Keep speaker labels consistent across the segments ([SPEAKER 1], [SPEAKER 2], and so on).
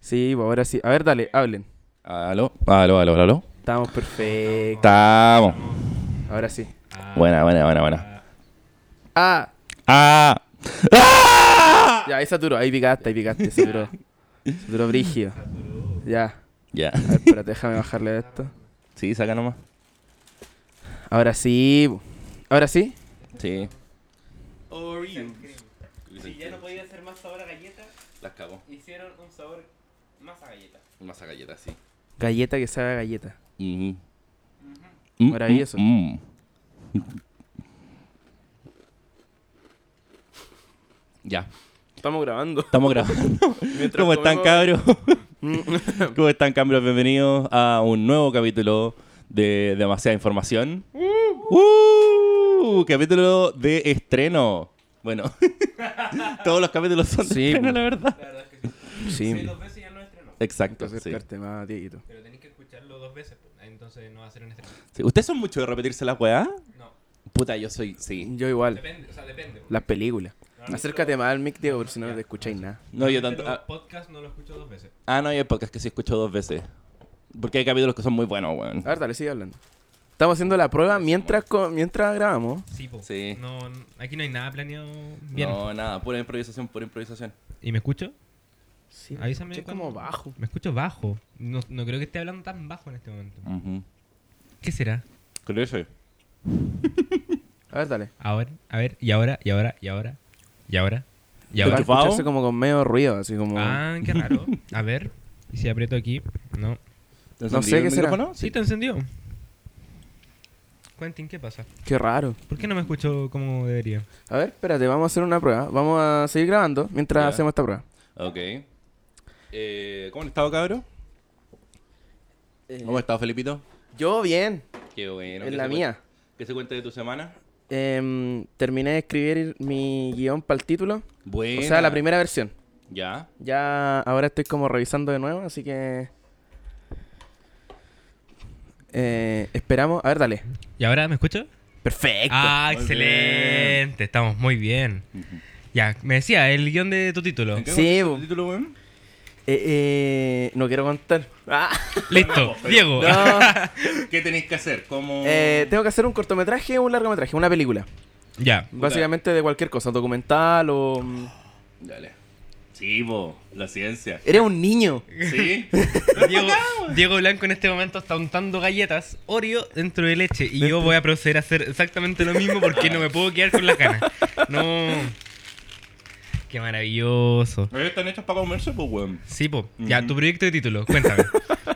[SPEAKER 1] Sí, pues ahora sí. A ver, dale, hablen.
[SPEAKER 2] Aló, aló, aló, aló.
[SPEAKER 1] Estamos perfectos.
[SPEAKER 2] Estamos.
[SPEAKER 1] Ahora sí.
[SPEAKER 2] Buena, buena, buena, buena.
[SPEAKER 1] Ah,
[SPEAKER 2] ¡Ah! ¡Ah!
[SPEAKER 1] ya, ahí saturó. Ahí picaste, ahí picaste. Saturó. Saturó brígido. Ya.
[SPEAKER 2] Ya.
[SPEAKER 1] A ver, espérate, déjame bajarle esto.
[SPEAKER 2] Sí, saca nomás.
[SPEAKER 1] Ahora sí. bu. Ahora sí.
[SPEAKER 2] Sí.
[SPEAKER 3] Oreo. Si ya no podía hacer más sabor a galleta,
[SPEAKER 2] Las cago.
[SPEAKER 3] hicieron un sabor más a galleta.
[SPEAKER 2] Más a galletas, sí.
[SPEAKER 1] Galleta que sabe a galleta.
[SPEAKER 2] Mm.
[SPEAKER 1] Maravilloso.
[SPEAKER 2] Mm. Ya.
[SPEAKER 1] Estamos grabando.
[SPEAKER 2] Estamos grabando. ¿Cómo están, cabros? ¿Cómo están, cabros? Bienvenidos a un nuevo capítulo de Demasiada Información. Uh, capítulo de estreno. Bueno, todos los capítulos son de
[SPEAKER 1] Sí,
[SPEAKER 2] estreno,
[SPEAKER 1] pues.
[SPEAKER 2] la verdad.
[SPEAKER 3] La verdad es que sí. Sí,
[SPEAKER 1] Sí.
[SPEAKER 3] dos veces ya no estrenó.
[SPEAKER 2] Exacto.
[SPEAKER 1] Entonces,
[SPEAKER 2] sí.
[SPEAKER 1] acercarte más, Dieguito.
[SPEAKER 3] Pero tenéis que escucharlo dos veces, pues, entonces no va a ser un estreno.
[SPEAKER 2] Sí. ¿Ustedes son mucho de repetirse las weá?
[SPEAKER 3] No,
[SPEAKER 2] Puta, yo soy. Sí.
[SPEAKER 1] Yo igual.
[SPEAKER 3] depende, o sea, depende. pues.
[SPEAKER 1] Las películas.
[SPEAKER 3] Normalmente
[SPEAKER 1] Acércate
[SPEAKER 3] los-
[SPEAKER 1] más al mic, Diego, porque si no no te escucháis nada.
[SPEAKER 2] No, yo tanto.
[SPEAKER 3] normalmente Los
[SPEAKER 2] Ah,
[SPEAKER 3] podcasts no lo escucho dos veces.
[SPEAKER 2] ah, no, hay podcast que sí escucho dos veces. Porque hay capítulos que son muy buenos, weón.
[SPEAKER 1] A ver, dale, sigue hablando. Estamos haciendo la prueba mientras, co- mientras grabamos.
[SPEAKER 3] Sí, po.
[SPEAKER 2] Sí.
[SPEAKER 3] No, n- aquí no hay nada planeado bien.
[SPEAKER 2] No, nada, pura improvisación, pura improvisación.
[SPEAKER 3] ¿Y me escucho?
[SPEAKER 1] Sí,
[SPEAKER 3] Avísame
[SPEAKER 1] Es
[SPEAKER 3] cuando-
[SPEAKER 1] como bajo.
[SPEAKER 3] Me escucho bajo. No, no creo que esté hablando tan bajo en este momento.
[SPEAKER 2] Ujú.
[SPEAKER 3] ¿Qué será?
[SPEAKER 2] Creo que sí.
[SPEAKER 1] A ver, dale.
[SPEAKER 3] Ahora, a ver, y ahora, y ahora, y ahora, y ahora, y
[SPEAKER 1] Te va a
[SPEAKER 3] ahora.
[SPEAKER 2] ¿Enchufado?
[SPEAKER 1] escucharse como con medio ruido, así como...
[SPEAKER 3] Ah, qué raro. A ver, y si aprieto aquí, no.
[SPEAKER 2] ¿Te
[SPEAKER 1] No sé
[SPEAKER 2] encendió el
[SPEAKER 1] qué será.
[SPEAKER 2] micrófono?
[SPEAKER 3] Sí, te encendió. Quentin, ¿qué pasa?
[SPEAKER 1] Qué raro.
[SPEAKER 3] ¿Por qué no me escucho como debería?
[SPEAKER 1] A ver, espérate, vamos a hacer una prueba. Vamos a seguir grabando mientras
[SPEAKER 2] Ya.
[SPEAKER 1] hacemos esta prueba.
[SPEAKER 2] Ok. Eh, ¿Cómo han estado, cabros? ¿Cómo ha estado, Felipito?
[SPEAKER 1] Eh, Yo bien,
[SPEAKER 2] Qué bueno.
[SPEAKER 1] en
[SPEAKER 2] ¿Qué
[SPEAKER 1] la
[SPEAKER 2] se cuen-
[SPEAKER 1] mía.
[SPEAKER 2] ¿Qué se cuenta de tu semana?
[SPEAKER 1] Em, terminé de escribir mi guión para el título.
[SPEAKER 2] Bueno.
[SPEAKER 1] O sea, la primera versión.
[SPEAKER 2] Ya.
[SPEAKER 1] Ya ahora estoy como revisando de nuevo, así que... Eh, esperamos. A ver, dale.
[SPEAKER 3] ¿Y ahora me escucho?
[SPEAKER 1] Perfecto.
[SPEAKER 3] Ah,
[SPEAKER 2] Muy
[SPEAKER 3] excelente. Estamos muy bien. Ya, me decía, el guión de tu título.
[SPEAKER 2] ¿En qué
[SPEAKER 1] Sí,
[SPEAKER 2] consiste
[SPEAKER 1] bo.
[SPEAKER 2] el título, weón?
[SPEAKER 1] Eh, eh, no quiero contar. Ah,
[SPEAKER 3] Listo, Diego. Ah.
[SPEAKER 1] no.
[SPEAKER 2] ¿Qué tenéis que hacer? ¿Cómo...?
[SPEAKER 1] Eh, tengo que hacer un cortometraje o un largometraje, una película.
[SPEAKER 3] Ya.
[SPEAKER 1] Básicamente de cualquier cosa, documental o... mm,
[SPEAKER 2] Dale. Sí, bo. La ciencia.
[SPEAKER 1] Eres un niño.
[SPEAKER 2] ¿Sí?
[SPEAKER 3] Diego, Diego Blanco en este momento está untando galletas Oreo dentro de leche y yo voy a proceder a hacer exactamente lo mismo porque no me puedo quedar con las ganas. No. Qué maravilloso.
[SPEAKER 2] Pero están hechos para comerse, pues, weón.
[SPEAKER 3] Sí, po. Ya,
[SPEAKER 2] Ujú.
[SPEAKER 3] tu proyecto de título, cuéntame.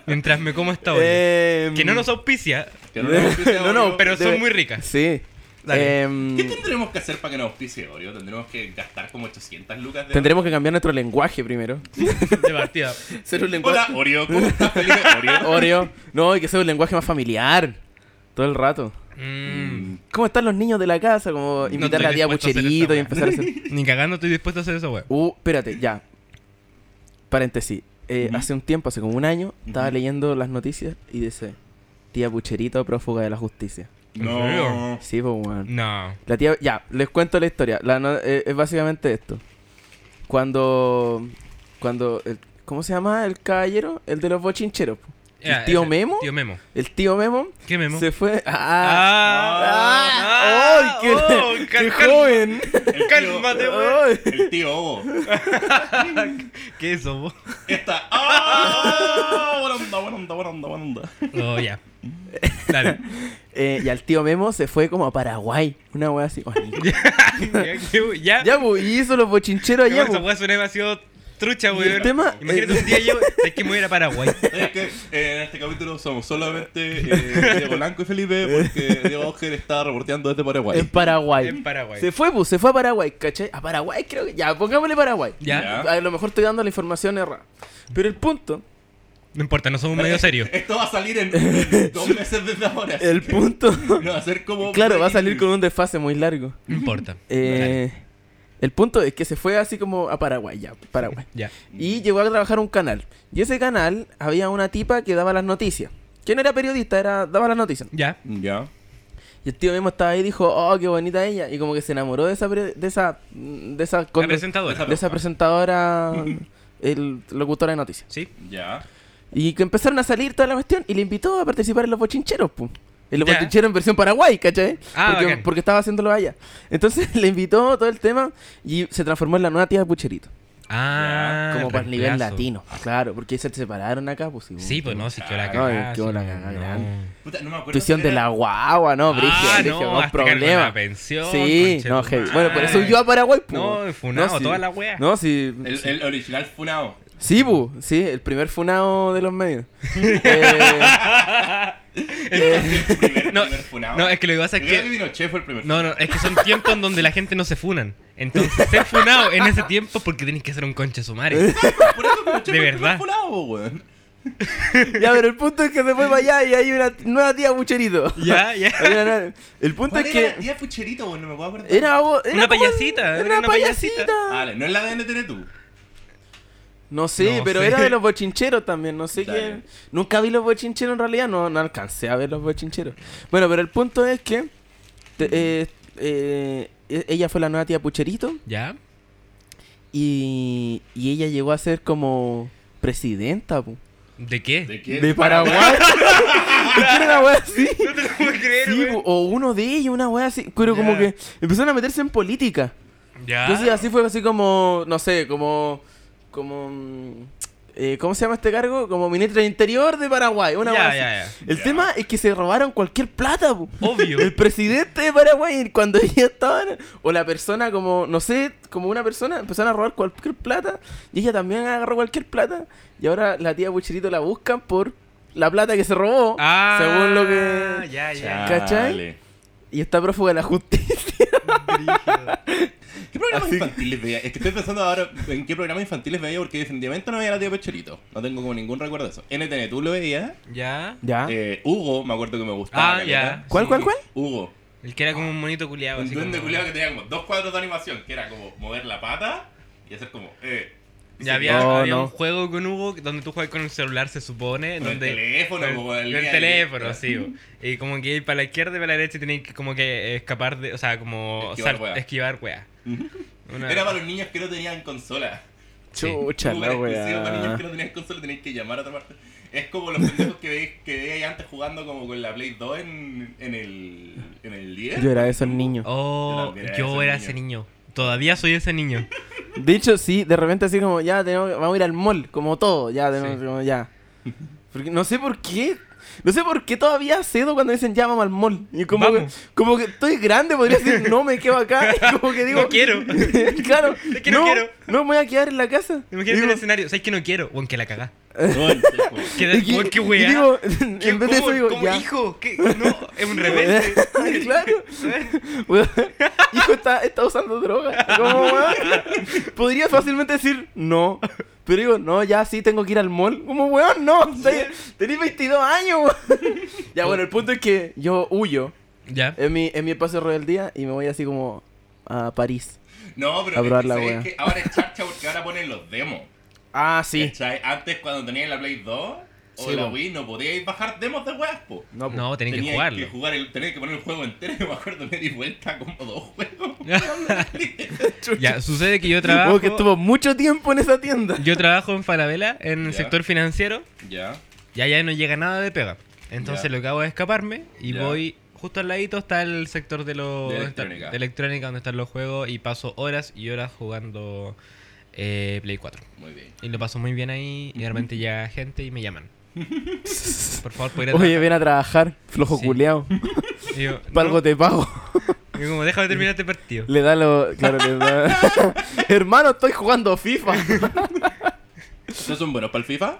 [SPEAKER 3] Mientras me como esta Oreo.
[SPEAKER 1] Em,
[SPEAKER 3] que no nos auspicia,
[SPEAKER 2] Que no, nos auspicie
[SPEAKER 1] No, no,
[SPEAKER 2] Oreo.
[SPEAKER 3] pero
[SPEAKER 1] debe-
[SPEAKER 3] son muy ricas.
[SPEAKER 1] Sí.
[SPEAKER 3] Dale.
[SPEAKER 1] Em,
[SPEAKER 2] ¿Qué tendremos que hacer para que nos auspicie Oreo? ¿Tendremos que gastar como 800 lucas de...
[SPEAKER 1] tendremos que cambiar nuestro lenguaje primero.
[SPEAKER 3] De partida.
[SPEAKER 1] Ser un
[SPEAKER 2] Hola, Oreo. ¿Cómo estás, Felipe? Oreo.
[SPEAKER 1] Oreo. No, hay que ser un lenguaje más familiar. Todo el rato. Oh.
[SPEAKER 3] Mm.
[SPEAKER 1] ¿Cómo están los niños de la casa? Como invitar a la
[SPEAKER 3] estoy
[SPEAKER 1] tía
[SPEAKER 3] dispuesto a hacer
[SPEAKER 1] Pucherito y
[SPEAKER 3] esta
[SPEAKER 1] empezar a hacer...
[SPEAKER 3] Ni cagando estoy dispuesto a hacer eso, weón.
[SPEAKER 1] Uh, espérate, ya. Paréntesis. Eh,
[SPEAKER 2] Ujú.
[SPEAKER 1] Hace un tiempo, hace como un año, estaba
[SPEAKER 2] Ujú.
[SPEAKER 1] leyendo las noticias y dice: Tía Pucherito, prófuga de la justicia.
[SPEAKER 2] No.
[SPEAKER 1] Sí, pues, weón.
[SPEAKER 3] No.
[SPEAKER 1] La tía. Ya, les cuento la historia. La no- eh, es básicamente esto. Cuando. Cuando. el- ¿Cómo se llama el caballero? El de los bochincheros. po.
[SPEAKER 3] Ya,
[SPEAKER 1] ¿El tío
[SPEAKER 3] Ah, ese,
[SPEAKER 1] Memo?
[SPEAKER 3] Tío Memo.
[SPEAKER 1] El tío Memo.
[SPEAKER 3] ¿Qué Memo?
[SPEAKER 1] Se fue. ¡Ah!
[SPEAKER 3] ¡Ah!
[SPEAKER 1] ¡Ay, qué,
[SPEAKER 3] ¡Oh,
[SPEAKER 1] qué
[SPEAKER 3] cal- cal-
[SPEAKER 1] joven!
[SPEAKER 2] El tío,
[SPEAKER 3] ¡Cálmate, weón!
[SPEAKER 1] Ay.
[SPEAKER 2] el tío Ovo.
[SPEAKER 3] ¿Qué es eso, vos?
[SPEAKER 2] Esta. ¡Ah! Buena onda, buena onda, buena onda, buena onda.
[SPEAKER 3] Oh, ya. Dale.
[SPEAKER 1] Eh, y al tío Memo se fue como a Paraguay. Una wea así. Ay,
[SPEAKER 3] ya, que- ya.
[SPEAKER 1] Ya, pues, y hizo los bochincheros allá,
[SPEAKER 3] Igual
[SPEAKER 1] po.
[SPEAKER 3] esa weá suena demasiado trucha,
[SPEAKER 1] Y el
[SPEAKER 3] weón.
[SPEAKER 1] tema-
[SPEAKER 3] Imagínate
[SPEAKER 1] eh,
[SPEAKER 3] un día yo, es que me voy a ir a Paraguay.
[SPEAKER 2] Es que eh, en este capítulo somos solamente eh, Diego Blanco y Felipe porque Diego Ángel está reporteando desde
[SPEAKER 1] En
[SPEAKER 2] Paraguay.
[SPEAKER 1] Paraguay.
[SPEAKER 3] En Paraguay.
[SPEAKER 1] Se fue, pues, se fue a Paraguay, ¿cachai? A Paraguay creo que. Ya, pongámosle Paraguay.
[SPEAKER 3] Ya.
[SPEAKER 1] A lo mejor estoy dando la información errada. Pero el punto,
[SPEAKER 3] No importa, no somos medio serios.
[SPEAKER 2] Esto va a salir en dos meses desde ahora. así
[SPEAKER 1] el
[SPEAKER 2] que
[SPEAKER 1] punto.
[SPEAKER 2] no va a ser como.
[SPEAKER 1] claro,
[SPEAKER 3] pues,
[SPEAKER 1] va a salir con un desfase muy largo.
[SPEAKER 3] No importa.
[SPEAKER 1] Eh, el punto es que se fue así como a Paraguay, ya, Paraguay.
[SPEAKER 3] Ya.
[SPEAKER 1] Y llegó a trabajar un canal. Y ese canal había una tipa que daba las noticias. Que no era periodista, era daba las noticias.
[SPEAKER 3] Ya.
[SPEAKER 2] Ya.
[SPEAKER 1] Y el tío mismo estaba ahí y dijo, oh, qué bonita ella. Y como que se enamoró de esa pre- de esa de esa,
[SPEAKER 3] La
[SPEAKER 1] con-
[SPEAKER 3] presentadora.
[SPEAKER 1] de esa presentadora el locutor de noticias.
[SPEAKER 3] ¿Sí?
[SPEAKER 2] Ya.
[SPEAKER 1] Y que empezaron a salir toda la cuestión y le invitó a participar en los bochincheros, pu. En los
[SPEAKER 3] Ya.
[SPEAKER 1] bochincheros en versión Paraguay, ¿cachai?
[SPEAKER 3] Ah,
[SPEAKER 1] porque,
[SPEAKER 3] bacán.
[SPEAKER 1] porque estaba haciéndolo allá. Entonces le invitó todo el tema y se transformó en la nueva tía de Pucherito.
[SPEAKER 3] Ah,
[SPEAKER 1] como para el nivel
[SPEAKER 3] reemplazo.
[SPEAKER 1] latino. Claro, porque se separaron acá, pues.
[SPEAKER 3] Sí, pues no, sí que la
[SPEAKER 2] No,
[SPEAKER 3] cagada.
[SPEAKER 1] quedó
[SPEAKER 3] sí,
[SPEAKER 1] la cagada
[SPEAKER 3] no.
[SPEAKER 1] grande.
[SPEAKER 2] Puta, no me acuerdo.
[SPEAKER 1] Tuición
[SPEAKER 2] si
[SPEAKER 1] de
[SPEAKER 2] era-
[SPEAKER 1] la guagua, no,
[SPEAKER 3] Ah,
[SPEAKER 1] Brigia,
[SPEAKER 3] no,
[SPEAKER 1] no,
[SPEAKER 3] hasta que
[SPEAKER 1] problema.
[SPEAKER 3] la pensión,
[SPEAKER 1] sí,
[SPEAKER 3] conche
[SPEAKER 1] no,
[SPEAKER 3] tu
[SPEAKER 1] hey. Bueno, por eso
[SPEAKER 3] madre.
[SPEAKER 1] huyó a Paraguay, pu.
[SPEAKER 3] No, funado,
[SPEAKER 1] sí.
[SPEAKER 3] toda la wea.
[SPEAKER 1] No, sí.
[SPEAKER 2] El, el original Funao.
[SPEAKER 1] Sí, pu, sí, el primer funado de los medios. Eh,
[SPEAKER 2] El primer,
[SPEAKER 3] No,
[SPEAKER 2] primer Funao.
[SPEAKER 3] no, es que lo que pasa es
[SPEAKER 2] Creo que
[SPEAKER 3] que.
[SPEAKER 2] Pinochet fue el primer
[SPEAKER 3] No, no, es que son tiempos en donde la gente no se funan. Entonces, ser funado en ese tiempo es porque tienes que hacer un conche sumario.
[SPEAKER 2] Funao. Por eso Pinochet
[SPEAKER 3] De
[SPEAKER 2] fue el primer
[SPEAKER 3] verdad.
[SPEAKER 2] Funao, weón.
[SPEAKER 1] ya, pero el punto es que se fue para allá y hay una nueva tía Pucherito.
[SPEAKER 3] Ya, ya.
[SPEAKER 1] Hay una nueva- El punto
[SPEAKER 2] ¿Cuál
[SPEAKER 1] es
[SPEAKER 2] era?
[SPEAKER 1] que. Eh.
[SPEAKER 2] Era Pucherito, weón, no me puedo acordar.
[SPEAKER 1] Era, vo- era
[SPEAKER 3] Una
[SPEAKER 1] como-
[SPEAKER 3] payasita,
[SPEAKER 1] Era una payasita.
[SPEAKER 2] Vale, no es la de NTN tú.
[SPEAKER 1] No sé,
[SPEAKER 3] No
[SPEAKER 1] pero
[SPEAKER 3] sé.
[SPEAKER 1] era de los bochincheros también, no sé
[SPEAKER 2] Dale.
[SPEAKER 1] qué. Nunca vi los bochincheros en realidad, no, no alcancé a ver los bochincheros. Bueno, pero el punto es que te- eh, eh, e- ella fue la nueva tía Pucherito
[SPEAKER 3] ¿Ya?
[SPEAKER 1] y, y ella llegó a ser como presidenta pu.
[SPEAKER 3] ¿De qué?
[SPEAKER 2] qué?
[SPEAKER 1] de Paraguay. ¿Qué era una wea así?
[SPEAKER 3] No te lo puedo creer,
[SPEAKER 1] Sí, pu, o uno de ellos, una wea así. Pero como
[SPEAKER 3] Ya.
[SPEAKER 1] que empezaron a meterse en política.
[SPEAKER 3] Ya.
[SPEAKER 1] Entonces así fue así como, no sé, como, como, mm, eh, ¿cómo se llama este cargo? Como ministro de Interior de Paraguay, una
[SPEAKER 3] Ya,
[SPEAKER 1] wea así.
[SPEAKER 3] ya,
[SPEAKER 1] El tema es que se robaron cualquier plata, po.
[SPEAKER 3] Obvio.
[SPEAKER 1] El presidente de Paraguay, cuando ella estaba, o la persona como, no sé, como una persona, empezaron a robar cualquier plata, y ella también agarró cualquier plata, y ahora la tía Bucherito la buscan por la plata que se robó,
[SPEAKER 3] Ah,
[SPEAKER 1] según lo que...
[SPEAKER 3] Ya, ya.
[SPEAKER 1] ¿Cachai?
[SPEAKER 2] Chale.
[SPEAKER 1] Y está prófuga de la justicia.
[SPEAKER 2] ¿Qué programas
[SPEAKER 1] Así-
[SPEAKER 2] infantiles veía? Es que estoy pensando ahora en qué programas infantiles veía porque definitivamente no veía la tía Pechorito. No tengo como ningún recuerdo de eso. NTN tú lo veías.
[SPEAKER 3] Ya.
[SPEAKER 1] ¿Ya?
[SPEAKER 2] Eh, Hugo, me acuerdo que me gustaba.
[SPEAKER 3] Ah,
[SPEAKER 2] caleta.
[SPEAKER 3] ya.
[SPEAKER 1] Ah. ¿Cuál,
[SPEAKER 3] sí.
[SPEAKER 1] cuál, cuál?
[SPEAKER 2] Hugo.
[SPEAKER 3] El que era como un monito culiado.
[SPEAKER 2] Un
[SPEAKER 3] así
[SPEAKER 2] duende
[SPEAKER 3] como-
[SPEAKER 2] culiado que tenía como dos cuadros de animación, que era como mover la pata y hacer como, eh. Y se
[SPEAKER 3] Ya había,
[SPEAKER 1] No,
[SPEAKER 3] había
[SPEAKER 1] no.
[SPEAKER 3] un juego con Hugo donde tú juegas con el celular, se supone.
[SPEAKER 2] Con el
[SPEAKER 3] donde,
[SPEAKER 2] teléfono,
[SPEAKER 3] con el,
[SPEAKER 2] como el
[SPEAKER 3] con el
[SPEAKER 2] día a día.
[SPEAKER 3] teléfono, sí. bo. Y como que ir para la izquierda y para la derecha y tenías que como que escapar de. O sea, como
[SPEAKER 2] Esquivar
[SPEAKER 3] sal-
[SPEAKER 2] weas.
[SPEAKER 3] esquivar weas. Una-
[SPEAKER 2] Era para los niños que no tenían consola.
[SPEAKER 3] sí.
[SPEAKER 1] Chucha,
[SPEAKER 2] Hugo
[SPEAKER 1] la
[SPEAKER 2] era exclusivo para niños
[SPEAKER 1] wea.
[SPEAKER 2] que no tenían consola, teníais que llamar a otra parte. Es como los pendejos que veis que veíais antes jugando como con la Play 2 en, en el en el 10.
[SPEAKER 1] Yo era de esos niños.
[SPEAKER 3] Oh,
[SPEAKER 2] Yo también
[SPEAKER 3] yo era ese niño. Todavía soy ese niño.
[SPEAKER 1] De hecho, sí, de repente así como, ya, tenemos, vamos a ir al mall, como todo, ya, tenemos,
[SPEAKER 3] Sí.
[SPEAKER 1] como, ya. Porque no sé por qué, no sé por qué todavía cedo cuando dicen, ya, vamos al mall. Y como, que,
[SPEAKER 3] Vamos.
[SPEAKER 1] como que estoy grande, podría decir, no, me quedo acá. Y como que digo,
[SPEAKER 3] No quiero.
[SPEAKER 1] claro,
[SPEAKER 3] Es que no
[SPEAKER 1] no,
[SPEAKER 3] quiero.
[SPEAKER 1] no me voy a quedar en la casa.
[SPEAKER 3] Imagínate
[SPEAKER 1] Digo,
[SPEAKER 3] el escenario. ¿Sabes que no quiero? Bueno, que la cagá.
[SPEAKER 2] Ah, Bueno, sí, pues. como-
[SPEAKER 3] Que,
[SPEAKER 1] y que-
[SPEAKER 3] weón, qué
[SPEAKER 1] y
[SPEAKER 3] wea.
[SPEAKER 1] digo,
[SPEAKER 3] ¿Qué-
[SPEAKER 1] en vez de eso
[SPEAKER 3] cómo-
[SPEAKER 1] digo,
[SPEAKER 3] cómo,
[SPEAKER 1] ya.
[SPEAKER 3] hijo? ¿Qué? No, es un rebelde.
[SPEAKER 1] claro. Weón, hijo está, está usando droga. ¿Cómo, weón? Podría fácilmente decir no. Pero digo, no, ya sí tengo que ir al mall. Como weón, no. tenés- Tenés 22 años, weón. Ya bueno, el punto es que yo huyo
[SPEAKER 3] Ya.
[SPEAKER 1] en mi, en mi espacio de rebeldía y me voy así como a París.
[SPEAKER 2] No, pero
[SPEAKER 1] A probar
[SPEAKER 2] es que,
[SPEAKER 1] la
[SPEAKER 2] ¿sabes
[SPEAKER 1] wea.
[SPEAKER 2] qué? ahora es charcha porque ahora ponen los demos.
[SPEAKER 1] Ah, sí.
[SPEAKER 2] ¿Cachai? Antes cuando tenías la Play 2 o
[SPEAKER 1] Sí,
[SPEAKER 2] la
[SPEAKER 1] po.
[SPEAKER 2] Wii no podíais bajar demos de weas, po.
[SPEAKER 1] No, pues. po.
[SPEAKER 3] No, tenés que
[SPEAKER 2] Teníais
[SPEAKER 3] jugarlo.
[SPEAKER 2] Que jugar el, teníais que poner el juego entero. Yo me acuerdo, me di vuelta como dos juegos.
[SPEAKER 3] ya, sucede que yo trabajo.
[SPEAKER 1] Como que estuvo mucho tiempo en esa tienda.
[SPEAKER 3] Yo trabajo en Falabella, en el
[SPEAKER 2] Ya.
[SPEAKER 3] sector financiero,
[SPEAKER 2] ya.
[SPEAKER 3] y allá no llega nada de pega. Entonces
[SPEAKER 2] Ya.
[SPEAKER 3] lo que hago es escaparme y
[SPEAKER 2] Ya.
[SPEAKER 3] voy justo al ladito está el sector de los
[SPEAKER 2] De
[SPEAKER 3] donde está-
[SPEAKER 2] electrónica.
[SPEAKER 3] de electrónica, donde están los juegos y paso horas y horas jugando eh, Play 4.
[SPEAKER 2] Muy bien.
[SPEAKER 3] Y lo paso muy bien ahí y de repente llega gente y me llaman. Por favor, puedes ir a
[SPEAKER 1] Oye, ven a trabajar, flojo
[SPEAKER 3] Sí.
[SPEAKER 1] culeado.
[SPEAKER 3] trabajar. Y yo,
[SPEAKER 1] Pa' algo
[SPEAKER 3] "No".
[SPEAKER 1] te pago.
[SPEAKER 3] Y yo como, déjame terminar este partido.
[SPEAKER 1] Le da lo. Claro, le da. Hermano, estoy jugando FIFA.
[SPEAKER 2] ¿No son buenos para el FIFA?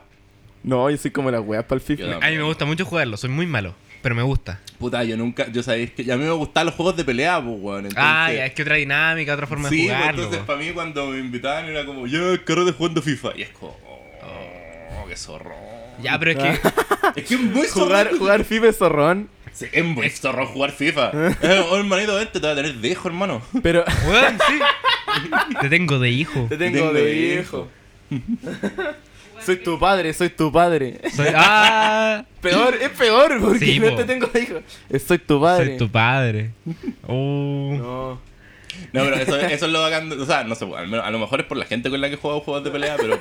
[SPEAKER 1] No, yo soy como la weas para el FIFA.
[SPEAKER 2] Yo también.
[SPEAKER 3] A mí me gusta mucho jugarlo, soy muy malo, pero me gusta.
[SPEAKER 2] Puta, yo nunca. Yo sabéis que. A mí me gustaban los juegos de pelea, pues, weón. Entonces,
[SPEAKER 3] Ah, ya, es que otra dinámica, otra forma
[SPEAKER 2] Sí,
[SPEAKER 3] de
[SPEAKER 2] pues,
[SPEAKER 3] jugarlo.
[SPEAKER 2] entonces
[SPEAKER 3] po.
[SPEAKER 2] para mí cuando me invitaban era como, yo, carro de jugando FIFA. Y es como, oh, qué zorro.
[SPEAKER 3] Ya, pero es que
[SPEAKER 2] Es que es muy zorro.
[SPEAKER 1] Jugar, jugar FIFA es zorrón.
[SPEAKER 2] Sí, es muy zorro jugar FIFA. Eh, oh, hermanito, vente, te voy a tener de hijo, hermano.
[SPEAKER 1] Pero
[SPEAKER 3] Weón, sí. Te tengo de hijo.
[SPEAKER 1] te
[SPEAKER 2] tengo
[SPEAKER 1] tengo
[SPEAKER 2] de
[SPEAKER 1] de hijo. soy tu padre, soy tu padre.
[SPEAKER 3] Soy, ah,
[SPEAKER 1] Peor, es peor porque
[SPEAKER 3] Sí,
[SPEAKER 1] no
[SPEAKER 3] po.
[SPEAKER 1] te tengo de hijo. Es Soy tu padre.
[SPEAKER 3] soy tu padre. Oh.
[SPEAKER 1] No.
[SPEAKER 2] No, pero eso, eso es lo bacán. O sea, no sé, pues, al menos- a lo mejor es por la gente con la que he jugado juegos de pelea, pero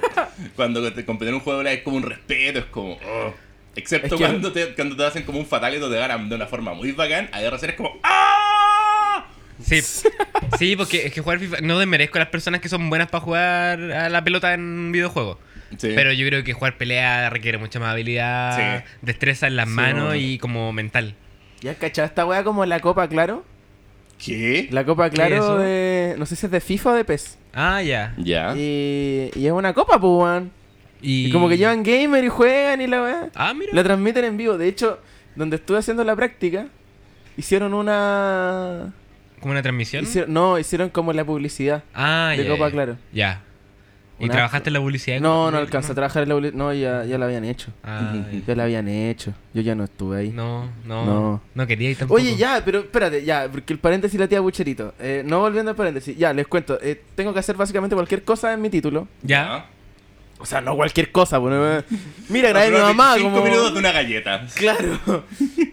[SPEAKER 2] cuando te competen un juego de pelea es como un respeto, es como. oh. Excepto
[SPEAKER 1] Es que-
[SPEAKER 2] cuando, te, cuando te hacen como un fatal y te ganan de una forma muy bacán, ahí recién es como. ¡Ah!
[SPEAKER 3] Sí. sí, porque es que jugar FIFA no desmerezco a las personas que son buenas para jugar a la pelota en videojuegos.
[SPEAKER 2] Sí.
[SPEAKER 3] Pero yo creo que jugar pelea requiere mucha más habilidad,
[SPEAKER 2] Sí.
[SPEAKER 3] destreza en las
[SPEAKER 1] Sí,
[SPEAKER 3] manos
[SPEAKER 1] bueno.
[SPEAKER 3] y como mental.
[SPEAKER 1] ¿Ya cachado esta weá como la Copa Claro?
[SPEAKER 2] ¿Qué?
[SPEAKER 1] La Copa
[SPEAKER 3] ¿Qué es
[SPEAKER 1] Claro
[SPEAKER 3] eso?
[SPEAKER 1] de. No sé si es de FIFA o de PES.
[SPEAKER 3] Ah, ya.
[SPEAKER 2] Ya.
[SPEAKER 1] Y, y es una copa, pues, weón. Y como que llevan gamer y juegan y la weá.
[SPEAKER 3] Ah, mira.
[SPEAKER 1] La transmiten en vivo. De hecho, donde estuve haciendo la práctica, hicieron una.
[SPEAKER 3] Como una transmisión.
[SPEAKER 1] hicieron- no, hicieron como la publicidad.
[SPEAKER 3] Ah,
[SPEAKER 1] de
[SPEAKER 3] ya,
[SPEAKER 1] Copa
[SPEAKER 3] ya,
[SPEAKER 1] Claro.
[SPEAKER 3] Ya. ¿Y
[SPEAKER 1] Una-
[SPEAKER 3] trabajaste en la publicidad?
[SPEAKER 1] No, no alcanza a trabajar en la publicidad. No, ya, ya la habían hecho.
[SPEAKER 3] Ah, ya.
[SPEAKER 1] Ya la habían hecho. Yo ya no estuve ahí.
[SPEAKER 3] no, no,
[SPEAKER 1] No.
[SPEAKER 3] no. quería ir tampoco.
[SPEAKER 1] Oye, ya, pero espérate, ya, porque el paréntesis la tía Bucherito. Eh, no volviendo al paréntesis, ya, les cuento. eh, tengo que hacer básicamente cualquier cosa en mi título.
[SPEAKER 3] Ya.
[SPEAKER 1] O sea, no cualquier cosa, pues. no me- Mira, grabé a mi
[SPEAKER 2] Pero
[SPEAKER 1] mamá
[SPEAKER 2] Cinco
[SPEAKER 1] como...
[SPEAKER 2] minutos de una galleta.
[SPEAKER 1] Claro.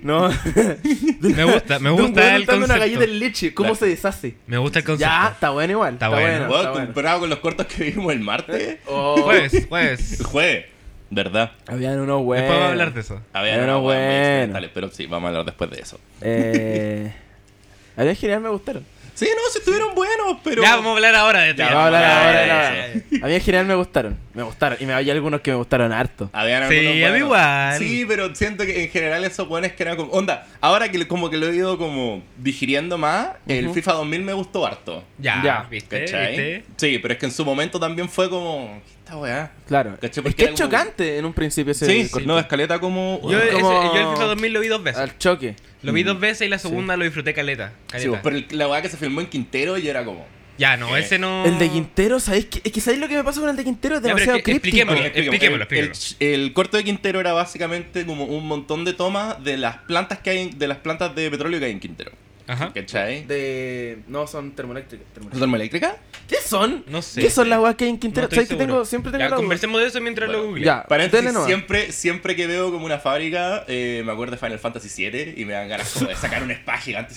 [SPEAKER 1] No.
[SPEAKER 3] Me gusta, me
[SPEAKER 1] De un weón
[SPEAKER 3] gusta el
[SPEAKER 1] untando
[SPEAKER 3] concepto.
[SPEAKER 1] una galleta en leche. ¿Cómo
[SPEAKER 2] Claro.
[SPEAKER 1] se deshace?
[SPEAKER 3] Me gusta el concepto.
[SPEAKER 1] Ya, está bueno igual. Está,
[SPEAKER 3] Está
[SPEAKER 1] bueno.
[SPEAKER 3] bueno.
[SPEAKER 2] Wow,
[SPEAKER 1] está bueno.
[SPEAKER 2] comparado con los cortos que vimos el martes.
[SPEAKER 1] Oh,
[SPEAKER 3] Jueves, jueves.
[SPEAKER 2] El jueves. ¿Verdad?
[SPEAKER 1] habían unos buenos.
[SPEAKER 3] Pues. Después vamos a hablar de eso.
[SPEAKER 2] A ver,
[SPEAKER 1] Pero
[SPEAKER 2] no, weón, me
[SPEAKER 1] bueno.
[SPEAKER 2] accidentales, pero sí, vamos a hablar después de eso.
[SPEAKER 1] Eh... A mí en general me gustaron.
[SPEAKER 2] Sí, no, se estuvieron buenos, pero.
[SPEAKER 3] Ya, vamos a hablar ahora de
[SPEAKER 2] Ya,
[SPEAKER 1] Ya,
[SPEAKER 3] ti.
[SPEAKER 1] vamos a hablar
[SPEAKER 2] ya,
[SPEAKER 1] ahora,
[SPEAKER 2] ya,
[SPEAKER 1] ahora. A mí en general me gustaron. Me gustaron. Y me había algunos que me gustaron harto.
[SPEAKER 2] Habían
[SPEAKER 3] Sí,
[SPEAKER 2] algunos
[SPEAKER 3] a mí
[SPEAKER 2] buenos.
[SPEAKER 3] igual.
[SPEAKER 2] Sí, pero siento que en general esos buenos que eran como. Onda, ahora que como que lo he ido como digiriendo más, el
[SPEAKER 1] Ujú.
[SPEAKER 2] FIFA 2000 me gustó harto.
[SPEAKER 3] Ya,
[SPEAKER 1] Ya,
[SPEAKER 3] ¿viste?
[SPEAKER 2] ¿Cachai?
[SPEAKER 3] ¿Viste?
[SPEAKER 2] Sí, pero es que en su momento también fue como. ¿Qué esta weá?
[SPEAKER 1] Claro.
[SPEAKER 2] ¿Cachai?
[SPEAKER 1] Es
[SPEAKER 2] Porque
[SPEAKER 1] que
[SPEAKER 2] era
[SPEAKER 1] es
[SPEAKER 2] como-
[SPEAKER 1] chocante en un principio ese
[SPEAKER 2] Sí,
[SPEAKER 1] corte.
[SPEAKER 2] no, escaleta como.
[SPEAKER 3] Yo, ese-
[SPEAKER 1] Como-
[SPEAKER 3] yo el FIFA 2000 lo vi dos veces.
[SPEAKER 1] Al Mm. choque.
[SPEAKER 3] Lo vi dos veces y la segunda lo disfruté caleta.
[SPEAKER 2] Sí,
[SPEAKER 3] caleta.
[SPEAKER 2] pero el- la weá que se filmó en Quintero y era como.
[SPEAKER 3] Ya, no,
[SPEAKER 2] Eh,
[SPEAKER 3] ese no.
[SPEAKER 1] Mm. El de Quintero, ¿sabéis qué? Es que ¿sabéis lo que me pasa con el de Quintero? Es
[SPEAKER 3] Ya, pero es
[SPEAKER 1] demasiado
[SPEAKER 3] que
[SPEAKER 1] críptico.
[SPEAKER 3] expliquémoslo.
[SPEAKER 2] Explica-
[SPEAKER 3] Expliquémoslo,
[SPEAKER 2] el- El, el corto de Quintero era básicamente como un montón de tomas de las plantas que hay, en- de las plantas de petróleo que hay en Quintero.
[SPEAKER 1] Ah.
[SPEAKER 3] Ajá.
[SPEAKER 2] ¿Cachai?
[SPEAKER 1] De... No, son termoeléctricas.
[SPEAKER 2] ¿Es termoeléctrica?
[SPEAKER 1] ¿Qué son?
[SPEAKER 3] No sé.
[SPEAKER 1] ¿Qué son las weas que hay en
[SPEAKER 3] No
[SPEAKER 1] Quintero?
[SPEAKER 3] estoy
[SPEAKER 1] ¿Sabéis que
[SPEAKER 3] seguro.
[SPEAKER 1] tengo, siempre tengo
[SPEAKER 3] ya,
[SPEAKER 1] la duda?
[SPEAKER 3] conversemos de eso mientras lo
[SPEAKER 2] Bueno,
[SPEAKER 3] google.
[SPEAKER 1] Ya,
[SPEAKER 2] Paréntesis,
[SPEAKER 1] Ah, dele nomás.
[SPEAKER 2] siempre, siempre que veo como una fábrica, eh, me acuerdo de Final Fantasy VII y me dan ganas como de sacar un spa gigante.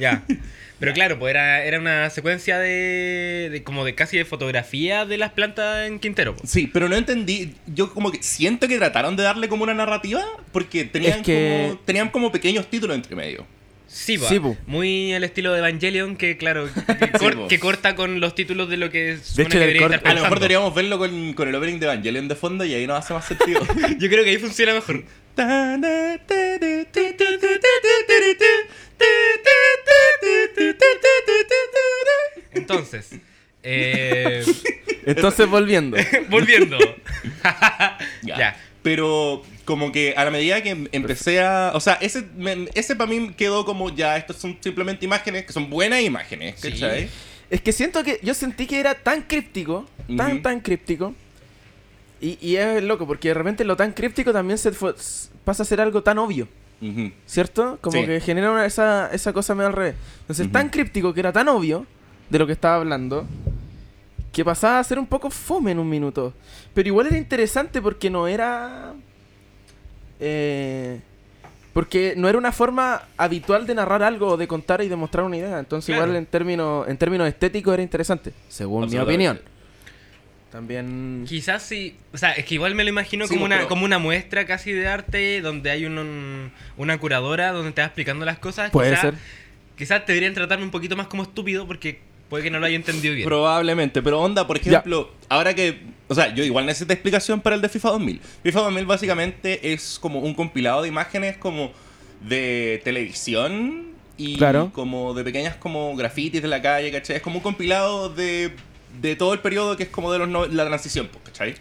[SPEAKER 3] Ya. Pero claro, pues era, era una secuencia de, de- como de casi de fotografía de las plantas en Quintero. pues.
[SPEAKER 2] Sí, pero no entendí. Yo como que siento que trataron de darle como una narrativa porque tenían,
[SPEAKER 1] Es que-
[SPEAKER 2] como, tenían como pequeños títulos entre medio.
[SPEAKER 3] Sí, va.
[SPEAKER 1] Sí, po.
[SPEAKER 3] Muy al estilo de Evangelion, que claro, que,
[SPEAKER 2] Sí,
[SPEAKER 3] cor-
[SPEAKER 2] po.
[SPEAKER 3] que corta con los títulos de lo que supone
[SPEAKER 1] hecho, en
[SPEAKER 3] que
[SPEAKER 1] el
[SPEAKER 3] debería
[SPEAKER 1] corte-
[SPEAKER 3] estar
[SPEAKER 2] A lo mejor
[SPEAKER 3] pensando.
[SPEAKER 2] deberíamos verlo con, con el opening de Evangelion de fondo y ahí no hace más sentido.
[SPEAKER 3] Yo creo que ahí funciona mejor. Entonces, eh,
[SPEAKER 1] Entonces, volviendo.
[SPEAKER 3] volviendo.
[SPEAKER 2] Ya.
[SPEAKER 3] Ya.
[SPEAKER 2] Pero como que a la medida que em- empecé a... O sea, ese, me- ese para mí quedó como ya, estos son simplemente imágenes, que son buenas imágenes,
[SPEAKER 3] Sí.
[SPEAKER 2] ¿cachai?
[SPEAKER 1] Es que siento que yo sentí que era tan críptico, tan,
[SPEAKER 2] Ujú.
[SPEAKER 1] tan críptico. Y, y es loco, porque de repente lo tan críptico también se fue- s- pasa a ser algo tan obvio,
[SPEAKER 2] Ujú.
[SPEAKER 1] ¿cierto? Como
[SPEAKER 2] Sí.
[SPEAKER 1] que genera una- esa, esa cosa medio al revés. Entonces, tan críptico que era tan obvio de lo que estaba hablando, que pasaba a ser un poco fome en un minuto. Pero igual era interesante porque no era... eh, porque no era una forma habitual de narrar algo o de contar y de mostrar una idea. Entonces,
[SPEAKER 3] Claro.
[SPEAKER 1] igual en términos, en términos estéticos era interesante, según mi
[SPEAKER 2] Absolutamente.
[SPEAKER 1] opinión. También.
[SPEAKER 3] Quizás sí, o sea, es que igual me lo imagino
[SPEAKER 2] Sí,
[SPEAKER 3] como, una,
[SPEAKER 2] pero-
[SPEAKER 3] como una muestra casi de arte donde hay un- un- una curadora donde te va explicando las cosas.
[SPEAKER 1] Puede
[SPEAKER 3] Quizás-
[SPEAKER 1] ser.
[SPEAKER 3] Quizás te deberían tratarme un poquito más como estúpido porque puede que no lo haya entendido bien.
[SPEAKER 2] Probablemente, pero onda, por ejemplo, ahora que... O sea, yo igual necesito explicación para el de FIFA 2000. FIFA 2000 básicamente es como un compilado de imágenes como de televisión y
[SPEAKER 1] Claro.
[SPEAKER 2] como de pequeñas como grafitis de la calle, ¿cachai? Es como un compilado de, de todo el periodo que es como de los no- la transición, pues, ¿cachai?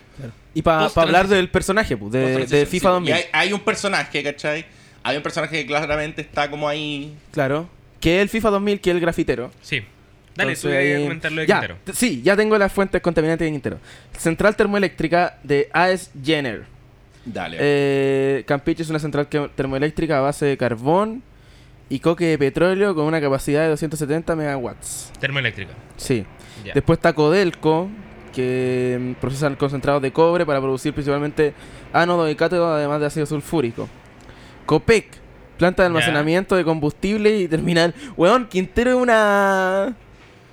[SPEAKER 1] Y para
[SPEAKER 3] Post-transición.
[SPEAKER 1] hablar del personaje, pues, de,
[SPEAKER 2] Post-transición,
[SPEAKER 1] de FIFA
[SPEAKER 2] sí.
[SPEAKER 1] 2000.
[SPEAKER 2] Y hay, hay un personaje, ¿cachai? Hay un personaje que claramente está como ahí.
[SPEAKER 1] Claro. Que es el FIFA 2000, que es el grafitero.
[SPEAKER 3] Sí. Dale,
[SPEAKER 1] Entonces,
[SPEAKER 3] tú querías
[SPEAKER 1] ahí-
[SPEAKER 3] comentar lo de
[SPEAKER 1] ya,
[SPEAKER 3] Quintero.
[SPEAKER 1] t- Sí, ya tengo las fuentes contaminantes de Quintero. Central termoeléctrica de AES Jenner.
[SPEAKER 2] Dale.
[SPEAKER 1] Eh, Campeche es una central que- termoeléctrica a base de carbón y coque de petróleo con una capacidad de 270 megawatts.
[SPEAKER 3] Termoeléctrica.
[SPEAKER 1] Sí.
[SPEAKER 3] Ya.
[SPEAKER 1] Después está Codelco, que mm, procesan concentrados de cobre para producir principalmente ánodo y cátodo, además de ácido sulfúrico. Copec, planta de almacenamiento de combustible y terminal. Weón, Quintero es una.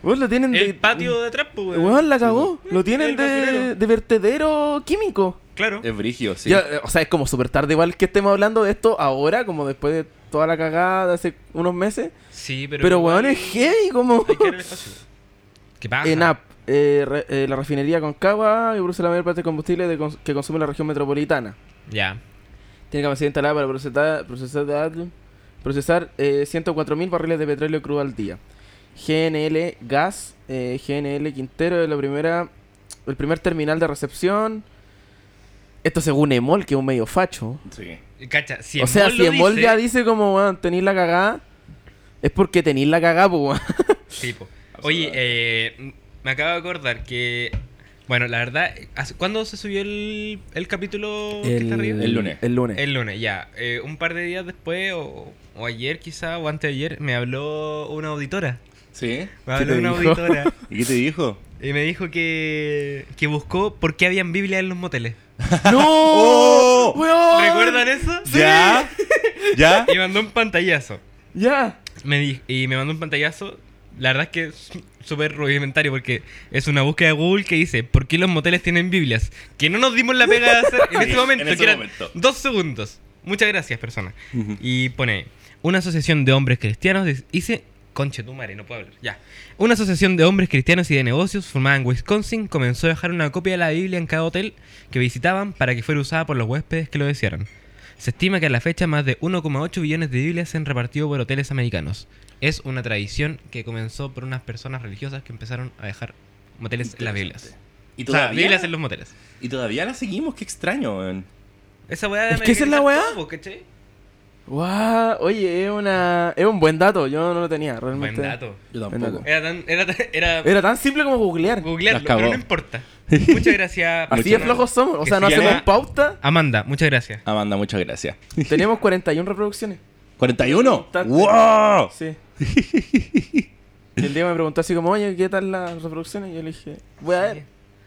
[SPEAKER 1] Weón, lo tienen de. mm,
[SPEAKER 3] El patio de atrás, pues, weón.
[SPEAKER 1] Weón, la cagó. Lo tienen
[SPEAKER 3] El
[SPEAKER 1] de,
[SPEAKER 3] basurero.
[SPEAKER 1] de vertedero químico.
[SPEAKER 3] Claro.
[SPEAKER 2] Es brigio, sí.
[SPEAKER 1] Ya, eh, o sea, es como súper tarde igual que estemos hablando de esto ahora, como después de toda la cagada de hace unos meses.
[SPEAKER 3] Sí, pero.
[SPEAKER 1] Pero, weón, es heavy, como.
[SPEAKER 3] Hay que darle espacio. ¿Qué pasa?
[SPEAKER 1] ENAP, eh, re- eh, la refinería Concagua, que produce la mayor parte del combustible de cons- que consume la región metropolitana.
[SPEAKER 3] Ya.
[SPEAKER 1] Tiene capacidad instalada para procesar, procesar, procesar eh, 104.000 barriles de petróleo crudo al día. GNL Gas, eh, GNL Quintero es la primera, el primer terminal de recepción. Esto según Emol, que es un medio facho.
[SPEAKER 2] Sí.
[SPEAKER 3] Cacha, si
[SPEAKER 1] o sea,
[SPEAKER 3] Emol
[SPEAKER 1] si
[SPEAKER 3] lo
[SPEAKER 1] Emol
[SPEAKER 3] dice-
[SPEAKER 1] ya dice como, weón, tenéis la cagada, es porque tenéis la cagada, pues, weón.
[SPEAKER 3] Sí, po. Oye, eh, me acabo de acordar que. Bueno, la verdad, ¿hace- ¿cuándo se subió el, el capítulo que está arriba?
[SPEAKER 2] el lunes.
[SPEAKER 1] El lunes.
[SPEAKER 3] El lunes, ya. Eh, un par de días después, o, o ayer quizá, o antes de ayer, me habló una auditora.
[SPEAKER 2] ¿Sí?
[SPEAKER 3] Me
[SPEAKER 1] ¿Qué
[SPEAKER 3] habló
[SPEAKER 1] te
[SPEAKER 3] una
[SPEAKER 1] dijo?
[SPEAKER 3] auditora
[SPEAKER 2] ¿Y qué te dijo?
[SPEAKER 3] y me dijo que, que buscó por qué habían Biblia en los moteles.
[SPEAKER 1] ¡No!
[SPEAKER 2] ¡Oh!
[SPEAKER 1] ¡Weón!
[SPEAKER 3] ¿Recuerdan eso?
[SPEAKER 2] ¿Ya? ¿Ya?
[SPEAKER 3] Y mandó un pantallazo.
[SPEAKER 1] Ya.
[SPEAKER 3] Me di- y me mandó un pantallazo. La verdad es que es súper rudimentario porque es una búsqueda de Google que dice ¿Por qué los moteles tienen Biblias? Que no nos dimos la pega de hacer en
[SPEAKER 2] Sí,
[SPEAKER 3] este momento,
[SPEAKER 2] en ese
[SPEAKER 3] que eran
[SPEAKER 2] momento.
[SPEAKER 3] dos segundos. Muchas gracias, persona.
[SPEAKER 2] Ujú.
[SPEAKER 3] Y pone, una asociación de hombres cristianos dis- dice... Conche tu madre, no puedo hablar. Ya. Una asociación de hombres cristianos y de negocios formada en Wisconsin comenzó a dejar una copia de la Biblia en cada hotel que visitaban para que fuera usada por los huéspedes que lo desearan. Se estima que a la fecha más de 1,8 billones de Biblias se han repartido por hoteles americanos. Es una tradición que comenzó por unas personas religiosas que empezaron a dejar moteles en las Biblias.
[SPEAKER 2] ¿Y
[SPEAKER 3] O sea,
[SPEAKER 2] todavía,
[SPEAKER 3] Biblias en los moteles.
[SPEAKER 2] y todavía la seguimos, qué extraño, weón.
[SPEAKER 3] Esa weá de
[SPEAKER 1] Es que esa es la
[SPEAKER 3] americanizar
[SPEAKER 1] weá.
[SPEAKER 3] todo, ¿cachai?
[SPEAKER 1] Guau, oye, es una es un buen dato, yo no lo tenía
[SPEAKER 3] Buen
[SPEAKER 1] realmente.
[SPEAKER 3] dato.
[SPEAKER 2] Yo
[SPEAKER 1] tampoco.
[SPEAKER 3] Era tan... Era, tan- era,
[SPEAKER 1] Era tan simple como googlear.
[SPEAKER 3] googlearlo,
[SPEAKER 2] Las cagó.
[SPEAKER 3] pero no importa. Muchas gracias.
[SPEAKER 1] Así de
[SPEAKER 3] persona.
[SPEAKER 1] flojos somos, o
[SPEAKER 3] Que
[SPEAKER 1] sea, no
[SPEAKER 3] se
[SPEAKER 1] hacemos
[SPEAKER 3] llama-
[SPEAKER 1] pauta.
[SPEAKER 3] Amanda, muchas gracias.
[SPEAKER 2] Amanda, Ah, muchas gracias.
[SPEAKER 1] Tenemos 41 reproducciones.
[SPEAKER 2] ¿41?
[SPEAKER 1] Tanto.
[SPEAKER 3] Oh.
[SPEAKER 2] ¡Wow!
[SPEAKER 1] Sí. Y el Diego me preguntó así como, oye, ¿qué tal las reproducciones? Y yo le dije, voy a ver.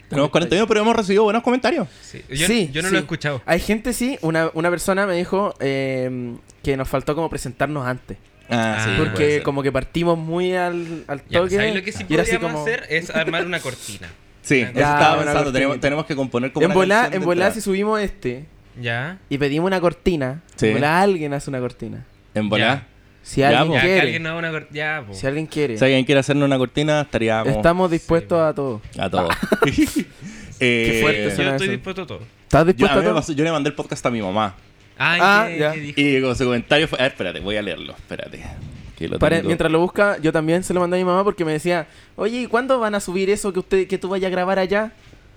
[SPEAKER 2] Tenemos 41, pero hemos recibido buenos comentarios.
[SPEAKER 3] Sí. Yo,
[SPEAKER 1] Sí,
[SPEAKER 3] yo no
[SPEAKER 1] sí.
[SPEAKER 3] lo he escuchado.
[SPEAKER 1] Hay gente, sí, una, una persona me dijo eh, que nos faltó como presentarnos antes.
[SPEAKER 2] Ah,
[SPEAKER 3] sí, puede
[SPEAKER 1] porque como que partimos muy al, al
[SPEAKER 3] Ya, pues,
[SPEAKER 1] toque.
[SPEAKER 3] ¿sabes lo que sí
[SPEAKER 1] y era
[SPEAKER 3] podríamos
[SPEAKER 1] así como-
[SPEAKER 3] hacer? Es armar una cortina.
[SPEAKER 2] Sí,
[SPEAKER 3] Ya,
[SPEAKER 2] eso estaba
[SPEAKER 1] una
[SPEAKER 2] pensando. Tenemos,
[SPEAKER 1] cortinita.
[SPEAKER 2] tenemos que componer como
[SPEAKER 1] En
[SPEAKER 2] una
[SPEAKER 1] volar,
[SPEAKER 2] canción
[SPEAKER 1] en
[SPEAKER 2] de
[SPEAKER 1] volar si
[SPEAKER 2] entrada.
[SPEAKER 1] subimos este
[SPEAKER 3] ¿Ya?
[SPEAKER 1] y pedimos una cortina,
[SPEAKER 2] Sí.
[SPEAKER 1] en volar alguien hace una cortina.
[SPEAKER 2] En volar.
[SPEAKER 1] Si
[SPEAKER 2] Ya,
[SPEAKER 1] alguien
[SPEAKER 2] po.
[SPEAKER 3] Ya, que
[SPEAKER 1] quiere.
[SPEAKER 3] alguien no haga una cortina. Ya, pues. po.
[SPEAKER 1] Si alguien quiere.
[SPEAKER 2] Si alguien quiere hacernos una cortina, estaríamos
[SPEAKER 1] Estamos dispuestos a todo.
[SPEAKER 2] a todo. Eh,
[SPEAKER 1] Qué fuerte
[SPEAKER 3] Yo
[SPEAKER 1] suena
[SPEAKER 3] estoy
[SPEAKER 1] eso.
[SPEAKER 3] dispuesto a todo.
[SPEAKER 1] ¿Estás
[SPEAKER 2] yo, a
[SPEAKER 1] dispuesto
[SPEAKER 2] mí
[SPEAKER 1] a,
[SPEAKER 2] me
[SPEAKER 1] todo?
[SPEAKER 2] pasó- yo le mandé el podcast a mi mamá.
[SPEAKER 3] Ay,
[SPEAKER 1] Ah,
[SPEAKER 3] ¿qué,
[SPEAKER 1] ya.
[SPEAKER 3] qué dijo?
[SPEAKER 2] Y con su comentario fue. A ver, espérate, voy a leerlo. Espérate. que lo
[SPEAKER 1] Pare-
[SPEAKER 2] tengo.
[SPEAKER 1] mientras lo busca, yo también se lo mandé a mi mamá porque me decía, oye, ¿y cuándo van a subir eso que usted, que tú vayas a grabar allá?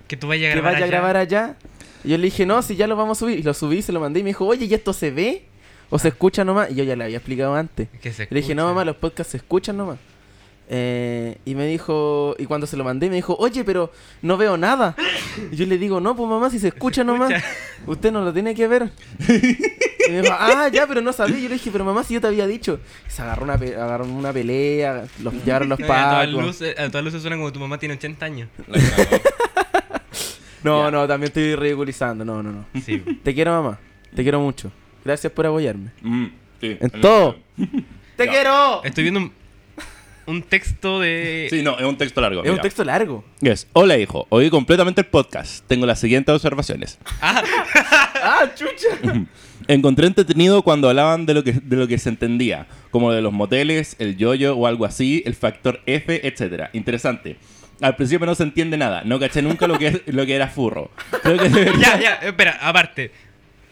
[SPEAKER 3] Que tú vayas a
[SPEAKER 1] Que
[SPEAKER 3] grabar.
[SPEAKER 1] vaya a
[SPEAKER 3] allá.
[SPEAKER 1] grabar allá. Y yo le dije, no, si ya lo vamos a subir. Y lo subí, se lo mandé y me dijo, oye, ¿y esto se ve? ¿O
[SPEAKER 3] Ah.
[SPEAKER 1] se escucha nomás? Y yo ya le había explicado antes.
[SPEAKER 3] Que se
[SPEAKER 1] Le dije, no,
[SPEAKER 3] escuche.
[SPEAKER 1] mamá, los podcasts se escuchan nomás. Eh, y me dijo, y cuando se lo mandé, me dijo, oye, pero no veo nada. Y yo le digo, no, pues mamá, si se escucha nomás,
[SPEAKER 3] escucha.
[SPEAKER 1] usted no lo tiene que ver. Y me dijo, ah, ya, pero no sabía. Yo le dije, pero mamá, si yo te había dicho. Y se agarró una, pe- agarraron una pelea, los llevaron los
[SPEAKER 3] No, ya, A todas
[SPEAKER 1] pacos.
[SPEAKER 3] luces- a todas luces suena como tu mamá tiene 80 años.
[SPEAKER 2] La cagó.
[SPEAKER 1] No,
[SPEAKER 2] Ya.
[SPEAKER 1] no, también estoy ridiculizando. No, no, no.
[SPEAKER 3] Sí.
[SPEAKER 1] Te quiero, mamá. Te quiero mucho. Gracias por apoyarme.
[SPEAKER 2] Mm, sí.
[SPEAKER 1] En todo. ¡Te
[SPEAKER 2] Ya.
[SPEAKER 1] quiero!
[SPEAKER 3] Estoy viendo un, un texto de.
[SPEAKER 2] Sí, no, es un texto largo.
[SPEAKER 1] Es un
[SPEAKER 2] mira.
[SPEAKER 1] texto largo.
[SPEAKER 2] Yes. Hola, hijo. Oí completamente el podcast. Tengo las siguientes observaciones.
[SPEAKER 1] ¡Ah, chucha!
[SPEAKER 2] Encontré entretenido cuando hablaban de lo que, de lo que se entendía, como de los moteles, el yoyo o algo así, el factor F, etcétera. Interesante. Al principio no se entiende nada, no caché nunca lo que, es- lo que era furro. Creo que debería-
[SPEAKER 3] Ya, ya, espera, aparte.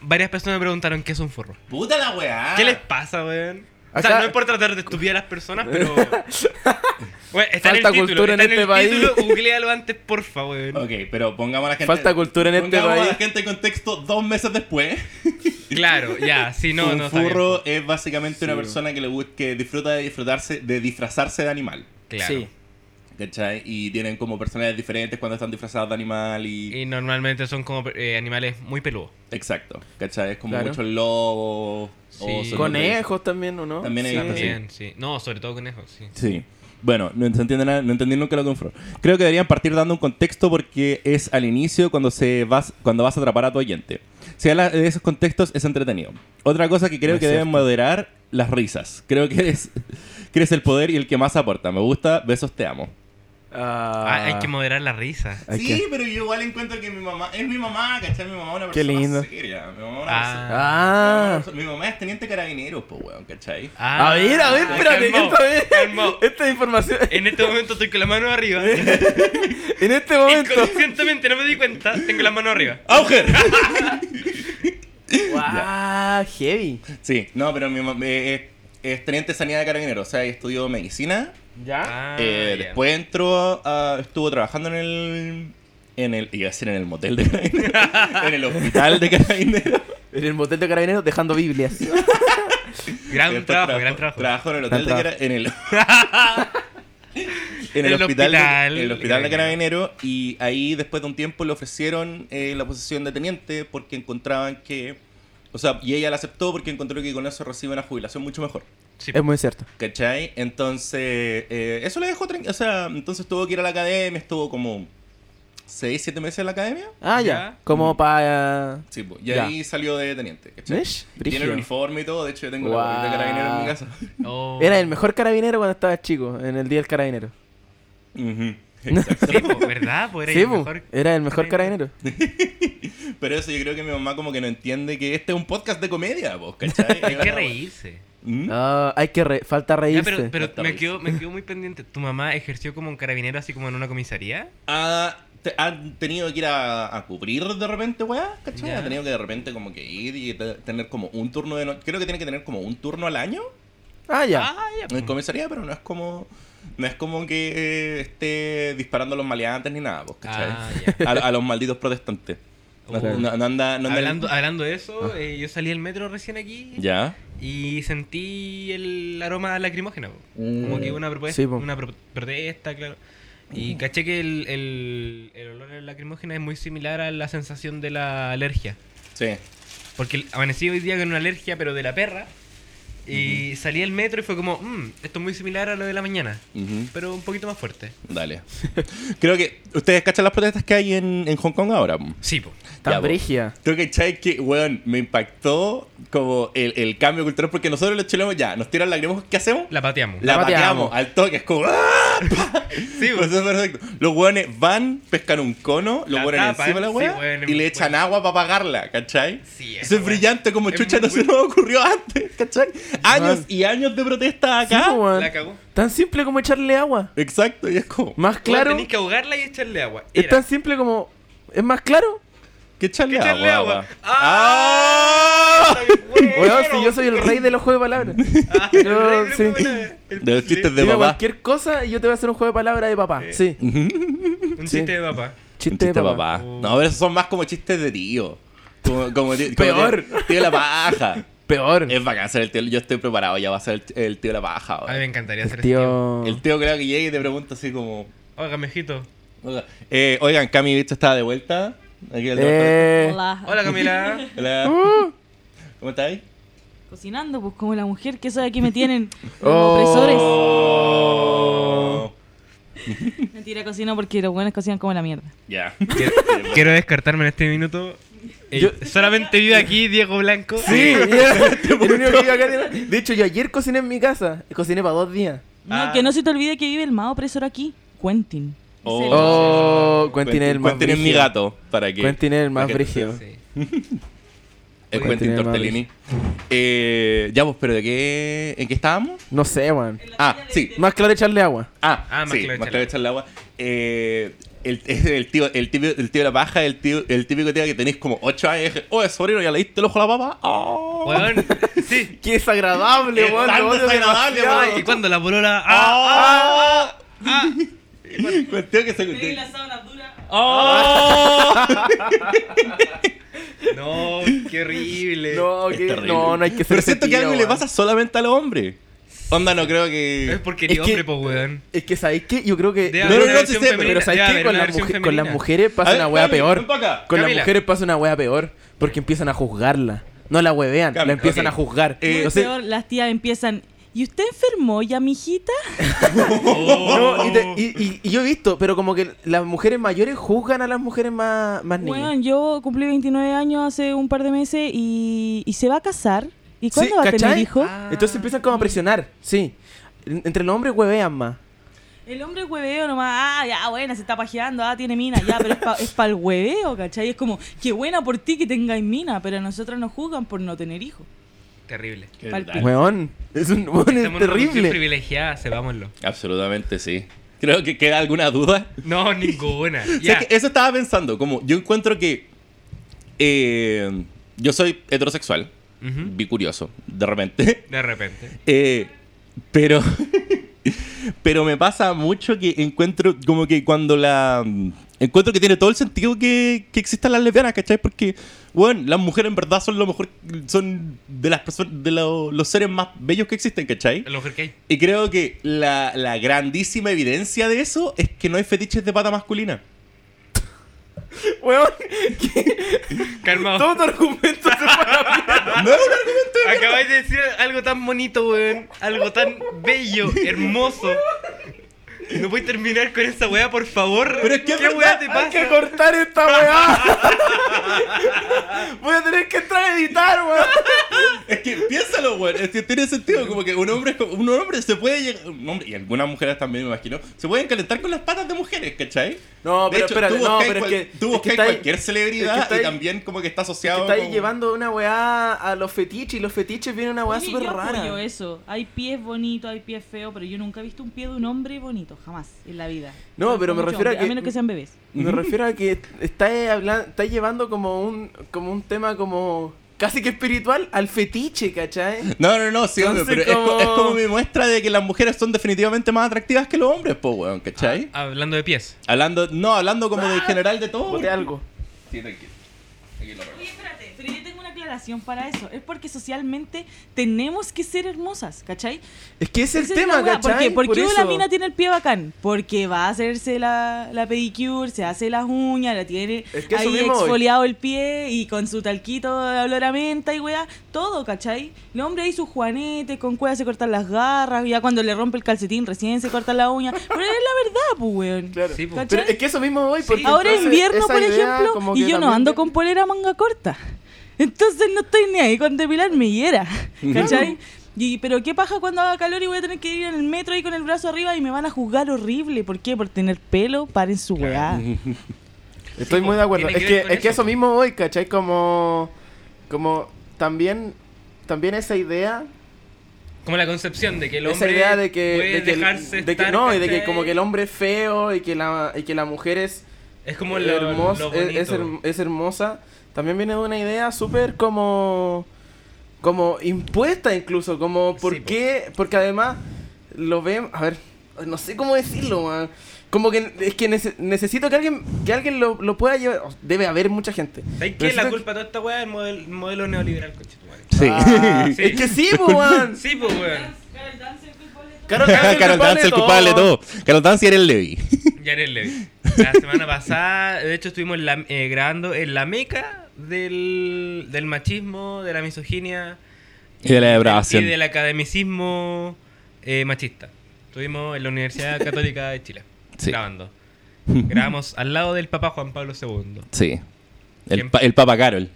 [SPEAKER 3] Varias personas me preguntaron qué es un forro.
[SPEAKER 2] ¡Puta la weá!
[SPEAKER 3] ¿Qué les pasa, weón? O
[SPEAKER 1] Ah. Acá-
[SPEAKER 3] sea, no es por tratar de estudiar a las personas, pero. Weón,
[SPEAKER 1] Falta
[SPEAKER 3] está en el título.
[SPEAKER 1] cultura en
[SPEAKER 3] Está en,
[SPEAKER 1] este
[SPEAKER 3] el
[SPEAKER 1] país.
[SPEAKER 3] título. Googlealo antes, porfa, weón.
[SPEAKER 2] Ok, pero pongamos a la gente.
[SPEAKER 1] Falta cultura en este
[SPEAKER 2] pongamos a la
[SPEAKER 1] país.
[SPEAKER 2] gente en contexto dos meses después.
[SPEAKER 3] Claro, ya, si no,
[SPEAKER 2] un
[SPEAKER 3] no está bien,
[SPEAKER 2] furro
[SPEAKER 3] po.
[SPEAKER 2] es básicamente una persona que, le, gust- que disfruta de disfrutarse, de disfrazarse de animal.
[SPEAKER 3] Claro.
[SPEAKER 1] Sí.
[SPEAKER 2] ¿Cachai? Y tienen como personalidades diferentes cuando están disfrazados de animal y...
[SPEAKER 3] Y normalmente son como eh, animales muy peludos.
[SPEAKER 2] Exacto. ¿Cachai? Es como
[SPEAKER 1] Claro.
[SPEAKER 2] muchos lobos
[SPEAKER 3] Sí.
[SPEAKER 2] o... son-
[SPEAKER 1] Conejos también, ¿o no?
[SPEAKER 2] También hay-
[SPEAKER 1] Ah, Sí.
[SPEAKER 3] También, sí. No, sobre todo conejos, sí.
[SPEAKER 2] Sí. Bueno, no se entiende nada, no entendí nunca lo que es un furro. Creo que deberían partir dando un contexto porque es al inicio cuando se vas cuando vas a atrapar a tu oyente. Si hablas de esos contextos, es entretenido. Otra cosa que creo
[SPEAKER 1] es
[SPEAKER 2] que deben
[SPEAKER 1] cierto.
[SPEAKER 2] moderar, las risas. Creo que es, que eres el poder y el que más aporta. Me gusta, besos, te amo.
[SPEAKER 3] Ah, hay que moderar la risa.
[SPEAKER 1] Hay
[SPEAKER 4] Sí,
[SPEAKER 1] que-
[SPEAKER 4] pero yo igual encuentro que mi mamá, es mi mamá, ¿cachai? Mi mamá es una
[SPEAKER 1] Qué
[SPEAKER 4] persona
[SPEAKER 1] lindo.
[SPEAKER 4] seria. Mi mamá, es una persona-
[SPEAKER 1] Ah.
[SPEAKER 4] mi mamá es teniente carabinero, pues, weón, ¿cachai?
[SPEAKER 3] Ah,
[SPEAKER 1] A ver, a ver, espérate.
[SPEAKER 3] calmao,
[SPEAKER 1] Esta, vez-
[SPEAKER 3] calmao.
[SPEAKER 1] esta información.
[SPEAKER 3] En este momento estoy con la mano arriba.
[SPEAKER 1] En este momento.
[SPEAKER 3] Inconscientemente no me di cuenta, tengo la mano arriba.
[SPEAKER 2] ¡Auger!
[SPEAKER 1] ¡Wow! Heavy.
[SPEAKER 2] sí, no, pero mi mamá eh, es, es teniente de sanidad de carabinero. O sea, estudió medicina.
[SPEAKER 1] ¿Ya?
[SPEAKER 2] Eh,
[SPEAKER 3] Ah, ya.
[SPEAKER 2] Después entró, a- estuvo trabajando en el. En el, iba a decir en el motel de carabineros. en el hospital de carabineros.
[SPEAKER 1] Ah. En el motel de carabineros dejando Biblias.
[SPEAKER 3] Gran
[SPEAKER 2] Después
[SPEAKER 3] trabajo,
[SPEAKER 2] trabajó-
[SPEAKER 3] gran trabajo.
[SPEAKER 2] Trabajó en el hotel de
[SPEAKER 1] Gran
[SPEAKER 2] cara- en el en el,
[SPEAKER 3] El
[SPEAKER 2] hospital, de-
[SPEAKER 3] hospital. eh.
[SPEAKER 2] en el hospital de Carabineros y ahí después de un tiempo le ofrecieron eh, la posición de teniente porque encontraban que o sea, y ella la aceptó porque encontró que con eso recibe una jubilación mucho mejor.
[SPEAKER 3] Sí.
[SPEAKER 1] Es muy cierto.
[SPEAKER 2] ¿Cachai? Entonces, eh, eso le dejó tran- O sea, entonces tuvo que ir a la academia, estuvo como 6, 7 meses en la academia.
[SPEAKER 1] Ah, ya.
[SPEAKER 3] Ya. Mm.
[SPEAKER 1] Como para.
[SPEAKER 2] Sí, po, y
[SPEAKER 1] Ya.
[SPEAKER 2] ahí salió de teniente. ¿Cachai?
[SPEAKER 1] ¿Ves?
[SPEAKER 2] Tiene el
[SPEAKER 1] Brígido.
[SPEAKER 2] uniforme y todo. De hecho, yo tengo
[SPEAKER 1] Guau.
[SPEAKER 2] la bolita de carabinero en mi casa.
[SPEAKER 3] Oh.
[SPEAKER 1] Era el mejor carabinero cuando estaba chico, en el día del carabinero.
[SPEAKER 2] Ujú.
[SPEAKER 3] Sí, po, ¿verdad? Pues era
[SPEAKER 1] Sí,
[SPEAKER 3] el
[SPEAKER 1] po,
[SPEAKER 3] mejor.
[SPEAKER 1] era el mejor carabinero.
[SPEAKER 2] Pero eso yo creo que mi mamá como que no entiende que este es un podcast de comedia, vos, ¿cachai?
[SPEAKER 3] Hay que reírse.
[SPEAKER 2] ¿Mm?
[SPEAKER 1] Ah, hay que re- falta
[SPEAKER 3] Ya,
[SPEAKER 1] reírse.
[SPEAKER 3] pero pero
[SPEAKER 2] Hasta
[SPEAKER 3] me,
[SPEAKER 2] reírse.
[SPEAKER 3] quedo, me quedo muy pendiente. ¿Tu mamá ejerció como un carabinero así como en una comisaría?
[SPEAKER 2] Ha- Ah, te- han tenido que ir a, a cubrir de repente, weá, ¿cachai?
[SPEAKER 3] Ya.
[SPEAKER 2] Ha tenido que de repente como que ir y te- tener como un turno de noche. Creo que tiene que tener como un turno al año
[SPEAKER 1] Ah, ya.
[SPEAKER 3] Ah, ya.
[SPEAKER 2] en
[SPEAKER 3] po.
[SPEAKER 2] comisaría, pero no es como... No es como que eh, esté disparando a los maleantes ni nada, vos, ¿cachai?
[SPEAKER 3] Ah, ya.
[SPEAKER 2] A, a los malditos protestantes. No,
[SPEAKER 1] Claro.
[SPEAKER 2] no- no anda... No anda
[SPEAKER 3] Hablando, hablando de eso, eh, yo salí del metro recién aquí
[SPEAKER 2] ¿Ya?
[SPEAKER 3] y sentí el aroma lacrimógeno. po.
[SPEAKER 2] Mm.
[SPEAKER 3] Como que una, propuesta,
[SPEAKER 1] Sí, po.
[SPEAKER 3] una pro- protesta, claro. Y caché que el, el, el olor del lacrimógeno es muy similar a la sensación de la alergia.
[SPEAKER 2] Sí.
[SPEAKER 3] Porque amanecí hoy día con una alergia, pero de la perra. Y salí al metro y fue como, "Mm, esto es muy similar a lo de la mañana,
[SPEAKER 2] Ujú.
[SPEAKER 3] pero un poquito más fuerte.
[SPEAKER 2] Dale. Creo que ustedes cachan las protestas que hay en, en Hong Kong ahora. po.
[SPEAKER 3] Sí, po.
[SPEAKER 1] Tan
[SPEAKER 2] Ya, po.
[SPEAKER 1] brígida.
[SPEAKER 2] Tú cachai que, weón, me impactó como el, el cambio cultural porque nosotros los chilenos ya nos tiran lágrimas. ¿Qué hacemos?
[SPEAKER 3] La pateamos.
[SPEAKER 2] La,
[SPEAKER 1] La pateamos.
[SPEAKER 2] pateamos al toque. Es como. ¡ah!
[SPEAKER 3] Sí, po.
[SPEAKER 2] Pues es perfecto. Los weones van, pescan un cono, lo
[SPEAKER 3] La
[SPEAKER 2] ponen
[SPEAKER 3] tapan,
[SPEAKER 2] encima de la
[SPEAKER 3] sí,
[SPEAKER 2] weá
[SPEAKER 3] weón,
[SPEAKER 2] y le
[SPEAKER 3] weón.
[SPEAKER 2] echan agua para apagarla, ¿cachai?
[SPEAKER 3] Sí,
[SPEAKER 2] Eso
[SPEAKER 3] esa
[SPEAKER 2] es
[SPEAKER 3] weá.
[SPEAKER 2] brillante como
[SPEAKER 3] Es
[SPEAKER 2] chucha,
[SPEAKER 3] muy
[SPEAKER 2] no se nos ocurrió antes, ¿cachai? Años
[SPEAKER 1] Weón.
[SPEAKER 2] y años de protestas
[SPEAKER 1] Sí,
[SPEAKER 2] acá.
[SPEAKER 1] po, weón.
[SPEAKER 3] La cagó.
[SPEAKER 1] Tan simple como echarle agua.
[SPEAKER 2] Exacto, y es como.
[SPEAKER 1] Más
[SPEAKER 3] Claro.
[SPEAKER 1] claro.
[SPEAKER 3] Tenés que ahogarla y echarle agua.
[SPEAKER 1] Es
[SPEAKER 3] Era.
[SPEAKER 1] tan simple como. Es más claro.
[SPEAKER 2] ¿Qué echarle
[SPEAKER 3] ¿Qué
[SPEAKER 2] agua?
[SPEAKER 3] echarle agua?
[SPEAKER 2] va?
[SPEAKER 3] ¡Ah!
[SPEAKER 2] ¡Ah!
[SPEAKER 1] Weón, si yo soy el rey de los juegos de palabras.
[SPEAKER 3] Ah,
[SPEAKER 1] Yo,
[SPEAKER 3] el rey
[SPEAKER 1] sí.
[SPEAKER 3] buena. El-
[SPEAKER 2] De los chistes de
[SPEAKER 1] Dime
[SPEAKER 2] papá.
[SPEAKER 1] cualquier cosa y yo te voy a hacer un juego de palabras de papá. Sí.
[SPEAKER 3] Un chiste de papá.
[SPEAKER 1] Chiste,
[SPEAKER 2] Un chiste
[SPEAKER 1] de
[SPEAKER 2] de
[SPEAKER 1] papá.
[SPEAKER 2] papá. No, pero esos son más como chistes de tío. Como, como tío, como
[SPEAKER 1] Peor.
[SPEAKER 2] Tío, tío de la paja.
[SPEAKER 1] Peor.
[SPEAKER 2] Es bacán ser el tío. Yo estoy preparado, ya va a ser el, el tío de la paja.
[SPEAKER 3] A mí
[SPEAKER 2] ahora.
[SPEAKER 3] me encantaría hacer este tío.
[SPEAKER 1] Tío.
[SPEAKER 2] El tío creo que llega y te pregunta así como...
[SPEAKER 3] Oiga, mijito.
[SPEAKER 2] oiga, eh, oigan, Cami, ¿viste? Estaba de vuelta. Aquí el
[SPEAKER 1] Eh,
[SPEAKER 5] Hola.
[SPEAKER 3] Hola, Camila.
[SPEAKER 2] Hola.
[SPEAKER 1] uh,
[SPEAKER 2] ¿Cómo estáis?
[SPEAKER 5] Cocinando, pues como la mujer que sabe aquí me tienen. Los
[SPEAKER 1] Oh.
[SPEAKER 5] opresores.
[SPEAKER 2] Oh.
[SPEAKER 5] Mentira, cocino porque los buenos cocinan como la mierda.
[SPEAKER 2] Ya.
[SPEAKER 3] Quiero, quiero descartarme en este minuto. Eh,
[SPEAKER 1] Yo-
[SPEAKER 3] solamente vive aquí Diego Blanco.
[SPEAKER 1] Sí,
[SPEAKER 2] Este
[SPEAKER 1] el único que vive acá tiene- De hecho, yo ayer cociné en mi casa. Cociné para dos días.
[SPEAKER 5] No,
[SPEAKER 2] Ah.
[SPEAKER 5] que no se te olvide que vive el más opresor aquí, Quentin. Es
[SPEAKER 2] Oh.
[SPEAKER 5] el-
[SPEAKER 1] Oh, Quentin es el más
[SPEAKER 2] Quentin es mi
[SPEAKER 1] brígido.
[SPEAKER 2] gato. ¿Para qué?
[SPEAKER 1] Quentin es el más
[SPEAKER 2] Para que-
[SPEAKER 1] brígido.
[SPEAKER 3] Sí.
[SPEAKER 2] El
[SPEAKER 1] Quentin
[SPEAKER 2] Quentin
[SPEAKER 1] es el más
[SPEAKER 2] Tortellini. Eh, ya, pues, pero ¿de qué? ¿En qué estábamos?
[SPEAKER 1] No sé, man.
[SPEAKER 2] Ah, sí.
[SPEAKER 1] Más claro echarle agua.
[SPEAKER 2] Ah,
[SPEAKER 3] Ah, más
[SPEAKER 2] sí,
[SPEAKER 3] claro
[SPEAKER 2] más
[SPEAKER 3] echarle
[SPEAKER 2] claro echarle agua. Eh, el, es el tío, el típico, el tío de la paja, el tío, el típico tío que tenéis como 8 años y dije, oye, sobrino, ¿ya le diste el ojo a la papa? ¡Oh!
[SPEAKER 3] Weón, sí.
[SPEAKER 1] Qué desagradable,
[SPEAKER 2] Es
[SPEAKER 1] weón.
[SPEAKER 2] tan
[SPEAKER 1] lo odio
[SPEAKER 2] desagradable,
[SPEAKER 1] demasiado.
[SPEAKER 2] weón.
[SPEAKER 3] Y cuando la polola. ¡Ah!
[SPEAKER 2] ¡Ah! Cuestión que se... ¡Oh!
[SPEAKER 3] No, qué horrible.
[SPEAKER 1] No,
[SPEAKER 2] Es
[SPEAKER 1] que-
[SPEAKER 2] terrible.
[SPEAKER 1] no, no hay que ser
[SPEAKER 2] Pero siento que
[SPEAKER 1] sentido,
[SPEAKER 2] algo le
[SPEAKER 1] weón.
[SPEAKER 2] pasa solamente al hombre. Onda, no creo que...
[SPEAKER 3] Es porque
[SPEAKER 1] Es
[SPEAKER 3] ni
[SPEAKER 1] que-
[SPEAKER 3] hombre, po, weón.
[SPEAKER 1] Es que, ¿sabéis qué? Yo creo que...
[SPEAKER 3] Debe
[SPEAKER 1] No,
[SPEAKER 3] haber
[SPEAKER 1] no,
[SPEAKER 3] una
[SPEAKER 1] no,
[SPEAKER 3] versión
[SPEAKER 1] sí sé, pero
[SPEAKER 3] femenina,
[SPEAKER 1] ¿sabéis
[SPEAKER 3] debe
[SPEAKER 1] qué?
[SPEAKER 3] haber
[SPEAKER 1] Con,
[SPEAKER 3] una
[SPEAKER 1] las
[SPEAKER 3] versión
[SPEAKER 1] mujer- con las
[SPEAKER 3] femenina.
[SPEAKER 1] mujeres
[SPEAKER 2] A
[SPEAKER 1] pasa
[SPEAKER 2] ver,
[SPEAKER 1] una wea
[SPEAKER 2] Cami,
[SPEAKER 1] peor.
[SPEAKER 2] ven pa' acá.
[SPEAKER 1] Con las
[SPEAKER 3] Camila.
[SPEAKER 1] mujeres pasa una wea peor. Porque empiezan a juzgarla. No la huevean,
[SPEAKER 2] Cami,
[SPEAKER 1] la empiezan
[SPEAKER 2] ok.
[SPEAKER 1] a juzgar.
[SPEAKER 2] Eh,
[SPEAKER 1] no sé,
[SPEAKER 5] Peor, las tías empiezan. ¿Y usted enfermó ya, mijita?
[SPEAKER 1] No, y,
[SPEAKER 3] Oh.
[SPEAKER 1] te- y- y- y yo he visto, pero como que las mujeres mayores juzgan a las mujeres más, más niñas.
[SPEAKER 5] Bueno, yo cumplí 29 años hace un par de meses y, y se va a casar. ¿Y cuándo
[SPEAKER 1] Sí,
[SPEAKER 5] va a tener
[SPEAKER 1] ¿cachai?
[SPEAKER 5] hijo?
[SPEAKER 3] Ah.
[SPEAKER 1] Entonces empiezan como a presionar, sí. En- Entre los hombres huevean más.
[SPEAKER 5] El hombre hueveo nomás, ah, ya, buena, se está pajeando, ah, tiene mina, ya, pero es para el hueveo, ¿cachai? Es como, qué buena por ti que tengáis mina, pero a nosotros nos juzgan por no tener hijos.
[SPEAKER 3] Terrible.
[SPEAKER 4] Qué
[SPEAKER 5] Palpico.
[SPEAKER 4] tal.
[SPEAKER 1] Weón, es un weón es
[SPEAKER 3] Estamos en una posición
[SPEAKER 1] terrible.
[SPEAKER 3] privilegiada, sepámoslo.
[SPEAKER 2] Absolutamente sí. Creo que queda alguna duda.
[SPEAKER 3] No, ninguna.
[SPEAKER 2] O sea,
[SPEAKER 3] Ya.
[SPEAKER 2] que eso estaba pensando, como yo encuentro que eh, yo soy heterosexual,
[SPEAKER 3] Ujú.
[SPEAKER 2] bicurioso, de repente.
[SPEAKER 3] De repente.
[SPEAKER 2] Eh, pero. pero me pasa mucho que encuentro como que cuando la. Encuentro que tiene todo el sentido que, que existan las lesbianas, ¿cachai? Porque, bueno, las mujeres en verdad son lo mejor. Son de las personas. de lo- los seres más bellos que existen, ¿cachai?
[SPEAKER 3] La mujer que hay.
[SPEAKER 2] Y creo que la, la grandísima evidencia de eso es que no hay fetiches de pata masculina.
[SPEAKER 1] Weón,
[SPEAKER 3] Calmado.
[SPEAKER 1] todo tu argumento se fue a la mierda.
[SPEAKER 2] No es un argumento de
[SPEAKER 3] Acabáis de decir algo tan bonito, weón. Algo tan bello, hermoso. No voy a terminar con esa weá, por favor.
[SPEAKER 2] Pero es que es
[SPEAKER 3] ¿Qué
[SPEAKER 2] verdad,
[SPEAKER 3] weá te
[SPEAKER 1] Hay que
[SPEAKER 3] pasa?
[SPEAKER 1] cortar esta weá. Voy a tener que entrar a editar, weón.
[SPEAKER 2] Es que piénsalo, güey. Es que tiene sentido. Como que un hombre, es como- un hombre se puede llegar. Un hombre, y algunas mujeres también, me imagino. Se pueden calentar con las patas de mujeres, ¿cachai?
[SPEAKER 1] No,
[SPEAKER 2] De
[SPEAKER 1] pero
[SPEAKER 2] hecho,
[SPEAKER 1] espérate,
[SPEAKER 2] tú
[SPEAKER 1] no,
[SPEAKER 2] buscáis
[SPEAKER 1] pero es
[SPEAKER 2] cual-
[SPEAKER 1] que-
[SPEAKER 2] Tú
[SPEAKER 1] es que
[SPEAKER 2] buscáis
[SPEAKER 1] está ahí-
[SPEAKER 2] cualquier celebridad
[SPEAKER 1] es que está
[SPEAKER 2] y
[SPEAKER 1] ahí-
[SPEAKER 2] también como que está
[SPEAKER 1] Que
[SPEAKER 2] asociado.
[SPEAKER 1] está ahí
[SPEAKER 2] con-
[SPEAKER 1] llevando una weá a los fetiches y los fetiches viene una weá
[SPEAKER 5] Oye, pues,
[SPEAKER 1] súper
[SPEAKER 5] yo apoyo
[SPEAKER 1] rara.
[SPEAKER 5] eso. Hay pies bonitos, hay pies feos, pero yo nunca he visto un pie de un hombre bonito, jamás en la vida.
[SPEAKER 1] No,
[SPEAKER 5] Conozco
[SPEAKER 1] pero me
[SPEAKER 5] mucho
[SPEAKER 1] refiero a
[SPEAKER 5] hombre,
[SPEAKER 1] que-
[SPEAKER 5] menos que sean bebés.
[SPEAKER 1] Me refiero a que está, hablando, está llevando como un, como un tema como casi que espiritual al fetiche, ¿cachai?
[SPEAKER 2] No, no, no, sí, hombre,
[SPEAKER 1] Entonces,
[SPEAKER 2] pero es co-
[SPEAKER 1] como-
[SPEAKER 2] es, como mi muestra de que las mujeres son definitivamente más atractivas que los hombres, po, weón,
[SPEAKER 1] Ah.
[SPEAKER 2] ¿cachai?
[SPEAKER 3] Hablando de pies.
[SPEAKER 2] Hablando, no, hablando como de general de
[SPEAKER 5] Oh,
[SPEAKER 2] todo.
[SPEAKER 1] Bote algo.
[SPEAKER 4] Sí, tranquilo. Aquí lo arreglo.
[SPEAKER 5] Oye, espérate, pero yo tengo una aclaración para eso. Es porque socialmente tenemos que ser hermosas, ¿cachai?
[SPEAKER 1] Es que ese es
[SPEAKER 5] Esa
[SPEAKER 1] el
[SPEAKER 5] es
[SPEAKER 1] tema,
[SPEAKER 5] la weá,
[SPEAKER 1] ¿cachai?
[SPEAKER 5] ¿Por qué, ¿Por
[SPEAKER 1] Por
[SPEAKER 5] qué una
[SPEAKER 1] eso.
[SPEAKER 5] mina tiene el pie bacán? Porque va a hacerse la, la pedicure, se hace las uñas, la tiene
[SPEAKER 1] Es que eso
[SPEAKER 5] ahí
[SPEAKER 1] mismo voy.
[SPEAKER 5] exfoliado el pie y con su talquito de olor a menta y weá, todo, ¿cachai? El hombre ahí sus juanetes, con cuerdas se cortan las garras, ya cuando le rompe el calcetín recién se corta la uña. Pero es la verdad, pues, weón.
[SPEAKER 1] Claro.
[SPEAKER 3] Sí, po.
[SPEAKER 5] ¿Cachai?
[SPEAKER 1] Pero es que eso mismo voy. porque
[SPEAKER 5] Ahora es
[SPEAKER 1] entonces
[SPEAKER 5] invierno,
[SPEAKER 1] esa
[SPEAKER 5] por
[SPEAKER 1] idea
[SPEAKER 5] ejemplo,
[SPEAKER 1] como
[SPEAKER 5] y
[SPEAKER 1] que
[SPEAKER 5] yo no
[SPEAKER 1] también
[SPEAKER 5] ando
[SPEAKER 1] te-
[SPEAKER 5] con polera manga corta. Entonces no estoy ni ahí con depilar mi hiera, ¿cachai? Y, pero qué paja cuando haga calor y voy a tener que ir en el metro ahí con el brazo arriba y me van a juzgar horrible. ¿Por qué? Por tener pelo, paren su weá.
[SPEAKER 1] Estoy
[SPEAKER 3] Sí,
[SPEAKER 1] muy de acuerdo.
[SPEAKER 3] tiene
[SPEAKER 1] Es
[SPEAKER 3] que
[SPEAKER 1] que,
[SPEAKER 3] ver con
[SPEAKER 1] es que
[SPEAKER 3] eso.
[SPEAKER 1] eso mismo voy, ¿cachai? Como. Como también. También esa idea.
[SPEAKER 3] Como la concepción de que el
[SPEAKER 1] Esa
[SPEAKER 3] hombre
[SPEAKER 1] idea de que.
[SPEAKER 3] puede
[SPEAKER 1] de que el-
[SPEAKER 3] dejarse
[SPEAKER 1] de que-
[SPEAKER 3] estar,
[SPEAKER 1] no, y de que
[SPEAKER 3] ¿cachai?
[SPEAKER 1] como que el hombre es feo y que la, y que la mujer es.
[SPEAKER 3] es como lo,
[SPEAKER 1] Eh, hermos-
[SPEAKER 3] lo
[SPEAKER 1] es, es
[SPEAKER 3] bonito.
[SPEAKER 1] her- es hermosa. También viene de una idea súper como. como impuesta incluso. Como por
[SPEAKER 3] Sí, po.
[SPEAKER 1] qué. Porque además lo ven. A ver, no sé cómo decirlo, man. Como que es que nece- necesito que alguien, que alguien lo, lo pueda llevar. Oh, Debe haber mucha gente.
[SPEAKER 3] ¿Sabes qué?
[SPEAKER 1] Necesito
[SPEAKER 3] La
[SPEAKER 1] que-
[SPEAKER 3] culpa de toda esta weá es el model- modelo neoliberal, conchetumare.
[SPEAKER 2] Sí.
[SPEAKER 1] Ah,
[SPEAKER 3] Sí.
[SPEAKER 1] Es que sí, po, man.
[SPEAKER 3] Sí, pues weón.
[SPEAKER 1] Carol Dance,
[SPEAKER 2] Carol Dance, el culpable de todo. Carol Dance era el Levi.
[SPEAKER 3] Jared Levy. La semana pasada, de hecho, estuvimos en la- eh, grabando en la meca del, del machismo, de la misoginia
[SPEAKER 2] Y de la
[SPEAKER 3] y
[SPEAKER 2] depravación.
[SPEAKER 3] del academicismo eh, machista. Estuvimos en la Universidad Católica de Chile
[SPEAKER 2] Sí.
[SPEAKER 3] grabando. Grabamos al lado del Papa Juan Pablo II.
[SPEAKER 2] Sí. El,
[SPEAKER 3] ¿Quién?
[SPEAKER 2] pa- el Papa Carol.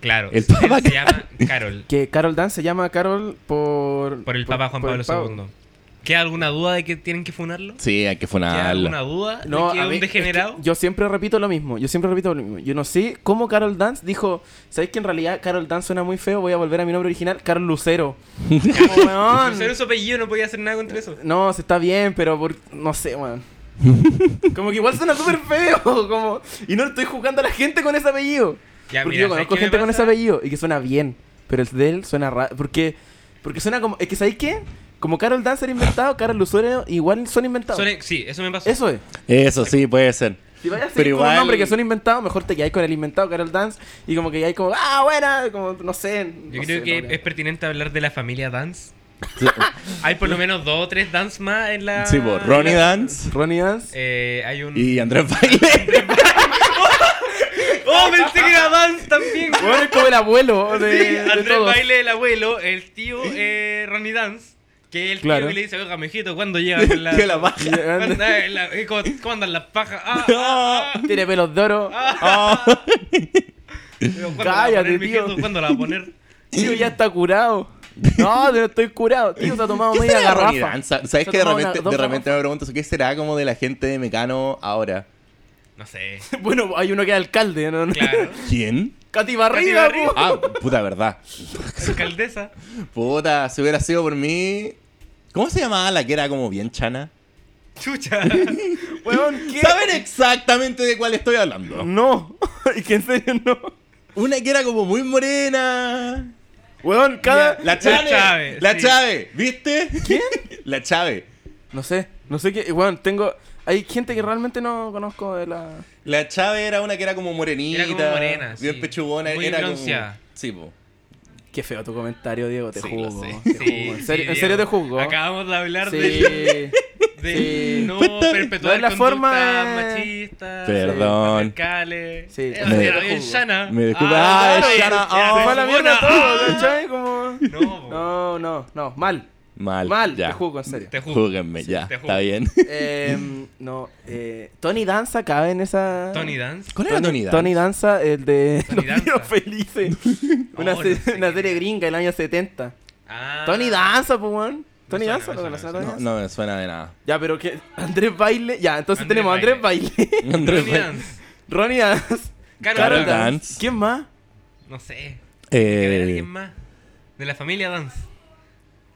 [SPEAKER 3] Claro,
[SPEAKER 2] El
[SPEAKER 3] el
[SPEAKER 2] Papa
[SPEAKER 3] se llama Carol,
[SPEAKER 1] Que Carol Dance se llama Carol por.
[SPEAKER 3] por el Papa Juan
[SPEAKER 1] por el
[SPEAKER 3] Pablo II. ¿Queda alguna duda de que tienen que funarlo?
[SPEAKER 2] Sí, hay que
[SPEAKER 3] ¿Queda
[SPEAKER 2] funarlo.
[SPEAKER 3] alguna duda
[SPEAKER 1] No,
[SPEAKER 3] de que
[SPEAKER 1] a
[SPEAKER 3] es
[SPEAKER 1] mí-
[SPEAKER 3] un
[SPEAKER 1] es que
[SPEAKER 3] degenerado?
[SPEAKER 1] yo siempre repito lo mismo. Yo siempre repito lo mismo. Yo no sé cómo Carol Dance dijo. ¿Sabéis que en realidad Carol Dance suena muy feo? Voy a volver a mi nombre original, Carol Lucero. Como, weón.
[SPEAKER 3] Pero su apellido no podía hacer nada contra eso.
[SPEAKER 1] No, se está bien, pero por... no sé, weón. Como que igual suena súper feo. Como... Y no estoy jugando a la gente con ese apellido.
[SPEAKER 3] Ya,
[SPEAKER 1] porque
[SPEAKER 3] mira,
[SPEAKER 1] yo conozco
[SPEAKER 3] ¿sabes qué
[SPEAKER 1] gente
[SPEAKER 3] me
[SPEAKER 1] con ese
[SPEAKER 3] pasa?
[SPEAKER 1] apellido y que suena bien. Pero el de él suena raro. Porque, porque suena como. Es que, ¿sabéis qué? Como Carol Dance era inventado, Carol Lucero igual son inventados.
[SPEAKER 3] Son- sí, eso me pasó.
[SPEAKER 1] Eso es.
[SPEAKER 2] Eso sí, puede ser.
[SPEAKER 1] Si vayas a
[SPEAKER 2] Pero
[SPEAKER 1] seguir con un
[SPEAKER 2] igual-
[SPEAKER 1] nombre que suena inventado, mejor te quedáis con el inventado Carol Dance y como que ya hay como, ah, buena, como, no sé.
[SPEAKER 3] Yo
[SPEAKER 1] no
[SPEAKER 3] creo
[SPEAKER 1] sé,
[SPEAKER 3] que
[SPEAKER 1] no,
[SPEAKER 3] es pertinente hablar de la familia Dance. hay por lo menos dos o tres Dance más en la.
[SPEAKER 2] Sí, pues, Ronnie
[SPEAKER 3] en la-
[SPEAKER 2] Dance
[SPEAKER 1] Ronnie Dance.
[SPEAKER 3] Eh, hay un.
[SPEAKER 2] y Andrés Baile.
[SPEAKER 3] ¡Oh, pensé que era Dance también! güey!
[SPEAKER 1] Bueno, es como el abuelo de, de
[SPEAKER 3] Andrés
[SPEAKER 1] todos.
[SPEAKER 3] Baile, el abuelo, el tío eh, Ronnie Dance. Que el
[SPEAKER 1] Claro.
[SPEAKER 3] tío que le dice, oiga, mijito, ¿cuándo llega con la...
[SPEAKER 2] Que la paja.
[SPEAKER 3] ¿Cuándo, eh, la- eh, ¿cómo, cómo andan las pajas? Ah, ah, ah.
[SPEAKER 1] Tiene pelos de oro.
[SPEAKER 3] Pero, ¿cuándo la va a
[SPEAKER 1] Cállate,
[SPEAKER 3] poner,
[SPEAKER 1] tío.
[SPEAKER 3] mijito? ¿Cuándo la va a poner?
[SPEAKER 1] Tío, ya está curado. No, yo no estoy curado. Tío, se ha tomado
[SPEAKER 2] ¿Qué
[SPEAKER 1] media
[SPEAKER 2] será
[SPEAKER 1] garrafa.
[SPEAKER 2] Ronnie Dan? Sa- ¿Sabes
[SPEAKER 1] Se ha
[SPEAKER 2] que de
[SPEAKER 1] tomado una-
[SPEAKER 2] repente,
[SPEAKER 1] dos
[SPEAKER 2] de repente me pregunto qué será como de la gente de Mecano ahora?
[SPEAKER 3] No sé.
[SPEAKER 1] garrafas. Bueno, hay uno que es alcalde, ¿no?
[SPEAKER 3] Claro.
[SPEAKER 2] ¿Quién?
[SPEAKER 1] Katy Barriga,
[SPEAKER 3] Barriga.
[SPEAKER 1] po.
[SPEAKER 2] Ah, puta verdad.
[SPEAKER 3] Alcaldesa.
[SPEAKER 2] Puta, si hubiera sido por mí. ¿Cómo se llamaba la que era como bien chana?
[SPEAKER 3] Chucha.
[SPEAKER 1] Weón, ¿qué?
[SPEAKER 2] ¿Saben exactamente de cuál estoy hablando?
[SPEAKER 1] No. Y que en serio no.
[SPEAKER 2] Una que era como muy morena.
[SPEAKER 1] Weón, cada.
[SPEAKER 2] La
[SPEAKER 3] Chávez,
[SPEAKER 2] Chave. La
[SPEAKER 3] sí.
[SPEAKER 2] Chave, ¿viste? ¿Quién? La Chave.
[SPEAKER 1] No sé, no sé qué. Weón, tengo. Hay gente que realmente no conozco de la.
[SPEAKER 2] La Chave era una que era como morenita.
[SPEAKER 3] Era como morena,
[SPEAKER 2] Bien
[SPEAKER 3] sí.
[SPEAKER 2] pechugona.
[SPEAKER 3] Muy
[SPEAKER 2] era como-
[SPEAKER 3] bronceada.
[SPEAKER 2] Sí, po.
[SPEAKER 1] Qué feo tu comentario, Diego. Te
[SPEAKER 3] Sí,
[SPEAKER 1] juzgo.
[SPEAKER 3] lo sé.
[SPEAKER 1] Te
[SPEAKER 3] Sí,
[SPEAKER 1] juzgo. En
[SPEAKER 3] sí,
[SPEAKER 1] serio, en
[SPEAKER 3] Diego.
[SPEAKER 1] serio te juzgo.
[SPEAKER 3] Acabamos de hablar de,
[SPEAKER 1] Sí.
[SPEAKER 3] de
[SPEAKER 1] sí.
[SPEAKER 3] no
[SPEAKER 2] Cuéntame.
[SPEAKER 1] No
[SPEAKER 3] perpetuar
[SPEAKER 1] es la
[SPEAKER 3] conductas
[SPEAKER 1] forma-
[SPEAKER 3] machistas.
[SPEAKER 2] Perdón.
[SPEAKER 3] patriarcales.
[SPEAKER 1] Sí.
[SPEAKER 3] Era-
[SPEAKER 2] Me-
[SPEAKER 3] era bien Shana.
[SPEAKER 2] me disculpa.
[SPEAKER 3] Ah,
[SPEAKER 2] Ay,
[SPEAKER 3] claro,
[SPEAKER 2] Shana,
[SPEAKER 3] ya, ya,
[SPEAKER 2] oh.
[SPEAKER 1] Se
[SPEAKER 3] se
[SPEAKER 1] fue a la
[SPEAKER 3] fue
[SPEAKER 1] mierda
[SPEAKER 3] una-
[SPEAKER 1] todo, ¿cachai? Como...
[SPEAKER 3] Ah, No,
[SPEAKER 1] No, no, no. Mal.
[SPEAKER 2] Mal.
[SPEAKER 1] Mal,
[SPEAKER 2] ya.
[SPEAKER 1] te juzgo, en serio.
[SPEAKER 3] te juro.
[SPEAKER 2] Júguenme,
[SPEAKER 3] Sí,
[SPEAKER 2] ya.
[SPEAKER 3] te juzgo.
[SPEAKER 2] Está bien.
[SPEAKER 1] Eh, no, eh, Tony Danza cabe en esa.
[SPEAKER 3] Tony Dance.
[SPEAKER 2] ¿Cuál era Tony, Dance?
[SPEAKER 1] Tony Danza, el de
[SPEAKER 3] Tony
[SPEAKER 1] Los
[SPEAKER 3] Danza. Oh,
[SPEAKER 1] Niños Felices. una,
[SPEAKER 3] no
[SPEAKER 1] se-
[SPEAKER 3] sé
[SPEAKER 1] una
[SPEAKER 3] quién
[SPEAKER 1] serie
[SPEAKER 3] es.
[SPEAKER 1] gringa del año 70.
[SPEAKER 3] Ah.
[SPEAKER 1] Tony Danza, pues, weón. Tony
[SPEAKER 3] suena,
[SPEAKER 1] Danza,
[SPEAKER 3] me
[SPEAKER 1] ¿no
[SPEAKER 3] suena,
[SPEAKER 1] conoces a
[SPEAKER 3] me
[SPEAKER 1] Tony
[SPEAKER 2] No,
[SPEAKER 1] Danza?
[SPEAKER 2] no me suena de nada.
[SPEAKER 1] Ya, pero que. Andrés Baile. Ya, entonces
[SPEAKER 3] Andrés
[SPEAKER 1] tenemos a Andrés Baile.
[SPEAKER 2] Andrés
[SPEAKER 3] Tony
[SPEAKER 2] Baile.
[SPEAKER 3] Dance.
[SPEAKER 1] Ronnie Dance.
[SPEAKER 3] Carol
[SPEAKER 1] Carol
[SPEAKER 3] Dance.
[SPEAKER 1] Dance. ¿Quién más?
[SPEAKER 3] No sé.
[SPEAKER 2] Eh,
[SPEAKER 3] Debe haber alguien más. De la familia Dance.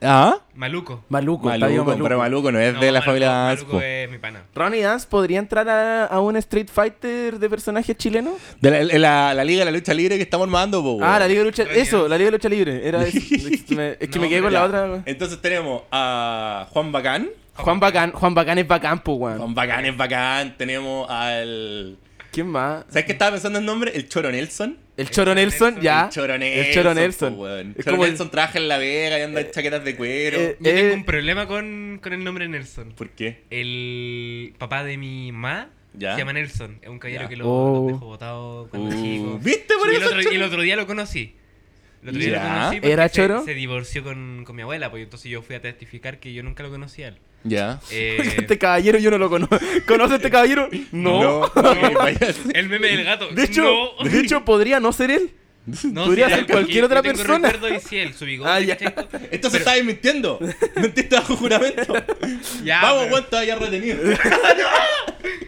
[SPEAKER 2] ¿Ah?
[SPEAKER 3] Maluco.
[SPEAKER 1] Maluco,
[SPEAKER 2] Maluco,
[SPEAKER 1] Octavio Maluco.
[SPEAKER 2] pero Maluco no es
[SPEAKER 3] No,
[SPEAKER 2] de la
[SPEAKER 3] Maluco-
[SPEAKER 2] familia Dance.
[SPEAKER 3] Maluco
[SPEAKER 2] po.
[SPEAKER 3] es mi pana.
[SPEAKER 1] Ronnie Dance podría entrar a, a un Street Fighter de personaje chileno.
[SPEAKER 2] De la, de la- la liga de la lucha libre que estamos armando, po,
[SPEAKER 1] Ah,
[SPEAKER 2] weón.
[SPEAKER 1] la Liga de Lucha.
[SPEAKER 3] Ronnie
[SPEAKER 1] Eso,
[SPEAKER 3] Dance.
[SPEAKER 1] la Liga de Lucha Libre. Era eso. es que me, es que
[SPEAKER 3] No,
[SPEAKER 1] me quedé con
[SPEAKER 2] Ya.
[SPEAKER 1] la otra.
[SPEAKER 2] Entonces tenemos a Juan Bacán.
[SPEAKER 1] Juan Bacán, Juan Bacán es bacán, po, weón.
[SPEAKER 2] Juan Bacán es bacán. Tenemos al.
[SPEAKER 1] ¿Quién más?
[SPEAKER 2] ¿Sabes qué estaba pensando el nombre? El Choro Nelson.
[SPEAKER 1] El Choro Nelson,
[SPEAKER 3] Nelson,
[SPEAKER 1] ya.
[SPEAKER 2] El Choro Nelson.
[SPEAKER 1] Ah, El Choro Nelson.
[SPEAKER 2] po, weón.
[SPEAKER 1] Es
[SPEAKER 2] Choro
[SPEAKER 1] como el-
[SPEAKER 2] Nelson trabaja en la vega y anda en chaquetas de cuero.
[SPEAKER 1] eh,
[SPEAKER 3] Yo
[SPEAKER 1] Eh,
[SPEAKER 3] tengo un problema con, con el nombre Nelson.
[SPEAKER 2] ¿Por qué?
[SPEAKER 3] El papá de mi mamá
[SPEAKER 2] Ya.
[SPEAKER 3] se llama Nelson. Es un caballero
[SPEAKER 2] Ya.
[SPEAKER 3] que lo,
[SPEAKER 1] Oh.
[SPEAKER 3] lo dejó botado cuando
[SPEAKER 2] Uh,
[SPEAKER 3] chico.
[SPEAKER 2] ¿viste por
[SPEAKER 3] Y el
[SPEAKER 2] eso,
[SPEAKER 3] otro- Y el
[SPEAKER 2] choro?
[SPEAKER 3] otro día lo conocí. El otro día
[SPEAKER 2] Ya.
[SPEAKER 3] lo conocí porque
[SPEAKER 1] ¿Era
[SPEAKER 3] se-
[SPEAKER 1] choro?
[SPEAKER 3] Se, divorció con, con mi abuela, pues entonces yo fui a testificar que yo nunca lo conocí a él.
[SPEAKER 2] Ya.
[SPEAKER 3] Eh,
[SPEAKER 1] Este caballero yo no lo conozco. ¿Conoce a este caballero? No.
[SPEAKER 2] ok, vaya.
[SPEAKER 3] el meme del gato.
[SPEAKER 1] De hecho,
[SPEAKER 3] no.
[SPEAKER 1] de hecho, podría no ser él.
[SPEAKER 3] No,
[SPEAKER 1] podría
[SPEAKER 3] sí,
[SPEAKER 1] ser
[SPEAKER 3] porque
[SPEAKER 1] cualquier
[SPEAKER 3] yo
[SPEAKER 1] otra
[SPEAKER 3] tengo
[SPEAKER 1] persona.
[SPEAKER 3] recuerdo y sí, él, su bigote,
[SPEAKER 1] Ah, ya.
[SPEAKER 3] ¿cachai?
[SPEAKER 2] Entonces estabas mintiendo. Mentiste bajo juramento.
[SPEAKER 3] Ya,
[SPEAKER 2] Vamos,
[SPEAKER 3] pero-
[SPEAKER 2] Juan, todavía retenido.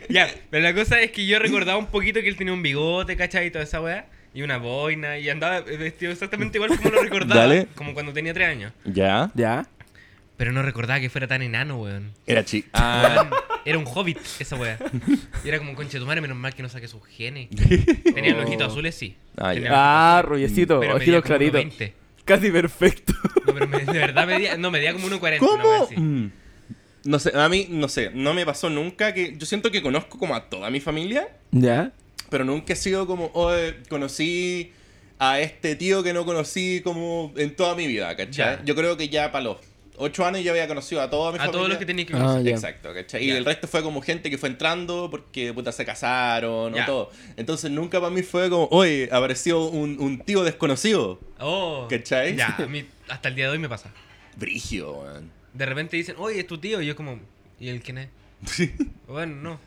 [SPEAKER 3] Ya, pero la cosa es que yo recordaba un poquito que él tenía un bigote, ¿cachai? Y toda esa weá. Y una boina. Y andaba eh, vestido exactamente igual como lo recordaba.
[SPEAKER 2] Dale.
[SPEAKER 3] Como cuando tenía tres años.
[SPEAKER 2] Ya.
[SPEAKER 1] Ya.
[SPEAKER 3] Pero no recordaba que fuera tan enano, weón.
[SPEAKER 2] Era chico. Ah,
[SPEAKER 3] Era un hobbit esa weá. Y era como un conche de tu madre, menos mal que no saque sus genes. Tenía los ojitos azules, sí.
[SPEAKER 2] Ah, ya.
[SPEAKER 3] Tenía los
[SPEAKER 1] Ah,
[SPEAKER 3] ojitos
[SPEAKER 1] rollecito,
[SPEAKER 3] azules, pero medía
[SPEAKER 1] ojitos
[SPEAKER 3] como
[SPEAKER 1] claritos.
[SPEAKER 3] 1,20.
[SPEAKER 1] Casi perfecto.
[SPEAKER 3] No, pero me- de verdad medía, no, medía como 1,40. una weá
[SPEAKER 2] ¿Cómo?
[SPEAKER 3] así.
[SPEAKER 2] Mm. No sé, a mí, no sé, no me pasó nunca que. Yo siento que conozco como a toda mi familia,
[SPEAKER 1] ¿Ya?
[SPEAKER 2] pero nunca he sido como, "Oye, conocí a este tío que no conocí como en toda mi vida, ¿cachai?
[SPEAKER 3] Ya.
[SPEAKER 2] Yo creo que ya para los ocho años yo había conocido a toda mi
[SPEAKER 3] A
[SPEAKER 2] familia.
[SPEAKER 3] todos los que tenías que
[SPEAKER 1] Ah,
[SPEAKER 3] conocer.
[SPEAKER 1] ya.
[SPEAKER 2] Exacto, ¿cachai? Y
[SPEAKER 3] Ya.
[SPEAKER 2] el resto fue como gente que fue entrando porque puta se casaron o
[SPEAKER 3] Ya.
[SPEAKER 2] todo. Entonces nunca para mí fue como, oye, apareció un, un tío desconocido.
[SPEAKER 3] Oh.
[SPEAKER 2] Ah. ¿Cachai?
[SPEAKER 3] Ya, a mí hasta el día de hoy me pasa.
[SPEAKER 2] Brigio, weón.
[SPEAKER 3] De repente dicen, oye, es tu tío. Y yo como, ¿y él quién es? bueno, no.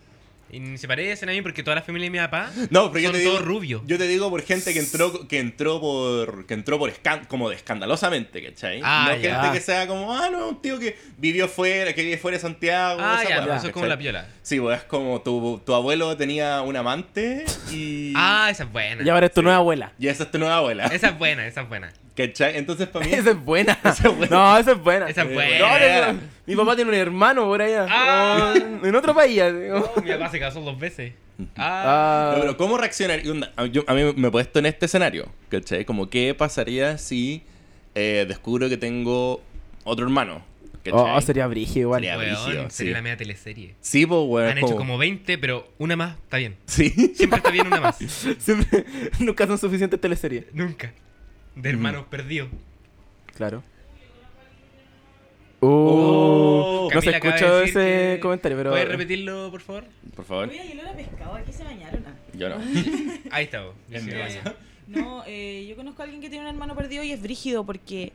[SPEAKER 3] Y ni se parecen a mí porque toda la familia de mi papá
[SPEAKER 2] No, pero yo
[SPEAKER 3] son
[SPEAKER 2] te digo.
[SPEAKER 3] todos rubios.
[SPEAKER 2] Yo te digo por gente que entró, que entró por. que entró por escan- como de escandalosamente, ¿cachai?
[SPEAKER 3] Ah,
[SPEAKER 2] no
[SPEAKER 3] ya.
[SPEAKER 2] gente que sea como, ah, no, un tío que vivió fuera, que vive fuera de Santiago.
[SPEAKER 3] ah,
[SPEAKER 2] esa
[SPEAKER 3] ya,
[SPEAKER 2] weá,
[SPEAKER 3] pero eso es como
[SPEAKER 2] ¿cachai?
[SPEAKER 3] la piola.
[SPEAKER 2] Sí, pues es como tu, tu abuelo tenía un amante y.
[SPEAKER 3] Ah, esa es buena.
[SPEAKER 1] Ya eres tu nueva abuela.
[SPEAKER 2] Y esa es tu nueva abuela.
[SPEAKER 3] Esa es buena, esa es buena.
[SPEAKER 2] ¿Cachai? Entonces para mí.
[SPEAKER 1] Esa es buena.
[SPEAKER 2] Esa es buena.
[SPEAKER 1] No, esa es buena.
[SPEAKER 3] Esa es
[SPEAKER 1] Eh,
[SPEAKER 3] buena.
[SPEAKER 1] no, no, no. Mi papá tiene un hermano por allá.
[SPEAKER 3] Ah.
[SPEAKER 1] Oh, En otro país. así como.
[SPEAKER 3] Oh, mi papá se casó dos veces.
[SPEAKER 1] Ah.
[SPEAKER 3] Ah,
[SPEAKER 2] No, pero ¿cómo reaccionar? Y onda, a- yo- a mí me he puesto en este escenario, ¿cachai? Como, ¿qué pasaría si eh, descubro que tengo otro hermano? ¿cachai?
[SPEAKER 1] Oh, sería brígido igual.
[SPEAKER 2] Sería-
[SPEAKER 3] weón,
[SPEAKER 2] brígido,
[SPEAKER 3] sería
[SPEAKER 2] sí.
[SPEAKER 3] la media teleserie.
[SPEAKER 2] Sí, pues, weón.
[SPEAKER 3] Han hecho como 20, pero una más está bien.
[SPEAKER 2] Sí.
[SPEAKER 3] Siempre está bien una más.
[SPEAKER 1] Siempre- nunca son suficientes teleseries.
[SPEAKER 3] Nunca. De hermanos perdidos.
[SPEAKER 1] Claro. Oh, Uh, no se
[SPEAKER 3] Camila acaba de
[SPEAKER 1] escuchó
[SPEAKER 3] decir
[SPEAKER 1] ese
[SPEAKER 3] que-
[SPEAKER 1] comentario, pero.
[SPEAKER 3] ¿Puedes repetirlo, por favor?
[SPEAKER 2] Por favor.
[SPEAKER 5] Oye, el olor a pescado, ¿a qué se bañaron? ah?
[SPEAKER 2] Yo no.
[SPEAKER 3] Ahí está. vos.
[SPEAKER 5] Eh, no, eh, yo conozco a alguien que tiene un hermano perdido y es brígido porque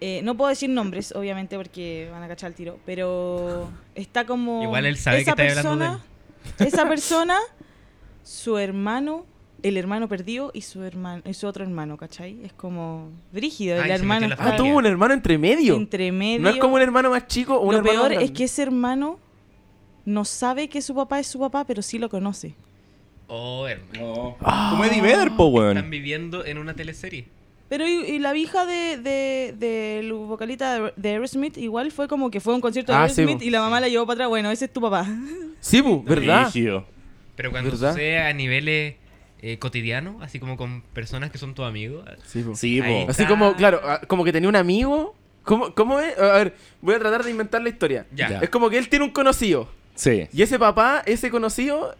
[SPEAKER 5] eh, no puedo decir nombres, obviamente, porque van a cachar el tiro, pero está como...
[SPEAKER 3] Igual él sabe que estáis hablando de
[SPEAKER 5] Esa persona, su hermano, el hermano perdido y su hermano y su otro hermano, ¿cachai? Es como brígido,
[SPEAKER 3] Ay,
[SPEAKER 5] el
[SPEAKER 3] se
[SPEAKER 5] hermano
[SPEAKER 3] metió la
[SPEAKER 5] está
[SPEAKER 3] familia.
[SPEAKER 1] Ah, tuvo un hermano entre medio.
[SPEAKER 5] entre medio.
[SPEAKER 1] No es como un hermano más chico o un
[SPEAKER 5] Lo
[SPEAKER 1] hermano más
[SPEAKER 5] peor es
[SPEAKER 1] grande.
[SPEAKER 5] que ese hermano no sabe que su papá es su papá, pero sí lo conoce.
[SPEAKER 3] Oh, hermano.
[SPEAKER 4] No.
[SPEAKER 1] Ah.
[SPEAKER 2] Como Eddie Vedder, po,
[SPEAKER 3] Están
[SPEAKER 2] weón.
[SPEAKER 3] viviendo en una teleserie.
[SPEAKER 5] Pero y, y la hija de, de, del vocalista de- de Aerosmith igual fue como que fue a un concierto de
[SPEAKER 1] Ah, sí,
[SPEAKER 5] Aerosmith
[SPEAKER 1] po.
[SPEAKER 5] y la mamá la llevó para atrás. Bueno, ese es tu papá.
[SPEAKER 1] Sí, bu, ¿verdad?
[SPEAKER 2] Brígido.
[SPEAKER 3] Pero cuando
[SPEAKER 1] ¿Verdad?
[SPEAKER 3] sucede a niveles eh, cotidianos, así como con personas que son tus amigos.
[SPEAKER 1] Sí, bu.
[SPEAKER 2] Sí,
[SPEAKER 3] Ahí.
[SPEAKER 2] po.
[SPEAKER 1] Así como, claro, ah, como que tenía un amigo. ¿Cómo, ¿Cómo es? A ver, voy a tratar de inventar la historia.
[SPEAKER 3] Ya.
[SPEAKER 2] Ya.
[SPEAKER 1] Es como que él tiene un conocido.
[SPEAKER 2] Sí.
[SPEAKER 1] Y ese papá, ese conocido,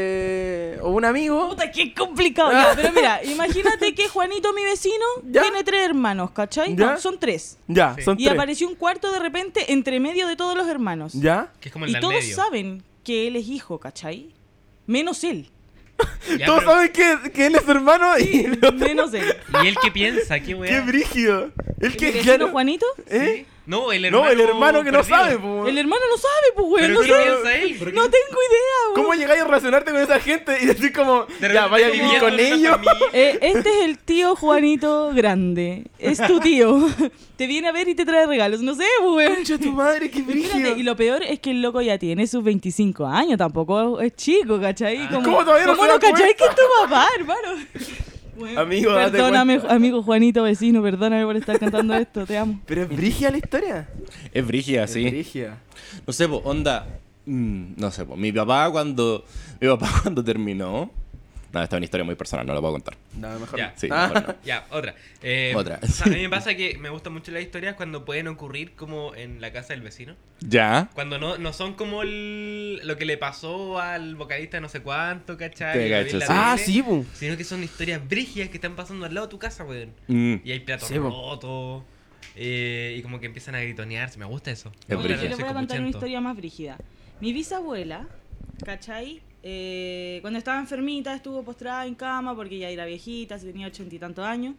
[SPEAKER 1] eh, o un amigo.
[SPEAKER 5] Puta, qué complicado. Ya, pero mira, imagínate que Juanito, mi vecino,
[SPEAKER 1] Ya.
[SPEAKER 5] tiene tres hermanos, ¿cachai?
[SPEAKER 1] Ya.
[SPEAKER 5] No, son tres.
[SPEAKER 1] Ya,
[SPEAKER 3] Sí.
[SPEAKER 1] son
[SPEAKER 5] Y
[SPEAKER 1] tres.
[SPEAKER 5] apareció un cuarto de repente entre medio de todos los hermanos.
[SPEAKER 1] ¿Ya?
[SPEAKER 3] Que es como el
[SPEAKER 5] Y
[SPEAKER 3] del
[SPEAKER 5] todos
[SPEAKER 3] medio.
[SPEAKER 5] saben que él es hijo, ¿cachai? Menos él.
[SPEAKER 3] Ya,
[SPEAKER 1] Todos
[SPEAKER 3] pero-
[SPEAKER 1] saben que, que él es su hermano y el otro-
[SPEAKER 5] Menos él.
[SPEAKER 3] ¿Y él qué piensa? ¿Qué
[SPEAKER 1] ¡Qué
[SPEAKER 3] weá?
[SPEAKER 1] brígido! El
[SPEAKER 5] ¿El
[SPEAKER 1] que,
[SPEAKER 5] vecino
[SPEAKER 1] claro,
[SPEAKER 5] Juanito?
[SPEAKER 1] ¿eh?
[SPEAKER 3] Sí. No, el hermano.
[SPEAKER 1] No, el hermano que no
[SPEAKER 3] perdido.
[SPEAKER 1] sabe, po.
[SPEAKER 5] El hermano no sabe, pues, güey.
[SPEAKER 3] Pero
[SPEAKER 5] No,
[SPEAKER 3] ¿qué
[SPEAKER 5] sé.
[SPEAKER 3] piensa él?
[SPEAKER 5] No tengo idea, güey.
[SPEAKER 1] ¿Cómo llegáis a relacionarte con esa gente y decir como,
[SPEAKER 3] De
[SPEAKER 1] ya,
[SPEAKER 3] repente
[SPEAKER 1] vaya a vivir
[SPEAKER 3] viviendo
[SPEAKER 1] con
[SPEAKER 3] en una
[SPEAKER 1] ellos?
[SPEAKER 3] familia.
[SPEAKER 5] Eh, este es el tío Juanito Grande. Es tu tío. Te viene a ver y te trae regalos. No sé, güey.
[SPEAKER 1] Concha tu madre, qué
[SPEAKER 5] Espérate, y
[SPEAKER 1] brígido!
[SPEAKER 5] lo peor es que el loco ya tiene sus 25 años, tampoco es chico, ¿cachai? Como,
[SPEAKER 1] Ah, ¿Cómo todavía no se da
[SPEAKER 5] cachai que
[SPEAKER 1] cuenta?
[SPEAKER 5] es tu papá, hermano? Bueno,
[SPEAKER 1] Amigo, date
[SPEAKER 5] perdóname,
[SPEAKER 1] cuenta.
[SPEAKER 5] amigo Juanito vecino, perdóname por estar cantando esto, te amo.
[SPEAKER 1] Pero es brígida la historia.
[SPEAKER 2] Es
[SPEAKER 3] Ah,
[SPEAKER 2] brígida, sí.
[SPEAKER 1] Es brígida.
[SPEAKER 2] No sé, po, onda. mm, no sé, po. Mi papá cuando. Mi papá cuando terminó. No, esta es una historia muy personal, no la puedo contar.
[SPEAKER 1] No, mejor
[SPEAKER 3] Ya.
[SPEAKER 1] no.
[SPEAKER 2] Sí,
[SPEAKER 1] Ah.
[SPEAKER 2] mejor no.
[SPEAKER 3] Ya, otra. Eh,
[SPEAKER 2] Otra.
[SPEAKER 3] o sea, A mí me pasa que me gustan mucho las historias cuando pueden ocurrir como en la casa del vecino.
[SPEAKER 2] Ya.
[SPEAKER 3] Cuando no, no son como el- lo que le pasó al vocalista no sé cuánto, ¿cachai?
[SPEAKER 2] Te
[SPEAKER 3] Lo vi en
[SPEAKER 2] cacho,
[SPEAKER 3] la
[SPEAKER 2] sí.
[SPEAKER 1] Ah,
[SPEAKER 3] tele,
[SPEAKER 1] sí, bu.
[SPEAKER 3] Sino que son historias brígidas que están pasando al lado de tu casa, weón.
[SPEAKER 2] Mm.
[SPEAKER 3] Y hay platos
[SPEAKER 1] Sí, po.
[SPEAKER 3] rotos. eh, y como que empiezan a gritonearse. Me gusta eso.
[SPEAKER 2] Es
[SPEAKER 5] Bueno,
[SPEAKER 2] brígido.
[SPEAKER 5] yo les
[SPEAKER 3] Soy
[SPEAKER 5] voy a contar una
[SPEAKER 3] copuchento.
[SPEAKER 5] historia más brígida. Mi bisabuela, ¿cachai? Eh, cuando estaba enfermita estuvo postrada en cama porque ya era viejita, se tenía ochenta y tantos años.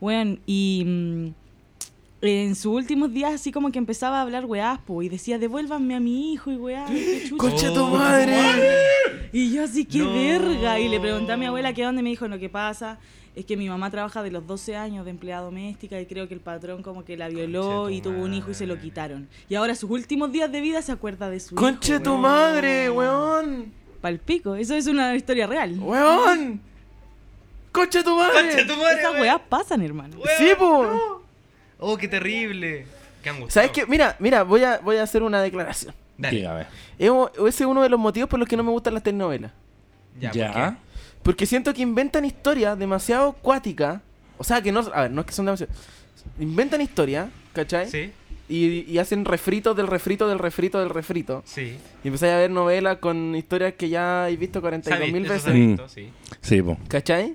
[SPEAKER 5] Bueno, y mm, en sus últimos días así como que empezaba a hablar weás, po, y decía, devuélvanme a mi hijo y weá. y qué chucha.
[SPEAKER 1] Concha tu
[SPEAKER 3] Oh,
[SPEAKER 1] madre.
[SPEAKER 5] Y yo así, qué
[SPEAKER 3] No.
[SPEAKER 5] verga. Y le pregunté a mi abuela qué dónde me dijo, lo que pasa es que mi mamá trabaja de los 12 años de empleada doméstica y creo que el patrón como que la violó
[SPEAKER 3] Concha tu
[SPEAKER 5] y tuvo un hijo y se lo
[SPEAKER 3] madre.
[SPEAKER 5] quitaron. Y ahora sus últimos días de vida se acuerda de su
[SPEAKER 1] Concha
[SPEAKER 5] hijo.
[SPEAKER 1] tu madre, weón.
[SPEAKER 5] Palpico, eso es una historia real.
[SPEAKER 1] Weón. Concha tu
[SPEAKER 3] ¡Concha
[SPEAKER 1] madre.
[SPEAKER 3] tu madre,
[SPEAKER 5] Esas
[SPEAKER 3] weón!
[SPEAKER 5] weas pasan, hermano.
[SPEAKER 3] Weón,
[SPEAKER 1] Sí, bu.
[SPEAKER 3] ¡Oh, qué terrible! ¡Qué angustia!
[SPEAKER 1] ¿Sabes qué? Mira, mira, voy a, voy a hacer una declaración.
[SPEAKER 3] Dale.
[SPEAKER 2] Dígame.
[SPEAKER 1] Es un- Ese es uno de los motivos por los que no me gustan las telenovelas.
[SPEAKER 3] Ya.
[SPEAKER 2] Ya.
[SPEAKER 1] Porque siento que inventan historias demasiado cuáticas. O sea, que no. A ver, no es que son demasiado. Inventan historias,
[SPEAKER 3] ¿por
[SPEAKER 1] ¿cachai?
[SPEAKER 3] qué? Sí,
[SPEAKER 1] Y, y hacen refritos del refrito del refrito del refrito.
[SPEAKER 3] sí.
[SPEAKER 1] Y empezáis a ver novelas con historias que ya he visto
[SPEAKER 3] Sabí-
[SPEAKER 1] 42.000
[SPEAKER 3] eso
[SPEAKER 1] veces.
[SPEAKER 2] sabí.
[SPEAKER 3] sabí, sí.
[SPEAKER 2] Sí, po.
[SPEAKER 1] ¿Cachai?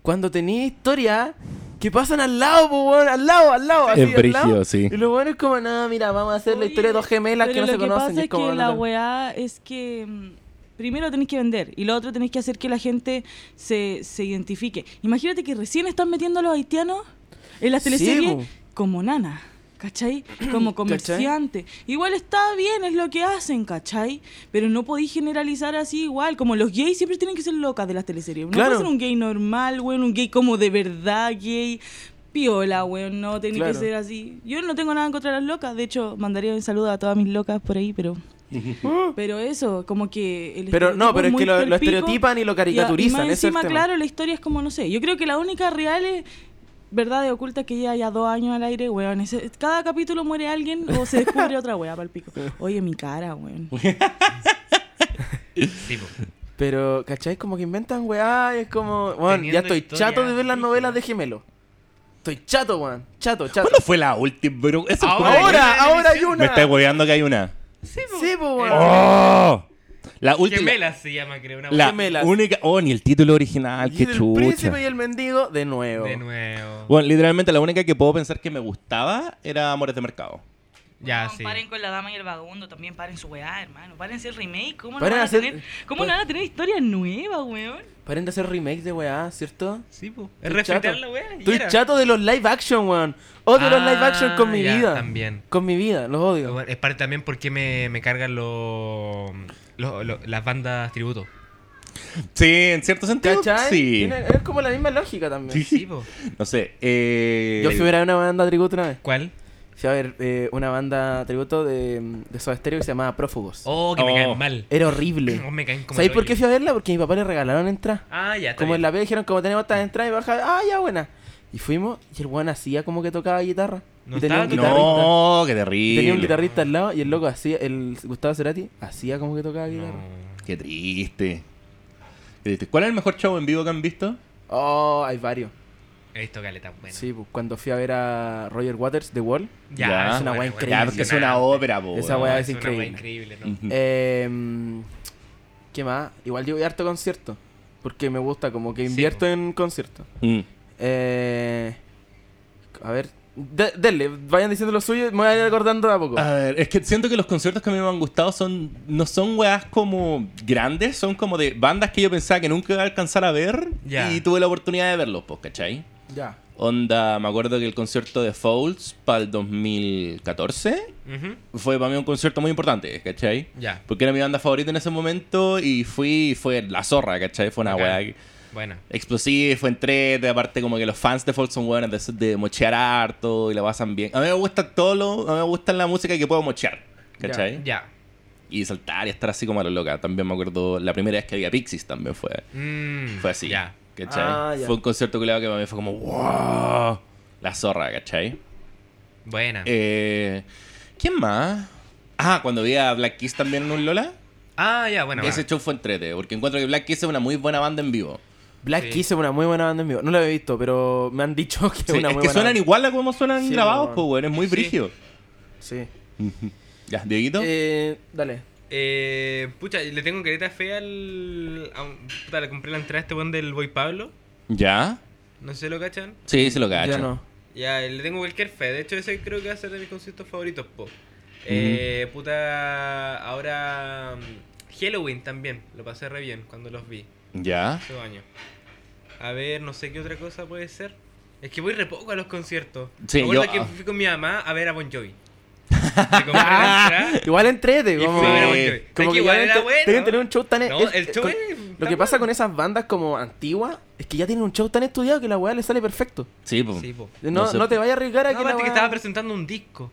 [SPEAKER 1] Cuando tenía historias que pasan al lado, po, weón, al lado, al lado. Así,
[SPEAKER 2] Es
[SPEAKER 1] al lado.
[SPEAKER 2] brígido, sí.
[SPEAKER 1] Y lo bueno es como, no, mira, vamos a hacer la
[SPEAKER 5] Oye,
[SPEAKER 1] historia de dos gemelas
[SPEAKER 5] pero
[SPEAKER 1] que no
[SPEAKER 5] lo
[SPEAKER 1] se conocen.
[SPEAKER 5] pasa
[SPEAKER 1] y
[SPEAKER 5] es
[SPEAKER 1] como,
[SPEAKER 5] que
[SPEAKER 1] no
[SPEAKER 5] la
[SPEAKER 1] te-
[SPEAKER 5] weá es que mm, primero tenés que vender y lo otro tenés que hacer que la gente se, se identifique. Imagínate que recién están metiendo a los haitianos en las
[SPEAKER 1] Sí,
[SPEAKER 5] teleseries
[SPEAKER 1] bo.
[SPEAKER 5] como nana. ¿Cachai? Como comerciante. Igual está bien, es lo que hacen, ¿cachai? Pero no podéis generalizar así igual. Como los gays siempre tienen que ser locas de las teleseries. No
[SPEAKER 1] Claro.
[SPEAKER 5] puede ser un gay normal, weón, un gay como de verdad gay. Piola, weón, no tiene
[SPEAKER 1] Claro.
[SPEAKER 5] que ser así. Yo no tengo nada en contra de las locas, de hecho, mandaría un saludo a todas mis locas por ahí, pero. Pero eso, como que. el
[SPEAKER 1] Pero no,
[SPEAKER 5] estereotipo
[SPEAKER 1] pero es
[SPEAKER 5] muy
[SPEAKER 1] que lo- lo
[SPEAKER 5] palpico
[SPEAKER 1] estereotipan y lo caricaturizan,
[SPEAKER 5] Y, a-
[SPEAKER 1] ese
[SPEAKER 5] y más
[SPEAKER 1] es el
[SPEAKER 5] encima,
[SPEAKER 1] tema.
[SPEAKER 5] claro, la historia es como, no sé. Yo creo que la única real es. Verdades ocultas que lleva ya dos años al aire, weón. Ese- cada capítulo muere alguien o se descubre otra weá para el pico. Oye, mi cara, weón.
[SPEAKER 3] Sí, po.
[SPEAKER 1] Pero, ¿cachai? Como que inventan weá y es como, weón, ya
[SPEAKER 3] Teniendo
[SPEAKER 1] estoy
[SPEAKER 3] historias
[SPEAKER 1] chato de ver las
[SPEAKER 3] brígidas.
[SPEAKER 1] novelas de gemelos. Estoy chato, weón. Chato, chato.
[SPEAKER 2] ¿Cuándo fue la última? Pero eso es pura-
[SPEAKER 3] Ahora,
[SPEAKER 1] Ahora,
[SPEAKER 3] Una
[SPEAKER 1] ahora hay
[SPEAKER 3] televisión.
[SPEAKER 1] una.
[SPEAKER 2] Me estáis hueveando que hay una.
[SPEAKER 1] Sí, po,
[SPEAKER 3] Eh,
[SPEAKER 1] weón.
[SPEAKER 2] ¡Oh! La última.
[SPEAKER 3] Gemelas se llama, creo. Una
[SPEAKER 2] La
[SPEAKER 1] Gemelas.
[SPEAKER 2] única. Oh, ni el título original.
[SPEAKER 1] Y
[SPEAKER 2] Qué
[SPEAKER 1] el príncipe y
[SPEAKER 2] chucha.
[SPEAKER 1] el mendigo, de nuevo.
[SPEAKER 3] De nuevo.
[SPEAKER 2] Bueno, literalmente la única que puedo pensar que me gustaba era Amores de Mercado.
[SPEAKER 3] Ya,
[SPEAKER 5] Weón,
[SPEAKER 3] sí.
[SPEAKER 5] Paren con la dama y el vagabundo, también paren su weá, hermano. Paren el remake. ¿Cómo,
[SPEAKER 1] Paren
[SPEAKER 5] no, van a
[SPEAKER 1] hacer-
[SPEAKER 5] tener, ¿cómo
[SPEAKER 1] pa-
[SPEAKER 5] no van a tener historias nuevas, weón?
[SPEAKER 1] Paren de hacer remakes de weá, ¿cierto?
[SPEAKER 3] Sí, po. Es
[SPEAKER 1] Estoy
[SPEAKER 3] refritar
[SPEAKER 1] chato.
[SPEAKER 3] la weá. y
[SPEAKER 1] Estoy
[SPEAKER 3] era.
[SPEAKER 1] chato de los live action, weón. Odio los live action con mi
[SPEAKER 3] Ah, ya,
[SPEAKER 1] vida.
[SPEAKER 3] también.
[SPEAKER 1] Con mi vida, los odio.
[SPEAKER 3] Es parte también porque me, me cargan los los- los- las bandas tributo.
[SPEAKER 2] Sí, en cierto sentido.
[SPEAKER 1] ¿Cachai?
[SPEAKER 2] Sí.
[SPEAKER 1] Tiene- es como la misma lógica también.
[SPEAKER 3] Sí, po.
[SPEAKER 2] No sé. Eh,
[SPEAKER 1] Yo fui a ver a una banda tributo una vez.
[SPEAKER 3] ¿Cuál?
[SPEAKER 1] Fui a ver eh, una banda tributo de, de Soda Stereo que se llamaba Prófugos.
[SPEAKER 3] Oh, que me
[SPEAKER 2] Oh.
[SPEAKER 3] caen mal.
[SPEAKER 1] Era horrible.
[SPEAKER 3] Oh, me caen como
[SPEAKER 1] ¿Sabéis
[SPEAKER 3] el
[SPEAKER 1] por qué
[SPEAKER 3] hoyo.
[SPEAKER 1] fui a verla? Porque a mi papá le regalaron entrada.
[SPEAKER 3] Ah, ya, está
[SPEAKER 1] Como en
[SPEAKER 3] bien.
[SPEAKER 1] la P dijeron, como tenemos estas entradas y baja, ah, ya buena. Y fuimos y el weón hacía como que tocaba guitarra.
[SPEAKER 3] No
[SPEAKER 1] Y tenía un
[SPEAKER 3] estaba
[SPEAKER 1] guitarrista.
[SPEAKER 2] No, qué
[SPEAKER 1] y
[SPEAKER 2] terrible.
[SPEAKER 1] Tenía un guitarrista al lado y el loco hacía, el Gustavo Cerati hacía como que tocaba guitarra.
[SPEAKER 2] Qué triste. Qué triste. ¿Cuál es el mejor show en vivo que han visto?
[SPEAKER 1] Oh, hay varios.
[SPEAKER 3] He visto caleta buena.
[SPEAKER 1] Sí, pues, cuando fui a ver a Roger Waters, The Wall.
[SPEAKER 2] Ya,
[SPEAKER 1] es una weá increíble.
[SPEAKER 2] Ya, porque es una ópera, po.
[SPEAKER 1] Esa
[SPEAKER 2] weón.
[SPEAKER 1] weá
[SPEAKER 3] weá
[SPEAKER 1] es
[SPEAKER 3] Una weá
[SPEAKER 1] increíble.
[SPEAKER 3] increíble, ¿no?
[SPEAKER 2] Ujú.
[SPEAKER 1] Eh, ¿Qué más? Igual yo voy a harto concierto. Porque me gusta, como que
[SPEAKER 3] Sí,
[SPEAKER 1] invierto
[SPEAKER 3] po.
[SPEAKER 1] en conciertos.
[SPEAKER 2] Mm.
[SPEAKER 1] Eh, a ver, de- denle, vayan diciendo lo suyo, me voy a ir acordando de a poco.
[SPEAKER 2] A ver, es que siento que los conciertos que a mí me han gustado son no son weas como grandes, son como de bandas que yo pensaba que nunca iba a alcanzar a ver
[SPEAKER 3] Ya.
[SPEAKER 2] y tuve la oportunidad de verlos, pues, ¿cachai?
[SPEAKER 1] Ya.
[SPEAKER 2] Onda, me acuerdo que el concierto de Fouls para el 2014
[SPEAKER 3] Ujú,
[SPEAKER 2] fue para mí un concierto muy importante, ¿cachai?
[SPEAKER 3] Ya.
[SPEAKER 2] Porque era mi banda favorita en ese momento y fui, fue la zorra, ¿cachai? Fue una
[SPEAKER 3] Bacán.
[SPEAKER 2] wea que-
[SPEAKER 3] Buena.
[SPEAKER 2] explosiva, fue entrete, aparte como que los fans de Fouls son buenos de, esos de mochear harto y la pasan bien. A mí me gusta todo lo, a mí me gusta la música que puedo mochear, ¿cachai?
[SPEAKER 3] Ya.
[SPEAKER 2] y saltar y estar así como a lo loca. También me acuerdo la primera vez que vi a Pixies también fue,
[SPEAKER 3] Mm,
[SPEAKER 2] fue así.
[SPEAKER 3] Ya.
[SPEAKER 2] ¿Cachai?
[SPEAKER 1] Ah, ya.
[SPEAKER 2] Fue un concierto culiao que para mí fue como wow. La zorra, ¿cachai?
[SPEAKER 3] Buena.
[SPEAKER 2] Eh, ¿Quién más? Ah, cuando vi a Black Kiss también en un Lola.
[SPEAKER 3] ah, ya, bueno.
[SPEAKER 2] ese show fue entrete, porque encuentro que Black Kiss es una muy buena banda en vivo.
[SPEAKER 1] Black
[SPEAKER 3] Sí.
[SPEAKER 1] Kiss es una muy buena banda en vivo. No la he visto, pero me han dicho que es
[SPEAKER 2] Sí,
[SPEAKER 1] una
[SPEAKER 2] es
[SPEAKER 1] muy
[SPEAKER 2] que
[SPEAKER 1] buena
[SPEAKER 2] suenan
[SPEAKER 1] banda.
[SPEAKER 2] igual a como suenan
[SPEAKER 1] Sí,
[SPEAKER 2] grabados,
[SPEAKER 1] weón.
[SPEAKER 2] pues, weón. Es muy
[SPEAKER 3] Sí.
[SPEAKER 2] brígido.
[SPEAKER 1] Sí.
[SPEAKER 2] Ya, Dieguito.
[SPEAKER 1] Eh, dale.
[SPEAKER 3] Eh, pucha, le tengo careta fea al. a un- puta, le compré la entrada a este buen del Boy Pablo.
[SPEAKER 2] ¿Ya?
[SPEAKER 3] No sé si lo cachan.
[SPEAKER 2] Sí, se lo cacho.
[SPEAKER 1] Ya no.
[SPEAKER 3] Ya, le tengo cualquier fe. De hecho, ese creo que va a ser de mis conciertos favoritos, po. Eh, puta. Ahora. mm, Halloween también. Lo pasé re bien cuando los vi.
[SPEAKER 2] ¿Ya?
[SPEAKER 3] Hace dos años. A ver, no sé qué otra cosa puede ser. Es que voy re poco a los conciertos.
[SPEAKER 2] Sí,
[SPEAKER 3] Me acuerdo
[SPEAKER 2] yo- ah.
[SPEAKER 3] que fui con mi mamá a ver a Bon Jovi. Le compré la entrada.
[SPEAKER 1] Igual entrete,
[SPEAKER 3] Y
[SPEAKER 1] como,
[SPEAKER 3] fue
[SPEAKER 2] una
[SPEAKER 1] como
[SPEAKER 2] buena
[SPEAKER 1] que
[SPEAKER 2] historia.
[SPEAKER 3] Es que igual
[SPEAKER 1] deben
[SPEAKER 3] era
[SPEAKER 1] te-
[SPEAKER 3] bueno.
[SPEAKER 1] deben tener un show tan...
[SPEAKER 3] No, el show
[SPEAKER 1] eh, con-
[SPEAKER 3] es-
[SPEAKER 1] Lo
[SPEAKER 3] está
[SPEAKER 1] que pasa
[SPEAKER 3] bueno.
[SPEAKER 1] con esas bandas como antiguas es que ya tienen un show tan estudiado que la weá le sale perfecto.
[SPEAKER 2] Sí, pues.
[SPEAKER 3] Sí, po.
[SPEAKER 1] No, no,
[SPEAKER 2] sé.
[SPEAKER 1] te vayas a arriesgar a
[SPEAKER 3] No,
[SPEAKER 1] que la
[SPEAKER 3] aparte que
[SPEAKER 1] weá-
[SPEAKER 3] estaba presentando un disco.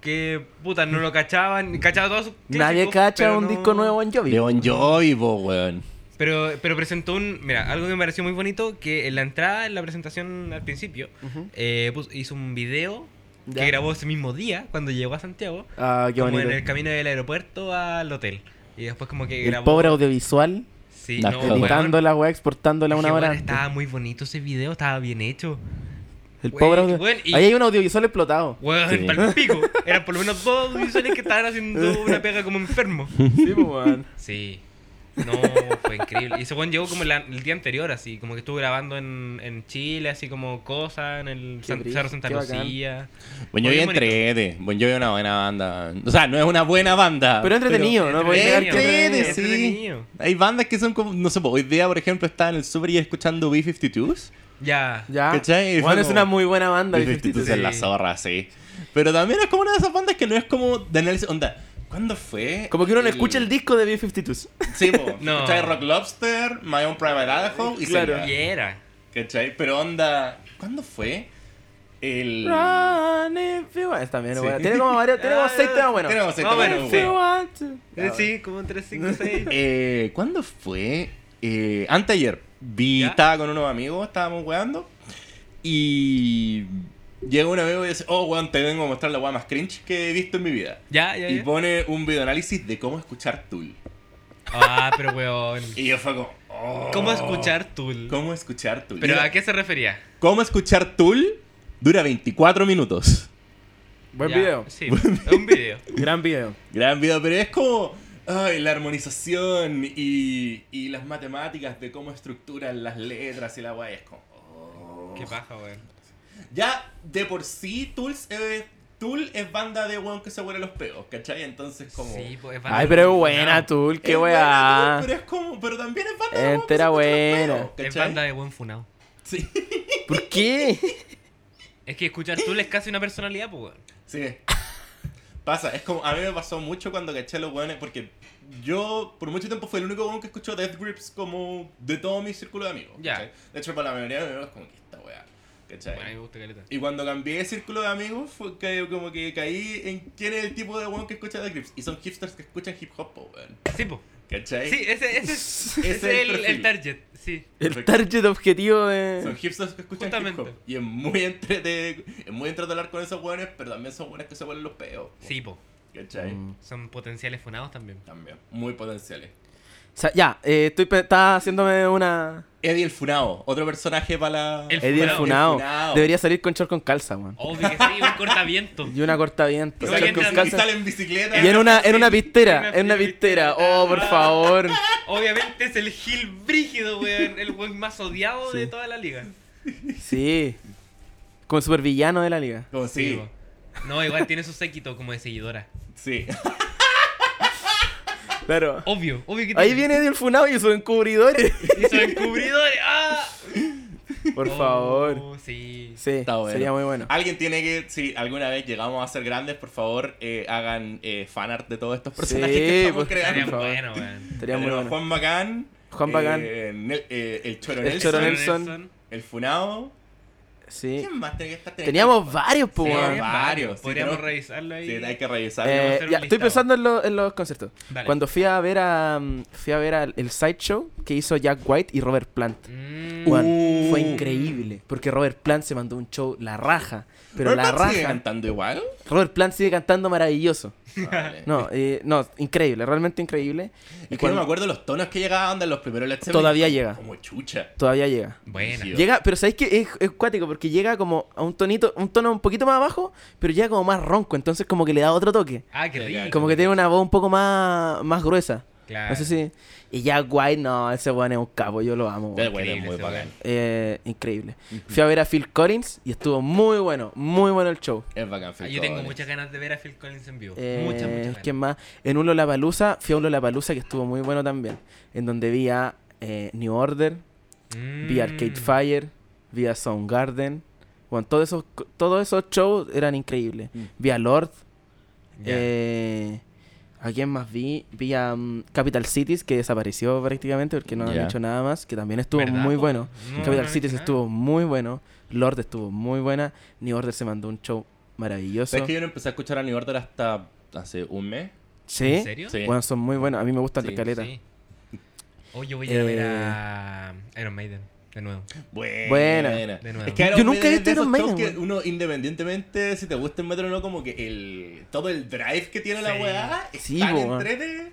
[SPEAKER 3] Que puta, no lo cachaban. Cachaba todos sus
[SPEAKER 1] Nadie
[SPEAKER 3] clásicos,
[SPEAKER 1] cacha
[SPEAKER 3] pero
[SPEAKER 1] un
[SPEAKER 3] no-
[SPEAKER 1] disco nuevo en Jovi.
[SPEAKER 2] De Bon Jovi, po, pues, weón.
[SPEAKER 3] Pero, pero presentó un. Mira, algo que me pareció muy bonito. Que en la entrada, en la presentación al principio,
[SPEAKER 1] Ujú.
[SPEAKER 3] eh, puso- hizo un video
[SPEAKER 1] Ya.
[SPEAKER 3] que grabó ese mismo día cuando llegó a Santiago.
[SPEAKER 1] Ah, qué
[SPEAKER 3] como
[SPEAKER 1] bonito.
[SPEAKER 3] en el camino del aeropuerto al hotel. Y después, como que
[SPEAKER 1] El
[SPEAKER 3] grabó.
[SPEAKER 1] pobre audiovisual
[SPEAKER 3] Sí,
[SPEAKER 2] La
[SPEAKER 3] no,
[SPEAKER 2] cagó.
[SPEAKER 3] weón.
[SPEAKER 1] editando la weá, exportándola
[SPEAKER 3] Dije,
[SPEAKER 1] una hora.
[SPEAKER 3] weón,
[SPEAKER 1] antes.
[SPEAKER 3] Estaba muy bonito ese video, estaba bien hecho.
[SPEAKER 1] El
[SPEAKER 3] Güey,
[SPEAKER 1] pobre audio-
[SPEAKER 3] güey, y-
[SPEAKER 1] Ahí hay un audiovisual explotado.
[SPEAKER 3] Weón,
[SPEAKER 2] Sí.
[SPEAKER 3] pa'l pico. Eran por lo menos dos visuales que estaban haciendo una pega como enfermo.
[SPEAKER 1] Sí, pues, weón.
[SPEAKER 3] Sí. No, fue increíble. Y ese weón llegó como la- el día anterior, así, como que estuvo grabando en, en Chile, así como cosas, en el
[SPEAKER 1] Qué
[SPEAKER 3] San-
[SPEAKER 1] brillo,
[SPEAKER 3] Cerro Santa
[SPEAKER 1] qué bacán.
[SPEAKER 3] Lucía.
[SPEAKER 2] Bon Jovi
[SPEAKER 3] Oye,
[SPEAKER 2] es
[SPEAKER 3] bonito.
[SPEAKER 2] entrete. Bon Jovi es una buena banda. O sea, no es una buena banda.
[SPEAKER 1] Ah, Pero entretenido, ¿no? Voy a negar que
[SPEAKER 3] Entretenido,
[SPEAKER 2] entrete,
[SPEAKER 1] entrete.
[SPEAKER 2] sí.
[SPEAKER 3] entretenido.
[SPEAKER 2] Hay bandas que son como, no sé, po, hoy día, por ejemplo, estaba en el super y escuchando B-52s.
[SPEAKER 3] Ya.
[SPEAKER 1] Ya.
[SPEAKER 2] ¿Cachai?
[SPEAKER 1] Bueno,
[SPEAKER 2] Fue
[SPEAKER 1] es
[SPEAKER 2] como-
[SPEAKER 1] una muy buena banda.
[SPEAKER 2] B-52s es
[SPEAKER 1] B-52.
[SPEAKER 2] la
[SPEAKER 3] sí.
[SPEAKER 2] zorra, sí. Pero también es como una de esas bandas que no es como de análisis. Onda, ¿cuándo fue?
[SPEAKER 1] Como que uno no escucha el disco de B-52s.
[SPEAKER 2] Sí, po.
[SPEAKER 3] No.
[SPEAKER 2] ¿Cachai? Rock Lobster, My Own Private Idaho y
[SPEAKER 1] Claro.
[SPEAKER 2] Celia.
[SPEAKER 3] Y era.
[SPEAKER 2] ¿Cachai? Pero onda, ¿cuándo fue? El...
[SPEAKER 1] Run if you want. Está bien,
[SPEAKER 2] Sí.
[SPEAKER 1] weón. Tiene como varios, tiene como
[SPEAKER 3] Ah,
[SPEAKER 1] seis
[SPEAKER 3] ya,
[SPEAKER 1] temas buenos.
[SPEAKER 2] Tenemos este
[SPEAKER 3] Más o
[SPEAKER 2] bueno,
[SPEAKER 3] menos,
[SPEAKER 1] If you
[SPEAKER 2] weón.
[SPEAKER 1] want to.
[SPEAKER 3] Eh, Sí, como 3, 5, 6.
[SPEAKER 2] Eh, ¿Cuándo fue? Eh, anteayer. Vi,
[SPEAKER 3] ¿Ya?
[SPEAKER 2] estaba con unos amigos, estábamos weando. Y llega un amigo y dice, oh, weón, te vengo a mostrar la weá más cringe que he visto en mi vida.
[SPEAKER 3] Ya, ya,
[SPEAKER 2] Y
[SPEAKER 3] ya.
[SPEAKER 2] pone un videoanálisis de cómo escuchar Tool.
[SPEAKER 3] Ah, pero weón.
[SPEAKER 2] Y yo fue como, oh,
[SPEAKER 3] ¿Cómo escuchar Tool?
[SPEAKER 2] ¿Cómo escuchar Tool?
[SPEAKER 3] ¿Pero
[SPEAKER 2] Mira,
[SPEAKER 3] a qué se refería?
[SPEAKER 2] ¿Cómo escuchar Tool? Dura 24 minutos.
[SPEAKER 1] Buen
[SPEAKER 3] Ya,
[SPEAKER 1] video.
[SPEAKER 3] Sí, es un video.
[SPEAKER 1] Gran video.
[SPEAKER 2] Gran video, pero es como ay, la armonización y, y las matemáticas de cómo estructuran las letras y la guay. Es como. oh.
[SPEAKER 3] Qué paja, weón.
[SPEAKER 2] Ya de por sí, Tools es Tool es banda de weón que se huele los peos, ¿cachai? Entonces como...
[SPEAKER 3] Sí, pues, es
[SPEAKER 1] Ay, pero es
[SPEAKER 3] de-
[SPEAKER 1] buena,
[SPEAKER 3] funao.
[SPEAKER 1] Tool, qué
[SPEAKER 2] Es buena
[SPEAKER 1] weá.
[SPEAKER 2] Tool, Pero es como... Pero también es banda de weón que
[SPEAKER 1] Entera
[SPEAKER 2] se huele
[SPEAKER 1] buena.
[SPEAKER 2] los peos,
[SPEAKER 3] Es
[SPEAKER 2] ¿cachai?
[SPEAKER 3] banda de buen funao.
[SPEAKER 2] Sí,
[SPEAKER 1] ¿Por qué?
[SPEAKER 3] Es que escuchar Tool es casi una personalidad, pues, weón.
[SPEAKER 2] sí. Pasa, es como... A mí me pasó mucho cuando caché los weones porque yo por mucho tiempo fui el único weón que escuchó Death Grips como de todo mi círculo de amigos.
[SPEAKER 3] Ya.
[SPEAKER 2] ¿cachai? De hecho, para la mayoría de mis amigos es como que esta weá, ¿cachai?
[SPEAKER 3] Bueno, a mí me gusta caleta.
[SPEAKER 2] Y cuando cambié de círculo de amigos, fue que, como que caí en quién es el tipo de weón que escucha The Grips. Y son hipsters que escuchan hip hop, po, weón.
[SPEAKER 3] Sí, pues.
[SPEAKER 2] ¿Cachai?
[SPEAKER 3] Sí, ese, ese es, ese
[SPEAKER 2] Ese es
[SPEAKER 3] es
[SPEAKER 2] el
[SPEAKER 3] el,
[SPEAKER 2] perfil.
[SPEAKER 3] el target, sí.
[SPEAKER 1] El target objetivo
[SPEAKER 2] Son
[SPEAKER 1] de.
[SPEAKER 2] hipsters que escuchan
[SPEAKER 3] Justamente.
[SPEAKER 2] hip hop. Y es muy entrete, es muy entrete hablar con esos weones, pero también son weones que se vuelven los peos. po,
[SPEAKER 3] Sí, po.
[SPEAKER 2] ¿Cachai?
[SPEAKER 1] Mm.
[SPEAKER 3] Son potenciales funados también.
[SPEAKER 2] También. Muy potenciales.
[SPEAKER 1] O sea, ya, eh, estoy pe- estaba haciéndome una.
[SPEAKER 2] Eddie el Funao, otro personaje para la.
[SPEAKER 3] El
[SPEAKER 1] Eddie el Funao.
[SPEAKER 3] Funao.
[SPEAKER 2] El Funao.
[SPEAKER 1] Debería salir con short con calza, weón.
[SPEAKER 3] Obvio que sí, un cortaviento.
[SPEAKER 1] Y una cortaviento.
[SPEAKER 2] Y
[SPEAKER 3] No,
[SPEAKER 1] short
[SPEAKER 2] sale,
[SPEAKER 3] Oye,
[SPEAKER 1] con
[SPEAKER 3] entran-
[SPEAKER 2] en, y
[SPEAKER 1] calza.
[SPEAKER 2] sale en bicicleta.
[SPEAKER 1] Y en una, en una pistera,
[SPEAKER 3] Una
[SPEAKER 1] en una pistera. Oh, por favor.
[SPEAKER 3] Obviamente es el Gil brígido, weón. El weón más odiado de
[SPEAKER 1] Sí.
[SPEAKER 3] toda la liga.
[SPEAKER 1] Sí. Como el supervillano de la liga.
[SPEAKER 2] Como sí.
[SPEAKER 3] po. No, igual tiene su séquito como de seguidora.
[SPEAKER 2] Sí.
[SPEAKER 1] Claro.
[SPEAKER 3] Obvio, obvio que tiene.
[SPEAKER 1] Ahí viene Eddie el Funao y sus encubridores.
[SPEAKER 3] Y sus encubridores. ¡Ah!
[SPEAKER 1] Por
[SPEAKER 3] Oh,
[SPEAKER 1] favor.
[SPEAKER 3] Sí.
[SPEAKER 1] Sí,
[SPEAKER 2] Está bueno. Ah,
[SPEAKER 1] sería muy bueno.
[SPEAKER 2] Alguien tiene que, si alguna vez llegamos a ser grandes, por favor, eh, hagan eh, fanart de todos estos personajes que estamos
[SPEAKER 1] pues,
[SPEAKER 2] creando.
[SPEAKER 3] Estaría
[SPEAKER 1] por favor.
[SPEAKER 3] bueno, weón.
[SPEAKER 1] Sería muy
[SPEAKER 2] Tenemos
[SPEAKER 1] bueno.
[SPEAKER 2] Juan Bacán.
[SPEAKER 1] Juan Bacán.
[SPEAKER 2] eh, Nel- eh, el Choro
[SPEAKER 1] El
[SPEAKER 2] Nelson. El,
[SPEAKER 1] Choro Nelson.
[SPEAKER 2] Funao.
[SPEAKER 1] Sí.
[SPEAKER 2] ¿Quién más tiene que estar teniendo?
[SPEAKER 1] Teníamos varios, pues,
[SPEAKER 3] Sí,
[SPEAKER 1] weón.
[SPEAKER 2] varios. sí,
[SPEAKER 3] Podríamos
[SPEAKER 2] tenemos-
[SPEAKER 3] revisarlo ahí.
[SPEAKER 2] Sí, hay que revisar.
[SPEAKER 1] Eh,
[SPEAKER 3] Vamos a hacer un
[SPEAKER 1] ya, estoy
[SPEAKER 3] listado.
[SPEAKER 1] pensando en, lo- en los conciertos.
[SPEAKER 3] Dale.
[SPEAKER 1] Cuando fui a ver a mm, fui a ver al el sideshow que hizo Jack White y Robert Plant.
[SPEAKER 3] Mm,
[SPEAKER 1] Juan,
[SPEAKER 2] Uh.
[SPEAKER 1] fue increíble, porque Robert Plant se mandó un show la raja, pero
[SPEAKER 2] ¿Robert
[SPEAKER 1] la
[SPEAKER 2] Plant
[SPEAKER 1] raja.
[SPEAKER 2] sigue cantando igual?
[SPEAKER 1] Robert Plant sigue cantando maravilloso.
[SPEAKER 2] Vale.
[SPEAKER 1] No, eh, no, increíble, realmente increíble.
[SPEAKER 2] Es
[SPEAKER 1] Y
[SPEAKER 2] que no
[SPEAKER 1] cuando-
[SPEAKER 2] me acuerdo los tonos que llegaban de los primeros Let's
[SPEAKER 1] Todavía llega.
[SPEAKER 2] Como chucha.
[SPEAKER 1] todavía llega.
[SPEAKER 3] Buena.
[SPEAKER 2] Dios.
[SPEAKER 1] Llega, pero sabéis que es, es cuático porque llega como a un tonito, un tono un poquito más abajo, pero llega como más ronco, entonces como que le da otro toque.
[SPEAKER 3] Ah, qué rico.
[SPEAKER 1] Como que tiene una voz un poco más, más gruesa.
[SPEAKER 3] Claro.
[SPEAKER 1] No sé si. Y ya White, no, ese weón es un capo, yo lo amo.
[SPEAKER 2] Pero
[SPEAKER 1] weón.
[SPEAKER 2] bueno, es muy
[SPEAKER 3] ese
[SPEAKER 2] bacán.
[SPEAKER 1] Eh, increíble. Fui a ver a Phil Collins y estuvo muy bueno, muy bueno el show.
[SPEAKER 2] Es bacán, Phil
[SPEAKER 3] Ah, yo tengo
[SPEAKER 2] Collins.
[SPEAKER 3] muchas ganas de ver a Phil Collins en vivo.
[SPEAKER 1] Eh,
[SPEAKER 3] muchas, muchas ganas.
[SPEAKER 1] ¿Quién más? En un Lollapalooza, fui a un Lollapalooza que estuvo muy bueno también. En donde vi a eh, New Order,
[SPEAKER 3] Mm.
[SPEAKER 1] vi a Arcade Fire, vi a Soundgarden. Bueno, todos esos, todos esos shows eran increíbles.
[SPEAKER 2] Mm.
[SPEAKER 1] Vi a Lord.
[SPEAKER 3] Ya.
[SPEAKER 1] eh, ¿A quién más vi? Vi a mm, Capital Cities, que desapareció prácticamente porque no
[SPEAKER 2] Ya.
[SPEAKER 1] han hecho nada más, que también estuvo
[SPEAKER 3] ¿Verdad,
[SPEAKER 1] muy
[SPEAKER 3] po?
[SPEAKER 1] bueno.
[SPEAKER 3] No, no
[SPEAKER 1] Capital
[SPEAKER 3] han
[SPEAKER 1] Cities
[SPEAKER 3] hecho nada.
[SPEAKER 1] estuvo muy bueno. Lord estuvo muy buena. New Order se mandó un show maravilloso.
[SPEAKER 2] ¿Sabes que yo no empecé a escuchar a New Order hasta hace un mes?
[SPEAKER 1] ¿Sí?
[SPEAKER 3] ¿En serio?
[SPEAKER 2] Sí.
[SPEAKER 1] Bueno, son muy buenos. A mí me gustan
[SPEAKER 2] Sí,
[SPEAKER 1] las caletas.
[SPEAKER 3] Sí. Oh, yo voy a ir a ver a Iron Maiden de nuevo.
[SPEAKER 2] Buena.
[SPEAKER 1] Buena.
[SPEAKER 3] De nuevo.
[SPEAKER 2] Es que Iron
[SPEAKER 1] Yo nunca he
[SPEAKER 2] Maiden es
[SPEAKER 1] visto
[SPEAKER 2] de
[SPEAKER 1] Iron
[SPEAKER 2] esos shows
[SPEAKER 1] Maiden,
[SPEAKER 2] que uno, independientemente si te gusta el metro o no, como que el todo el drive que tiene la
[SPEAKER 3] Sí.
[SPEAKER 2] weá es
[SPEAKER 1] Sí,
[SPEAKER 2] tan
[SPEAKER 1] po, weón.
[SPEAKER 2] entrete.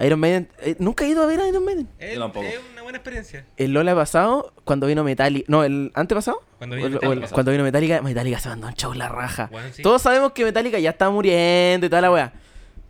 [SPEAKER 1] Iron Maiden. eh, nunca he ido a ver a Iron Maiden.
[SPEAKER 3] Es,
[SPEAKER 2] Yo tampoco.
[SPEAKER 3] es una buena experiencia.
[SPEAKER 1] El Lola pasado, cuando vino Metallica. No, el antepasado.
[SPEAKER 3] Cuando vino
[SPEAKER 1] O el- o el-
[SPEAKER 3] Metallica.
[SPEAKER 1] cuando vino Metallica, Metallica se mandó un show la raja.
[SPEAKER 3] Bueno, sí.
[SPEAKER 1] Todos sabemos que Metallica ya está muriendo y toda la weá.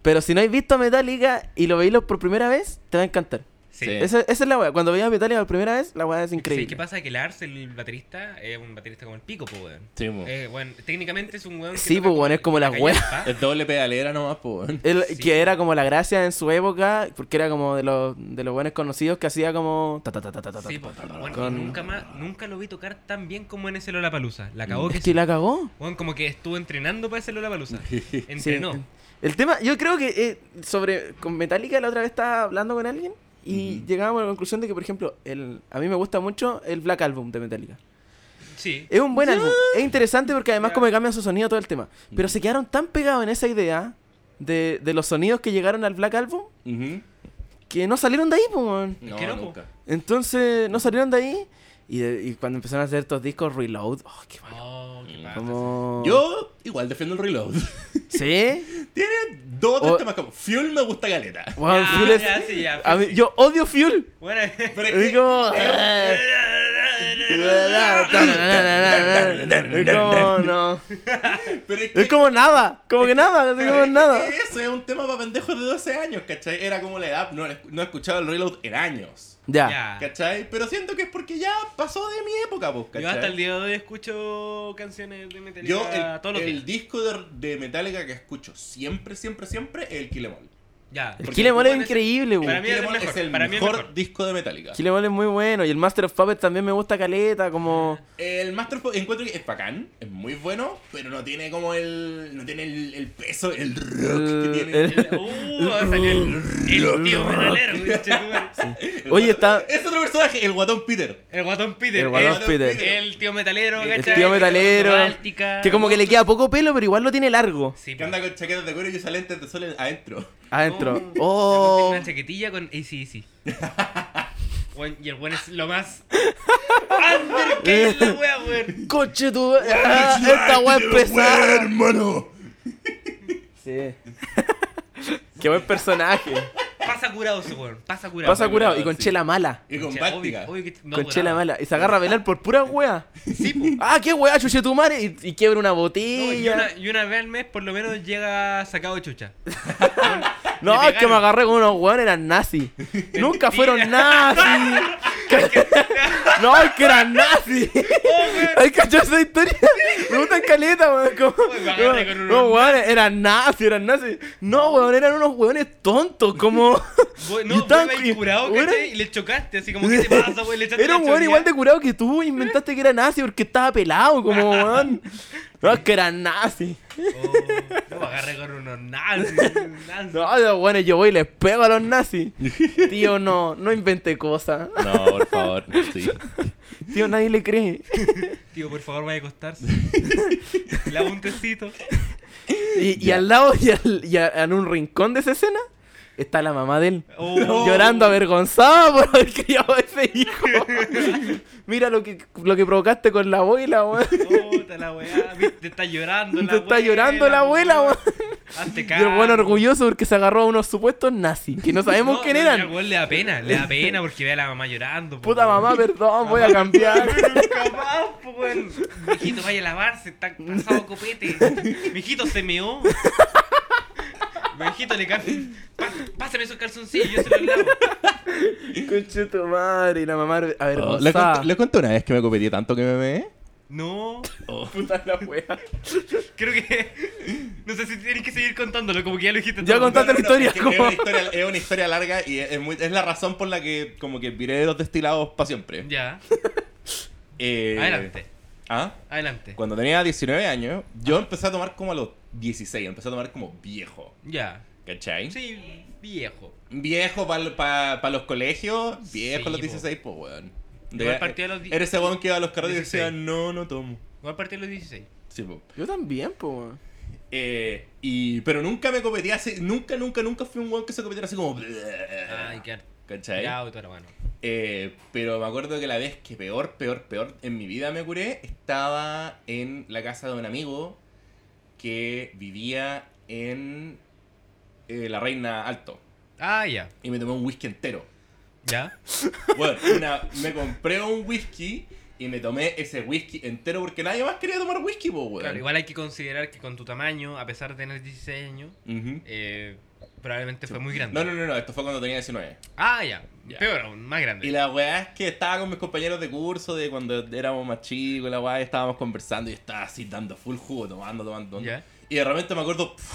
[SPEAKER 1] Pero si no has visto a Metallica y lo veis lo- por primera vez, te va a encantar.
[SPEAKER 3] Sí.
[SPEAKER 2] Sí.
[SPEAKER 1] Esa, esa es la weá. Cuando veis a Metallica por primera vez, la weá es increíble.
[SPEAKER 3] Sí, ¿Qué pasa? Que Lars, el baterista, es un baterista como el pico, po, weón.
[SPEAKER 2] Sí, po.
[SPEAKER 3] Eh, ¿ah? bueno, técnicamente es un weón. que
[SPEAKER 1] Sí,
[SPEAKER 3] toca
[SPEAKER 1] po, weón, es como la
[SPEAKER 3] calle
[SPEAKER 1] weá.
[SPEAKER 3] Alfa.
[SPEAKER 2] Es doble pedalera nomás, po. weón.
[SPEAKER 1] El-
[SPEAKER 3] Sí.
[SPEAKER 1] Que era como la gracia en su época, porque era como de los, de los buenos conocidos que hacía como... ta, ta, ta, ta, ta, ta, ta.
[SPEAKER 3] Sí, pues, po. Bueno, y
[SPEAKER 1] Con-
[SPEAKER 3] nunca, más, nunca lo vi tocar tan bien como en ese Lollapalooza. La cagó que
[SPEAKER 1] Es que la cagó.
[SPEAKER 3] Bueno, como que estuvo entrenando para ese Lollapalooza. Entrenó.
[SPEAKER 1] Sí. El tema, yo creo que eh, sobre con Metallica la otra vez estaba hablando con alguien y llegábamos a la conclusión de que, por ejemplo, el, a mí me gusta mucho el Black Album de Metallica.
[SPEAKER 3] Sí.
[SPEAKER 1] Es un buen álbum, es interesante porque además como que cambian su sonido todo el tema. Pero se quedaron tan pegados en esa idea de, de los sonidos que llegaron al Black Album
[SPEAKER 2] Ujú.
[SPEAKER 1] que no salieron de ahí, po, weón.
[SPEAKER 2] No,
[SPEAKER 3] que no, po.
[SPEAKER 2] nunca.
[SPEAKER 1] Entonces, no salieron de ahí y, de- y cuando empezaron a hacer estos discos Reload, oh, qué bueno.
[SPEAKER 3] Oh,
[SPEAKER 2] Mm.
[SPEAKER 3] qué pasa.
[SPEAKER 1] Como...
[SPEAKER 2] Yo igual defiendo el reload.
[SPEAKER 1] ¿Sí?
[SPEAKER 2] Tiene dos o tres
[SPEAKER 1] O-
[SPEAKER 2] temas como. Fuel me gusta caleta.
[SPEAKER 1] Weón,
[SPEAKER 3] Ya,
[SPEAKER 1] Fuel es-
[SPEAKER 3] ya, sí, ya,
[SPEAKER 1] a mí-
[SPEAKER 3] sí.
[SPEAKER 1] yo odio Fuel.
[SPEAKER 3] Bueno,
[SPEAKER 2] Pero es
[SPEAKER 1] Es
[SPEAKER 2] que-
[SPEAKER 1] como- Es como, no.
[SPEAKER 2] pero es que-
[SPEAKER 1] Es como nada, como que nada, así como nada.
[SPEAKER 2] Eso es un tema para pendejos de 12 años, ¿cachai? Era como la edad, no, he escuchado el reload en años.
[SPEAKER 1] Ya.
[SPEAKER 3] Ya.
[SPEAKER 2] ¿Cachai? Pero siento que es porque ya pasó de mi época, vos, ¿cachai?
[SPEAKER 3] Yo hasta el día de hoy escucho canciones de Metallica
[SPEAKER 2] Yo, el,
[SPEAKER 3] todos los
[SPEAKER 2] el
[SPEAKER 3] días.
[SPEAKER 2] disco de, de Metallica que escucho siempre, siempre, siempre es el Kill Em All.
[SPEAKER 3] Ya.
[SPEAKER 1] El
[SPEAKER 2] Porque
[SPEAKER 1] Kill Em All es
[SPEAKER 3] bueno,
[SPEAKER 1] increíble,
[SPEAKER 3] para
[SPEAKER 1] weón.
[SPEAKER 3] mí- es el
[SPEAKER 2] Kill Em All
[SPEAKER 3] mejor,
[SPEAKER 2] es el
[SPEAKER 3] para mí es
[SPEAKER 2] mejor,
[SPEAKER 3] mejor.
[SPEAKER 2] disco de Metallica.
[SPEAKER 1] Kill Em All es muy bueno. Y el Master of Puppets también me gusta caleta, como...
[SPEAKER 2] El Master of encuentro que es bacán, es muy bueno, pero no tiene como el. No tiene el, el peso, el rock que
[SPEAKER 1] El-
[SPEAKER 2] tiene.
[SPEAKER 1] el-
[SPEAKER 3] Uh, va a salir el, el tío metalero, conchetumare.
[SPEAKER 1] Oye, está...
[SPEAKER 2] Es otro personaje, el guatón Peter.
[SPEAKER 3] El guatón Peter.
[SPEAKER 1] El guatón Peter.
[SPEAKER 3] El tío metalero,
[SPEAKER 2] El
[SPEAKER 3] ¿cachai?
[SPEAKER 1] El tío metalero.
[SPEAKER 3] Báltica.
[SPEAKER 1] Que como que le queda poco pelo, pero igual lo tiene largo.
[SPEAKER 3] Sí,
[SPEAKER 2] Que
[SPEAKER 3] po.
[SPEAKER 2] anda con chaquetas de cuero y usa lentes de sol en- adentro.
[SPEAKER 1] Adentro.
[SPEAKER 3] pues, Tiene
[SPEAKER 1] Oh.
[SPEAKER 3] Una chaquetilla con ACDC. Buen- y el buen es lo más. ¡Under que es la wea, weón!
[SPEAKER 1] Coche tu... Ah, esta weá es pesada.
[SPEAKER 2] hermano!
[SPEAKER 1] Sí. Qué buen personaje.
[SPEAKER 3] Pasa curado ese weón. Pasa curado.
[SPEAKER 1] Pasa curado. Y con
[SPEAKER 2] sí.
[SPEAKER 1] chela mala.
[SPEAKER 2] Y con
[SPEAKER 3] Che,
[SPEAKER 2] Báltica.
[SPEAKER 3] obvio- obvio que- no,
[SPEAKER 1] con
[SPEAKER 3] curado.
[SPEAKER 1] chela mala. Y se agarra a velar por pura wea.
[SPEAKER 3] Sí, po.
[SPEAKER 1] Ah, qué wea, chuche tu madre. Y, y quiebra una
[SPEAKER 3] No, y,
[SPEAKER 1] botella.
[SPEAKER 3] una, y una vez al mes por lo menos llega sacado de chucha.
[SPEAKER 1] No,
[SPEAKER 3] le
[SPEAKER 1] es que me
[SPEAKER 3] pegaron.
[SPEAKER 1] agarré con unos weones, eran nazis. Nunca fueron nazis. no, es que eran
[SPEAKER 3] Oh,
[SPEAKER 1] nazis. Hay que cachar esa historia. Me gusta caleta, weón. Como-
[SPEAKER 3] Uy, Oh, me agarré con unos
[SPEAKER 1] No, weones, eran nazis, eran nazis. No, weón, eran unos weones tontos, como.
[SPEAKER 3] Vos-
[SPEAKER 1] Y
[SPEAKER 3] No,
[SPEAKER 1] estaban
[SPEAKER 3] vos ibas
[SPEAKER 1] cu-
[SPEAKER 3] curado,
[SPEAKER 1] weón,
[SPEAKER 3] ¿cachai? Y le chocaste, así como, ¿qué te pasa, weón? Le echaste
[SPEAKER 1] Era un
[SPEAKER 3] la
[SPEAKER 1] weón igual de
[SPEAKER 3] chorrilla.
[SPEAKER 1] curado que tú, inventaste que era nazi porque estaba pelado, como weón. No, es que era nazi.
[SPEAKER 3] Oh, no me agarré con unos nazis. unos nazis.
[SPEAKER 1] No, los weones, yo voy y les pego a los nazis. Tío, no, no inventé cosas.
[SPEAKER 2] No, por favor, sí.
[SPEAKER 1] Tío, nadie le cree.
[SPEAKER 3] Tío, por favor, vaya a acostarse. Le hago un tecito.
[SPEAKER 1] Y, y al lado, y, al- y a- en un rincón de esa escena, está la mamá de él.
[SPEAKER 3] Oh.
[SPEAKER 1] Llorando avergonzada por haber criado a ese hijo. Mira lo que, lo que provocaste con la abuela, weón.
[SPEAKER 3] Puta la weá, viste, está llorando la
[SPEAKER 1] Te está llorando la abuela, weón.
[SPEAKER 3] Hazte
[SPEAKER 1] Y el
[SPEAKER 3] caso.
[SPEAKER 1] buen orgulloso porque se agarró a unos supuestos nazis, que no sabemos
[SPEAKER 3] No,
[SPEAKER 1] quién
[SPEAKER 3] no,
[SPEAKER 1] eran.
[SPEAKER 3] y al weón le da pena, le da pena porque ve a la mamá llorando. po,
[SPEAKER 1] Puta
[SPEAKER 3] weón.
[SPEAKER 1] mamá, perdón, voy a
[SPEAKER 3] Mamá,
[SPEAKER 1] cambiar.
[SPEAKER 3] Nunca más, po, weón. pues, Mijito, vaya a lavarse, está pasado copete. Mijito, se meó. Mijito, le cambia. Pásame esos calzoncillos, yo se los lavo.
[SPEAKER 1] Conche tu madre, y la mamá
[SPEAKER 2] Oh, ¿Le,
[SPEAKER 1] avergonzada.
[SPEAKER 2] conté, le conté una vez que me competí tanto que me meé?
[SPEAKER 3] No,
[SPEAKER 1] Puta la wea.
[SPEAKER 3] creo que. No sé si tienes que seguir contándolo, como que ya lo dijiste
[SPEAKER 1] Ya
[SPEAKER 3] todo.
[SPEAKER 1] contaste la historia,
[SPEAKER 2] es, que es
[SPEAKER 1] como-
[SPEAKER 2] una historia, es una historia larga y es, es muy- es la razón por la que como que viré de los destilados para siempre.
[SPEAKER 3] Ya,
[SPEAKER 2] Eh,
[SPEAKER 3] adelante,
[SPEAKER 2] ¿Ah?
[SPEAKER 3] adelante.
[SPEAKER 2] Cuando tenía 19 años, yo empecé a tomar como a los 16, empecé a tomar como viejo,
[SPEAKER 3] Ya.
[SPEAKER 2] ¿cachai?
[SPEAKER 3] Sí, viejo.
[SPEAKER 2] Viejo para los colegios, viejo
[SPEAKER 3] Sí,
[SPEAKER 2] a los
[SPEAKER 3] po.
[SPEAKER 2] 16, pues weón.
[SPEAKER 3] Yo al partido a los di-
[SPEAKER 2] eh, Eres ese weón que iba a los carros y
[SPEAKER 3] 16.
[SPEAKER 2] decía, no, no tomo.
[SPEAKER 3] Voy a partir los 16.
[SPEAKER 2] Sí, po.
[SPEAKER 1] Yo también, po. weón.
[SPEAKER 2] Eh, y, pero nunca me competía así, nunca, nunca, nunca fui un weón que se competiera así como...
[SPEAKER 3] Ay, qué harto.
[SPEAKER 2] ¿Cachai?
[SPEAKER 3] Ya, auto hermano.
[SPEAKER 2] Eh, pero me acuerdo que la vez que peor, peor, peor en mi vida me curé, estaba en la casa de un amigo que vivía en eh, la Reina Alto.
[SPEAKER 3] Ah, ya.
[SPEAKER 2] Y me tomé un whisky entero.
[SPEAKER 3] Ya.
[SPEAKER 2] Bueno, una- me compré un whisky y me tomé ese whisky entero porque nadie más quería tomar whisky, po, weón.
[SPEAKER 3] Claro, igual hay que considerar que con tu tamaño, a pesar de tener 16 años,
[SPEAKER 2] Ujú.
[SPEAKER 3] eh, probablemente fue muy grande.
[SPEAKER 2] No, no, no, no, esto fue cuando tenía 19.
[SPEAKER 3] Ah, ya.
[SPEAKER 2] Ya.
[SPEAKER 3] Peor aún, más grande.
[SPEAKER 2] Y la weá es que estaba con mis compañeros de curso de cuando éramos más chicos, la weá, y estábamos conversando y estaba así dando full jugo, tomando, tomando, tomando.
[SPEAKER 3] Ya.
[SPEAKER 2] Y de repente me acuerdo, pf,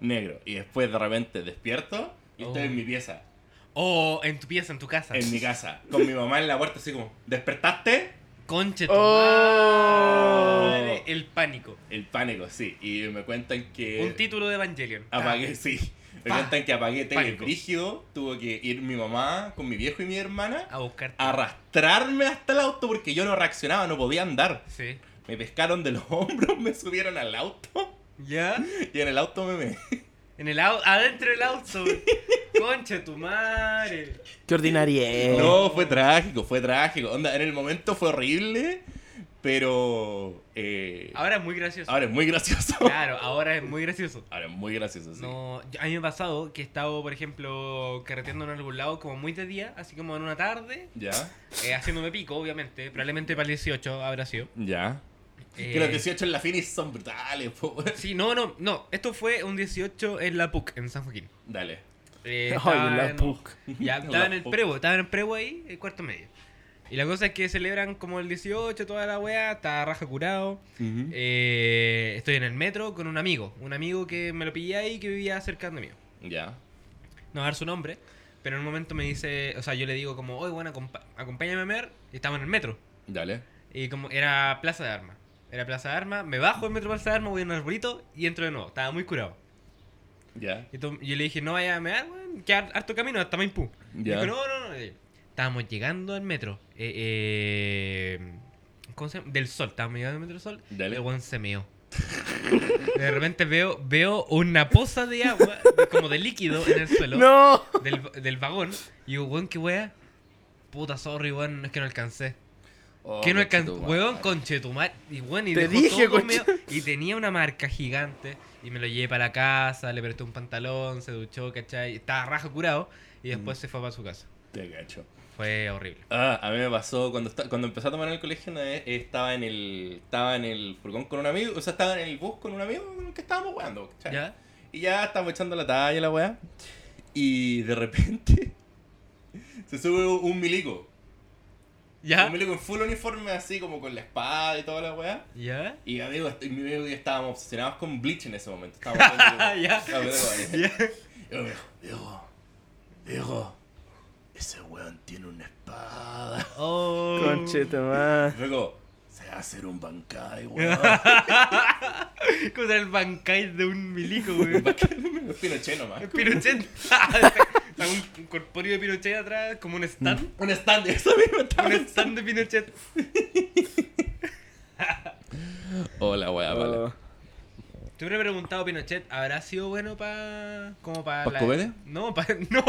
[SPEAKER 2] negro. Y después de repente despierto y estoy
[SPEAKER 3] Oh.
[SPEAKER 2] en mi pieza,
[SPEAKER 3] O en tu pieza, en tu casa.
[SPEAKER 2] en mi casa, con mi mamá en la puerta, así como, ¿despertaste?
[SPEAKER 3] Conche tu madre,
[SPEAKER 1] Oh.
[SPEAKER 3] El pánico.
[SPEAKER 2] El pánico, sí. Y me cuentan que.
[SPEAKER 3] Un título de Evangelion.
[SPEAKER 2] Eh, Apagué, sí. Me
[SPEAKER 3] Pa.
[SPEAKER 2] cuentan que apagué tele
[SPEAKER 3] Pánico.
[SPEAKER 2] brígido, tuvo que ir mi mamá con mi viejo y mi hermana
[SPEAKER 3] Ah, A buscarte.
[SPEAKER 2] a arrastrarme hasta el auto porque yo no reaccionaba, no podía andar.
[SPEAKER 3] Sí.
[SPEAKER 2] Me pescaron de los hombros, me subieron al auto
[SPEAKER 3] Ya.
[SPEAKER 2] y en el auto me me.
[SPEAKER 3] En el auto. Adentro del auto. Conche tu madre.
[SPEAKER 1] Qué ordinarie.
[SPEAKER 2] No, fue trágico, fue trágico. Onda, en el momento fue horrible, pero eh,
[SPEAKER 3] Ahora es muy gracioso.
[SPEAKER 2] ahora es muy gracioso.
[SPEAKER 3] Claro, ahora es muy gracioso.
[SPEAKER 2] Ahora es muy gracioso, sí.
[SPEAKER 3] No, yo- a mí me ha pasado que he estado, por ejemplo, carreteando en algún lado como muy de día, así como en una tarde,
[SPEAKER 2] Ya,
[SPEAKER 3] eh, haciéndome pico, obviamente, probablemente para el 18 habrá sido.
[SPEAKER 2] ya.
[SPEAKER 3] Eh,
[SPEAKER 2] Que los 18 en la finis son brutales, po.
[SPEAKER 3] Sí, no, no, no, esto fue un 18 en la PUC, en San Joaquín.
[SPEAKER 2] Dale.
[SPEAKER 3] Eh,
[SPEAKER 1] Ay,
[SPEAKER 3] estaba
[SPEAKER 1] la
[SPEAKER 3] en-
[SPEAKER 1] puc.
[SPEAKER 3] ya, estaba en el
[SPEAKER 2] puc.
[SPEAKER 3] prebo, estaba en el prebo ahí, el cuarto medio. Y la cosa es que celebran como el 18, toda la weá, está raja curado.
[SPEAKER 2] Ujú.
[SPEAKER 3] Eh, estoy en el metro con un amigo, un amigo que me lo pillé ahí que vivía cerca de mí.
[SPEAKER 2] Ya.
[SPEAKER 3] No voy a dar su nombre, pero en un momento me dice, o sea, yo le digo como, oye, bueno, acompa- acompáñame a ver, y estamos en el metro.
[SPEAKER 2] Dale.
[SPEAKER 3] Y como era Plaza de Armas. Era Plaza de Armas, me bajo del metro Plaza de Armas, voy a un arbolito y entro de nuevo. Estaba muy curado.
[SPEAKER 2] Ya.
[SPEAKER 3] Y tom- yo le dije, no vaya a mear, weón, que har- harto camino hasta Maipú. Y
[SPEAKER 2] Ya.
[SPEAKER 3] Dijo, no, no, no. Y- Estábamos llegando al metro. Eh, eh, ¿Cómo se llama? Del sol. Estábamos llegando al metro del sol.
[SPEAKER 2] Dale.
[SPEAKER 3] El weón se meó. De repente veo, veo una poza de agua, como de líquido en el suelo
[SPEAKER 1] ¡No!
[SPEAKER 3] del, del vagón. Y digo, weón, qué wea. Puta, sorry, weón, es que no alcancé.
[SPEAKER 2] Oh,
[SPEAKER 3] que no alcancé.
[SPEAKER 2] conchetumare.
[SPEAKER 3] Weón, conchetumar. Y weón, y
[SPEAKER 1] Te
[SPEAKER 3] dejó
[SPEAKER 1] dije,
[SPEAKER 3] todo
[SPEAKER 1] conche-
[SPEAKER 3] medio- Y tenía una marca gigante. Y me lo llevé para la casa, le presté un pantalón, se duchó, ¿cachai? Estaba raja curado. Y
[SPEAKER 1] Mm.
[SPEAKER 3] después se fue para su casa.
[SPEAKER 2] Te cacho.
[SPEAKER 3] Fue horrible.
[SPEAKER 2] Ah, a mí me pasó cuando, esta- cuando empecé a tomar en el colegio una vez, eh, estaba en el estaba en el furgón con un amigo, o sea, estaba en el bus con un amigo con el que estábamos jugando, ¿cachai?
[SPEAKER 3] ¿Ya?
[SPEAKER 2] Y ya estábamos echando la talla la weá. Y de repente se sube un milico.
[SPEAKER 3] ¿Ya?
[SPEAKER 2] Un milico en full uniforme así como con la espada y toda la weá.
[SPEAKER 3] ¿Ya?
[SPEAKER 2] Y mi amigo, y mi amigo y yo estábamos obsesionados con Bleach en ese momento. Estábamos viendo-
[SPEAKER 3] Ah,
[SPEAKER 1] Ah,
[SPEAKER 3] Ya.
[SPEAKER 2] estábamos viendo-
[SPEAKER 3] ¿Ya?
[SPEAKER 2] y me dijo, Diego, Diego, ese weón tiene una espada.
[SPEAKER 3] Oh.
[SPEAKER 1] Conchete, más.
[SPEAKER 2] Luego, se va a hacer un Bankai, weón.
[SPEAKER 3] Contra el Bankai de un milico, weón.
[SPEAKER 2] Un Pinochet nomás.
[SPEAKER 3] Pinochet. Está un, un corpóreo de Pinochet atrás, como un stand.
[SPEAKER 2] Un stand, eso mismo
[SPEAKER 1] Mm.
[SPEAKER 2] estaba
[SPEAKER 3] Un stand de Pinochet.
[SPEAKER 2] Hola, weá, Ah, vale.
[SPEAKER 1] Oh.
[SPEAKER 3] Te hubiera preguntado, Pinochet, ¿habrá sido bueno para. como para.
[SPEAKER 2] ¿Pa'
[SPEAKER 3] la-
[SPEAKER 2] Escobedo?
[SPEAKER 3] No, para no,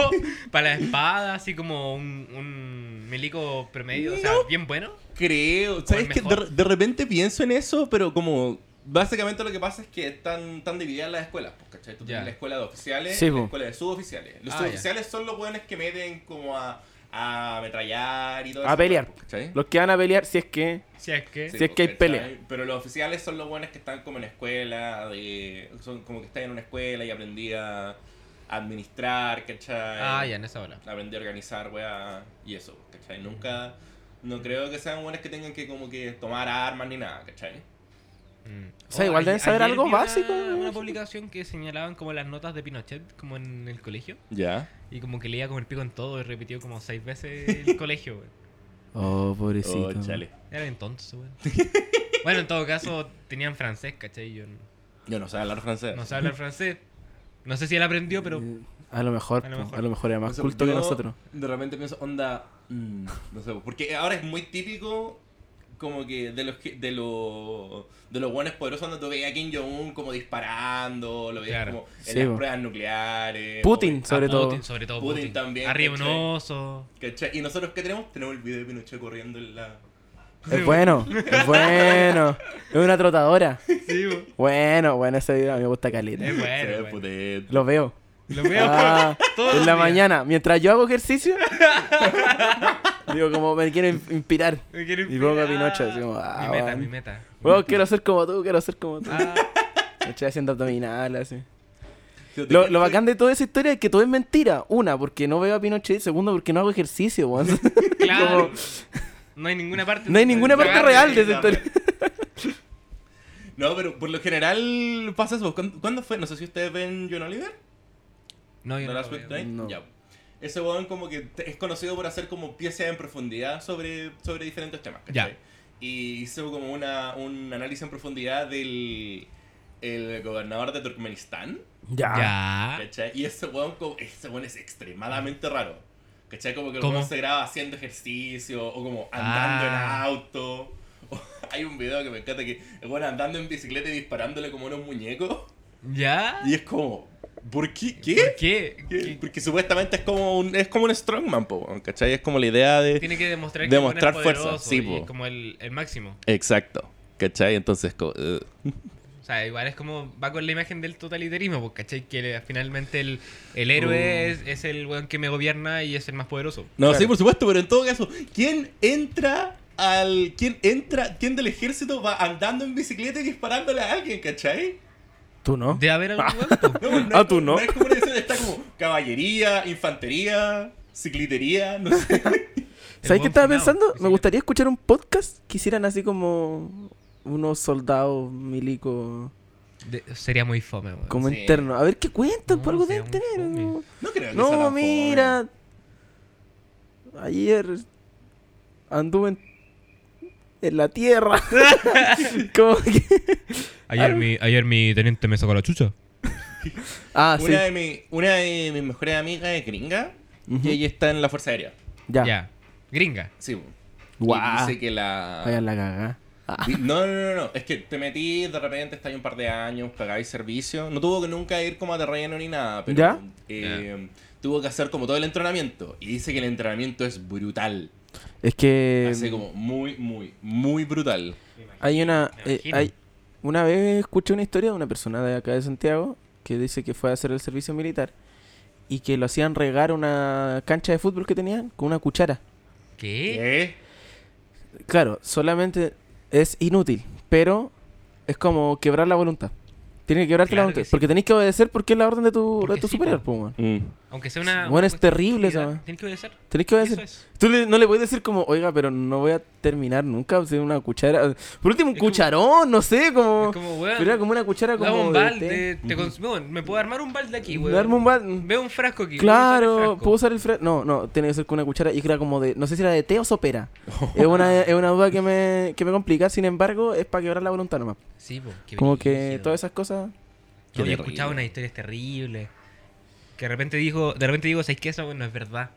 [SPEAKER 3] pa la espada, así como un, un milico promedio, o sea, bien bueno.
[SPEAKER 2] Creo, ¿sabes
[SPEAKER 3] el
[SPEAKER 2] que de,
[SPEAKER 3] mejor.
[SPEAKER 2] de repente pienso en eso, pero como. Básicamente lo que pasa es que están tan divididas las escuelas, pues, ¿cachai? Tú
[SPEAKER 3] Ya.
[SPEAKER 2] tienes la escuela de oficiales
[SPEAKER 1] Sí,
[SPEAKER 2] y la
[SPEAKER 1] po.
[SPEAKER 2] escuela de suboficiales. Los
[SPEAKER 3] Ah, ya.
[SPEAKER 2] suboficiales son los weones que meten como a, a ametrallar y todo
[SPEAKER 1] A
[SPEAKER 2] eso,
[SPEAKER 1] pelear.
[SPEAKER 2] pues, ¿cachai?
[SPEAKER 1] Los que van a pelear, si es que.
[SPEAKER 3] Si es que.
[SPEAKER 1] Sí. Si es que hay
[SPEAKER 2] pues, ¿cachai?
[SPEAKER 1] pelea.
[SPEAKER 2] Pero los oficiales son los buenos que están como en escuela, de, son como que están en una escuela y aprendí a administrar, ¿cachai?
[SPEAKER 3] Ah, ya, en esa hora.
[SPEAKER 2] Aprendí a organizar, weá, y eso, ¿cachai? Nunca, no creo que sean buenos que tengan que como que tomar armas ni nada, ¿cachai?
[SPEAKER 3] Mm.
[SPEAKER 1] O sea, igual
[SPEAKER 3] ayer-
[SPEAKER 1] deben saber
[SPEAKER 3] ayer
[SPEAKER 1] algo
[SPEAKER 3] vi una-
[SPEAKER 1] básico, me
[SPEAKER 3] Una,
[SPEAKER 1] imagino.
[SPEAKER 3] publicación que señalaban como las notas de Pinochet, como en el colegio.
[SPEAKER 2] Ya.
[SPEAKER 3] Y como que leía como el pico en todo y repitió como seis veces el colegio, güey.
[SPEAKER 1] Oh, pobrecito.
[SPEAKER 2] Oh, chale.
[SPEAKER 3] Era bien tonto ese güey. Bueno, en todo caso, tenían francés, ¿cachai? Yo no,
[SPEAKER 2] Yo no sé hablar francés.
[SPEAKER 3] no sé hablar francés. No sé si él aprendió, pero.
[SPEAKER 1] Eh, A lo mejor, po, a lo mejor, era más
[SPEAKER 2] O sea,
[SPEAKER 1] culto
[SPEAKER 2] yo
[SPEAKER 1] que nosotros.
[SPEAKER 2] De repente pienso, onda, mm, no sé, porque ahora es muy típico como que de los que- de los de los buenos poderosos donde tú veías a Kim Jong-un como disparando, lo veías
[SPEAKER 3] Claro.
[SPEAKER 2] como en
[SPEAKER 1] Sí,
[SPEAKER 2] las
[SPEAKER 1] po.
[SPEAKER 2] pruebas nucleares.
[SPEAKER 1] Putin,
[SPEAKER 2] o-
[SPEAKER 1] sobre
[SPEAKER 3] Ah,
[SPEAKER 1] todo.
[SPEAKER 3] Putin, sobre todo
[SPEAKER 2] Putin
[SPEAKER 3] Putin,
[SPEAKER 2] también,
[SPEAKER 3] Arriba un
[SPEAKER 2] ¿cachai?
[SPEAKER 3] oso.
[SPEAKER 2] ¿cachai? Y nosotros qué tenemos? Tenemos el video de Pinochet corriendo en la
[SPEAKER 1] Es bueno, es bueno. Es una trotadora.
[SPEAKER 3] Sí, bo.
[SPEAKER 1] Bueno, bueno, ese video a mí me gusta caleta.
[SPEAKER 3] es
[SPEAKER 2] Se ve
[SPEAKER 3] bueno. bueno.
[SPEAKER 2] potente.
[SPEAKER 1] Lo veo.
[SPEAKER 3] Lo veo
[SPEAKER 1] Ah,
[SPEAKER 3] todos
[SPEAKER 1] en
[SPEAKER 3] los
[SPEAKER 1] la
[SPEAKER 3] días.
[SPEAKER 1] mañana, mientras yo hago ejercicio, digo como me quiero in- inspirar.
[SPEAKER 3] Me quiero
[SPEAKER 1] Y pongo a
[SPEAKER 3] inspirar.
[SPEAKER 1] Pinochet, así como, ah,
[SPEAKER 3] mi meta,
[SPEAKER 1] bueno.
[SPEAKER 3] mi meta.
[SPEAKER 1] Bueno, quiero ser como tú, quiero ser como tú.
[SPEAKER 3] Ah,
[SPEAKER 1] Me estoy haciendo abdominales, así. Lo, lo bacán de toda esa historia es que todo es mentira. Una, porque no veo a Pinochet. Segundo, porque no hago ejercicio, weón.
[SPEAKER 3] claro.
[SPEAKER 1] Como-
[SPEAKER 3] No hay ninguna parte.
[SPEAKER 1] No hay ninguna parte
[SPEAKER 3] Cagarte.
[SPEAKER 1] real de esa historia.
[SPEAKER 2] No, pero por lo general pasa eso. ¿Cuándo, cuándo fue? No sé si ustedes ven John Oliver.
[SPEAKER 3] No, yo
[SPEAKER 2] The
[SPEAKER 3] no,
[SPEAKER 2] Last
[SPEAKER 3] lo
[SPEAKER 2] Week
[SPEAKER 3] veo.
[SPEAKER 2] Tonight.
[SPEAKER 1] No.
[SPEAKER 2] Ya. Ese weón como que te- es conocido por hacer como piezas en profundidad sobre, sobre diferentes temas, ¿cachai?
[SPEAKER 3] Ya.
[SPEAKER 2] Y hizo como una, un análisis en profundidad del el gobernador de Turkmenistán,
[SPEAKER 1] Ya.
[SPEAKER 3] Ya.
[SPEAKER 2] ¿cachai? Y ese weón, como- ese weón es extremadamente raro, ¿cachai? Como que el
[SPEAKER 3] ¿Cómo?
[SPEAKER 2] weón se graba haciendo ejercicio o como andando
[SPEAKER 3] Ah.
[SPEAKER 2] en auto. Hay un video que me encanta que el weón andando en bicicleta y disparándole como unos muñecos.
[SPEAKER 3] ¿Ya?
[SPEAKER 2] Y es como, ¿por qué? ¿Qué?
[SPEAKER 3] ¿Por qué?
[SPEAKER 2] Que- Porque supuestamente es como un, es como un strongman, po, weón, ¿cachai? Es como la idea de...
[SPEAKER 3] Tiene que demostrar que
[SPEAKER 2] Demostrar
[SPEAKER 3] uno es poderoso
[SPEAKER 2] fuerza, sí,
[SPEAKER 3] y
[SPEAKER 2] po.
[SPEAKER 3] como el, el máximo.
[SPEAKER 2] Exacto, ¿cachai? Entonces, como, eh,
[SPEAKER 3] O sea, igual es como va con la imagen del totalitarismo, porque ¿cachai? Que le- finalmente el, el héroe
[SPEAKER 1] Uh.
[SPEAKER 3] es, es el weón que me gobierna y es el más poderoso.
[SPEAKER 2] No, sí, por supuesto, pero en todo caso, ¿quién entra al... ¿Quién entra? ¿Quién del ejército va andando en bicicleta y disparándole a alguien, ¿cachai?
[SPEAKER 1] ¿Tú no?
[SPEAKER 3] De haber algún cuerpo.
[SPEAKER 1] Ah, tú no.
[SPEAKER 2] No es como una edición, está como caballería, infantería, ciclitería, no sé.
[SPEAKER 1] ¿Sabes
[SPEAKER 3] El
[SPEAKER 1] qué
[SPEAKER 3] buen
[SPEAKER 1] estaba
[SPEAKER 3] funado.
[SPEAKER 1] pensando?
[SPEAKER 3] Sí.
[SPEAKER 1] Me gustaría escuchar un podcast que hicieran así como unos soldados milicos
[SPEAKER 3] De- sería muy fome, weón.
[SPEAKER 1] como
[SPEAKER 2] Sí.
[SPEAKER 1] internos. A ver qué cuentan,
[SPEAKER 3] No,
[SPEAKER 1] por algo
[SPEAKER 3] sería
[SPEAKER 1] deben
[SPEAKER 3] muy
[SPEAKER 1] tener.
[SPEAKER 3] fome.
[SPEAKER 1] ¿no?
[SPEAKER 2] No creo que sea tan
[SPEAKER 1] No,
[SPEAKER 2] fome.
[SPEAKER 1] mira. Ayer anduve en, en la tierra. Como que-
[SPEAKER 3] Ayer, mi, ayer mi teniente me sacó la chucha.
[SPEAKER 1] Ah, sí.
[SPEAKER 2] Una, de mi- una de mis mejores amigas es gringa
[SPEAKER 1] Ujú.
[SPEAKER 2] y ella está en la Fuerza Aérea.
[SPEAKER 1] Ya.
[SPEAKER 3] Ya. Gringa.
[SPEAKER 2] Sí. po.
[SPEAKER 1] Guau.
[SPEAKER 2] Y dice que la...
[SPEAKER 1] Vaya la cagá. Ah,
[SPEAKER 2] Di- No, no, no, no, es que te metí, de repente estás ahí un par de años, cagáis servicio. No tuvo que nunca ir como a terreno ni nada, pero
[SPEAKER 1] ¿Ya?
[SPEAKER 2] eh, tuvo que hacer como todo el entrenamiento. Y dice que el entrenamiento es brutal.
[SPEAKER 1] es que mm,
[SPEAKER 2] Así como muy, muy, muy brutal.
[SPEAKER 1] hay una
[SPEAKER 3] Me
[SPEAKER 1] eh,
[SPEAKER 3] imagino.
[SPEAKER 1] hay una vez escuché una historia de una persona de acá de Santiago que dice que fue a hacer el servicio militar y que lo hacían regar una cancha de fútbol que tenían con una cuchara.
[SPEAKER 3] ¿Qué?
[SPEAKER 2] ¿Qué?
[SPEAKER 1] Claro, solamente es inútil, pero es como quebrar la voluntad. Tiene que quebrarte
[SPEAKER 3] Claro
[SPEAKER 1] la voluntad.
[SPEAKER 3] que sí.
[SPEAKER 1] Porque tenés que obedecer porque es la orden de tu,
[SPEAKER 3] Porque
[SPEAKER 1] de tu
[SPEAKER 3] sí,
[SPEAKER 1] superior,
[SPEAKER 3] po.
[SPEAKER 1] po, weón.
[SPEAKER 2] Mm.
[SPEAKER 3] Aunque sea una.
[SPEAKER 1] Bueno, es
[SPEAKER 3] una cuestión
[SPEAKER 1] terrible esa
[SPEAKER 3] de
[SPEAKER 1] weá.
[SPEAKER 3] utilidad. Tienes que obedecer.
[SPEAKER 1] Tenés que
[SPEAKER 3] Eso
[SPEAKER 1] obedecer.
[SPEAKER 3] es.
[SPEAKER 1] Tú le- no le puedes decir como, oiga, pero no voy a terminar nunca sin una cuchara. Por último, un
[SPEAKER 3] Es como-
[SPEAKER 1] cucharón, no sé, como...
[SPEAKER 3] Es como, weón.
[SPEAKER 1] pero era como una cuchara
[SPEAKER 3] dame
[SPEAKER 1] como
[SPEAKER 3] un
[SPEAKER 1] de
[SPEAKER 3] balde.
[SPEAKER 1] té.
[SPEAKER 3] te cons- weón, me puedo armar un balde aquí, weón.
[SPEAKER 1] Darme un bal-
[SPEAKER 3] Veo un frasco aquí. voy a
[SPEAKER 1] Claro,
[SPEAKER 3] usar el
[SPEAKER 1] puedo
[SPEAKER 3] frasco.
[SPEAKER 1] usar el fre... No, no, tiene que ser con una cuchara y que era como de... No sé si era de té o sopera. es, una, es una duda que me, que me complica. Sin embargo, es para quebrar la voluntad nomás.
[SPEAKER 3] Sí, po, qué
[SPEAKER 1] Como que
[SPEAKER 3] brígido.
[SPEAKER 1] todas esas cosas...
[SPEAKER 2] Qué
[SPEAKER 3] No, yo he
[SPEAKER 2] terrible.
[SPEAKER 3] escuchado unas historias terribles. Que de repente digo, de repente digo, ¿sabes qué? Esa weón no es verdad.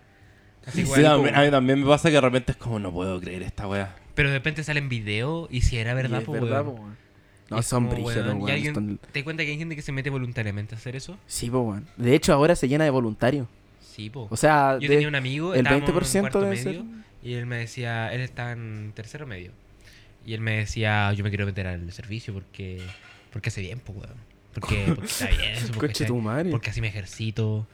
[SPEAKER 3] Así, weón,
[SPEAKER 2] Sí, a,
[SPEAKER 3] como-
[SPEAKER 2] mí, a mí también me pasa que de repente es como, no puedo creer esta wea.
[SPEAKER 3] Pero de repente salen videos y si era verdad,
[SPEAKER 1] Y es
[SPEAKER 3] po,
[SPEAKER 1] verdad,
[SPEAKER 3] weón.
[SPEAKER 1] po, weón.
[SPEAKER 3] Y
[SPEAKER 1] No,
[SPEAKER 3] es
[SPEAKER 1] son
[SPEAKER 3] como,
[SPEAKER 1] brígidos,
[SPEAKER 3] weón,
[SPEAKER 1] weón.
[SPEAKER 3] y alguien-
[SPEAKER 1] están-
[SPEAKER 3] ¿Te das cuenta que hay gente que se mete voluntariamente a hacer eso?
[SPEAKER 1] Sí, po, weón. De hecho, ahora se llena de voluntarios.
[SPEAKER 3] Sí, po.
[SPEAKER 1] O sea,
[SPEAKER 3] Yo
[SPEAKER 1] de-
[SPEAKER 3] tenía un amigo,
[SPEAKER 1] el
[SPEAKER 3] estábamos en
[SPEAKER 1] 20%
[SPEAKER 3] cuarto
[SPEAKER 1] debe
[SPEAKER 3] medio,
[SPEAKER 1] ser-
[SPEAKER 3] y él me decía, él estaba en tercero medio, y él me decía, yo me quiero meter al servicio porque, porque hace bien, pues, weón. Porque, porque está bien eso, porque,
[SPEAKER 1] Coche tu madre.
[SPEAKER 3] porque así me ejercito,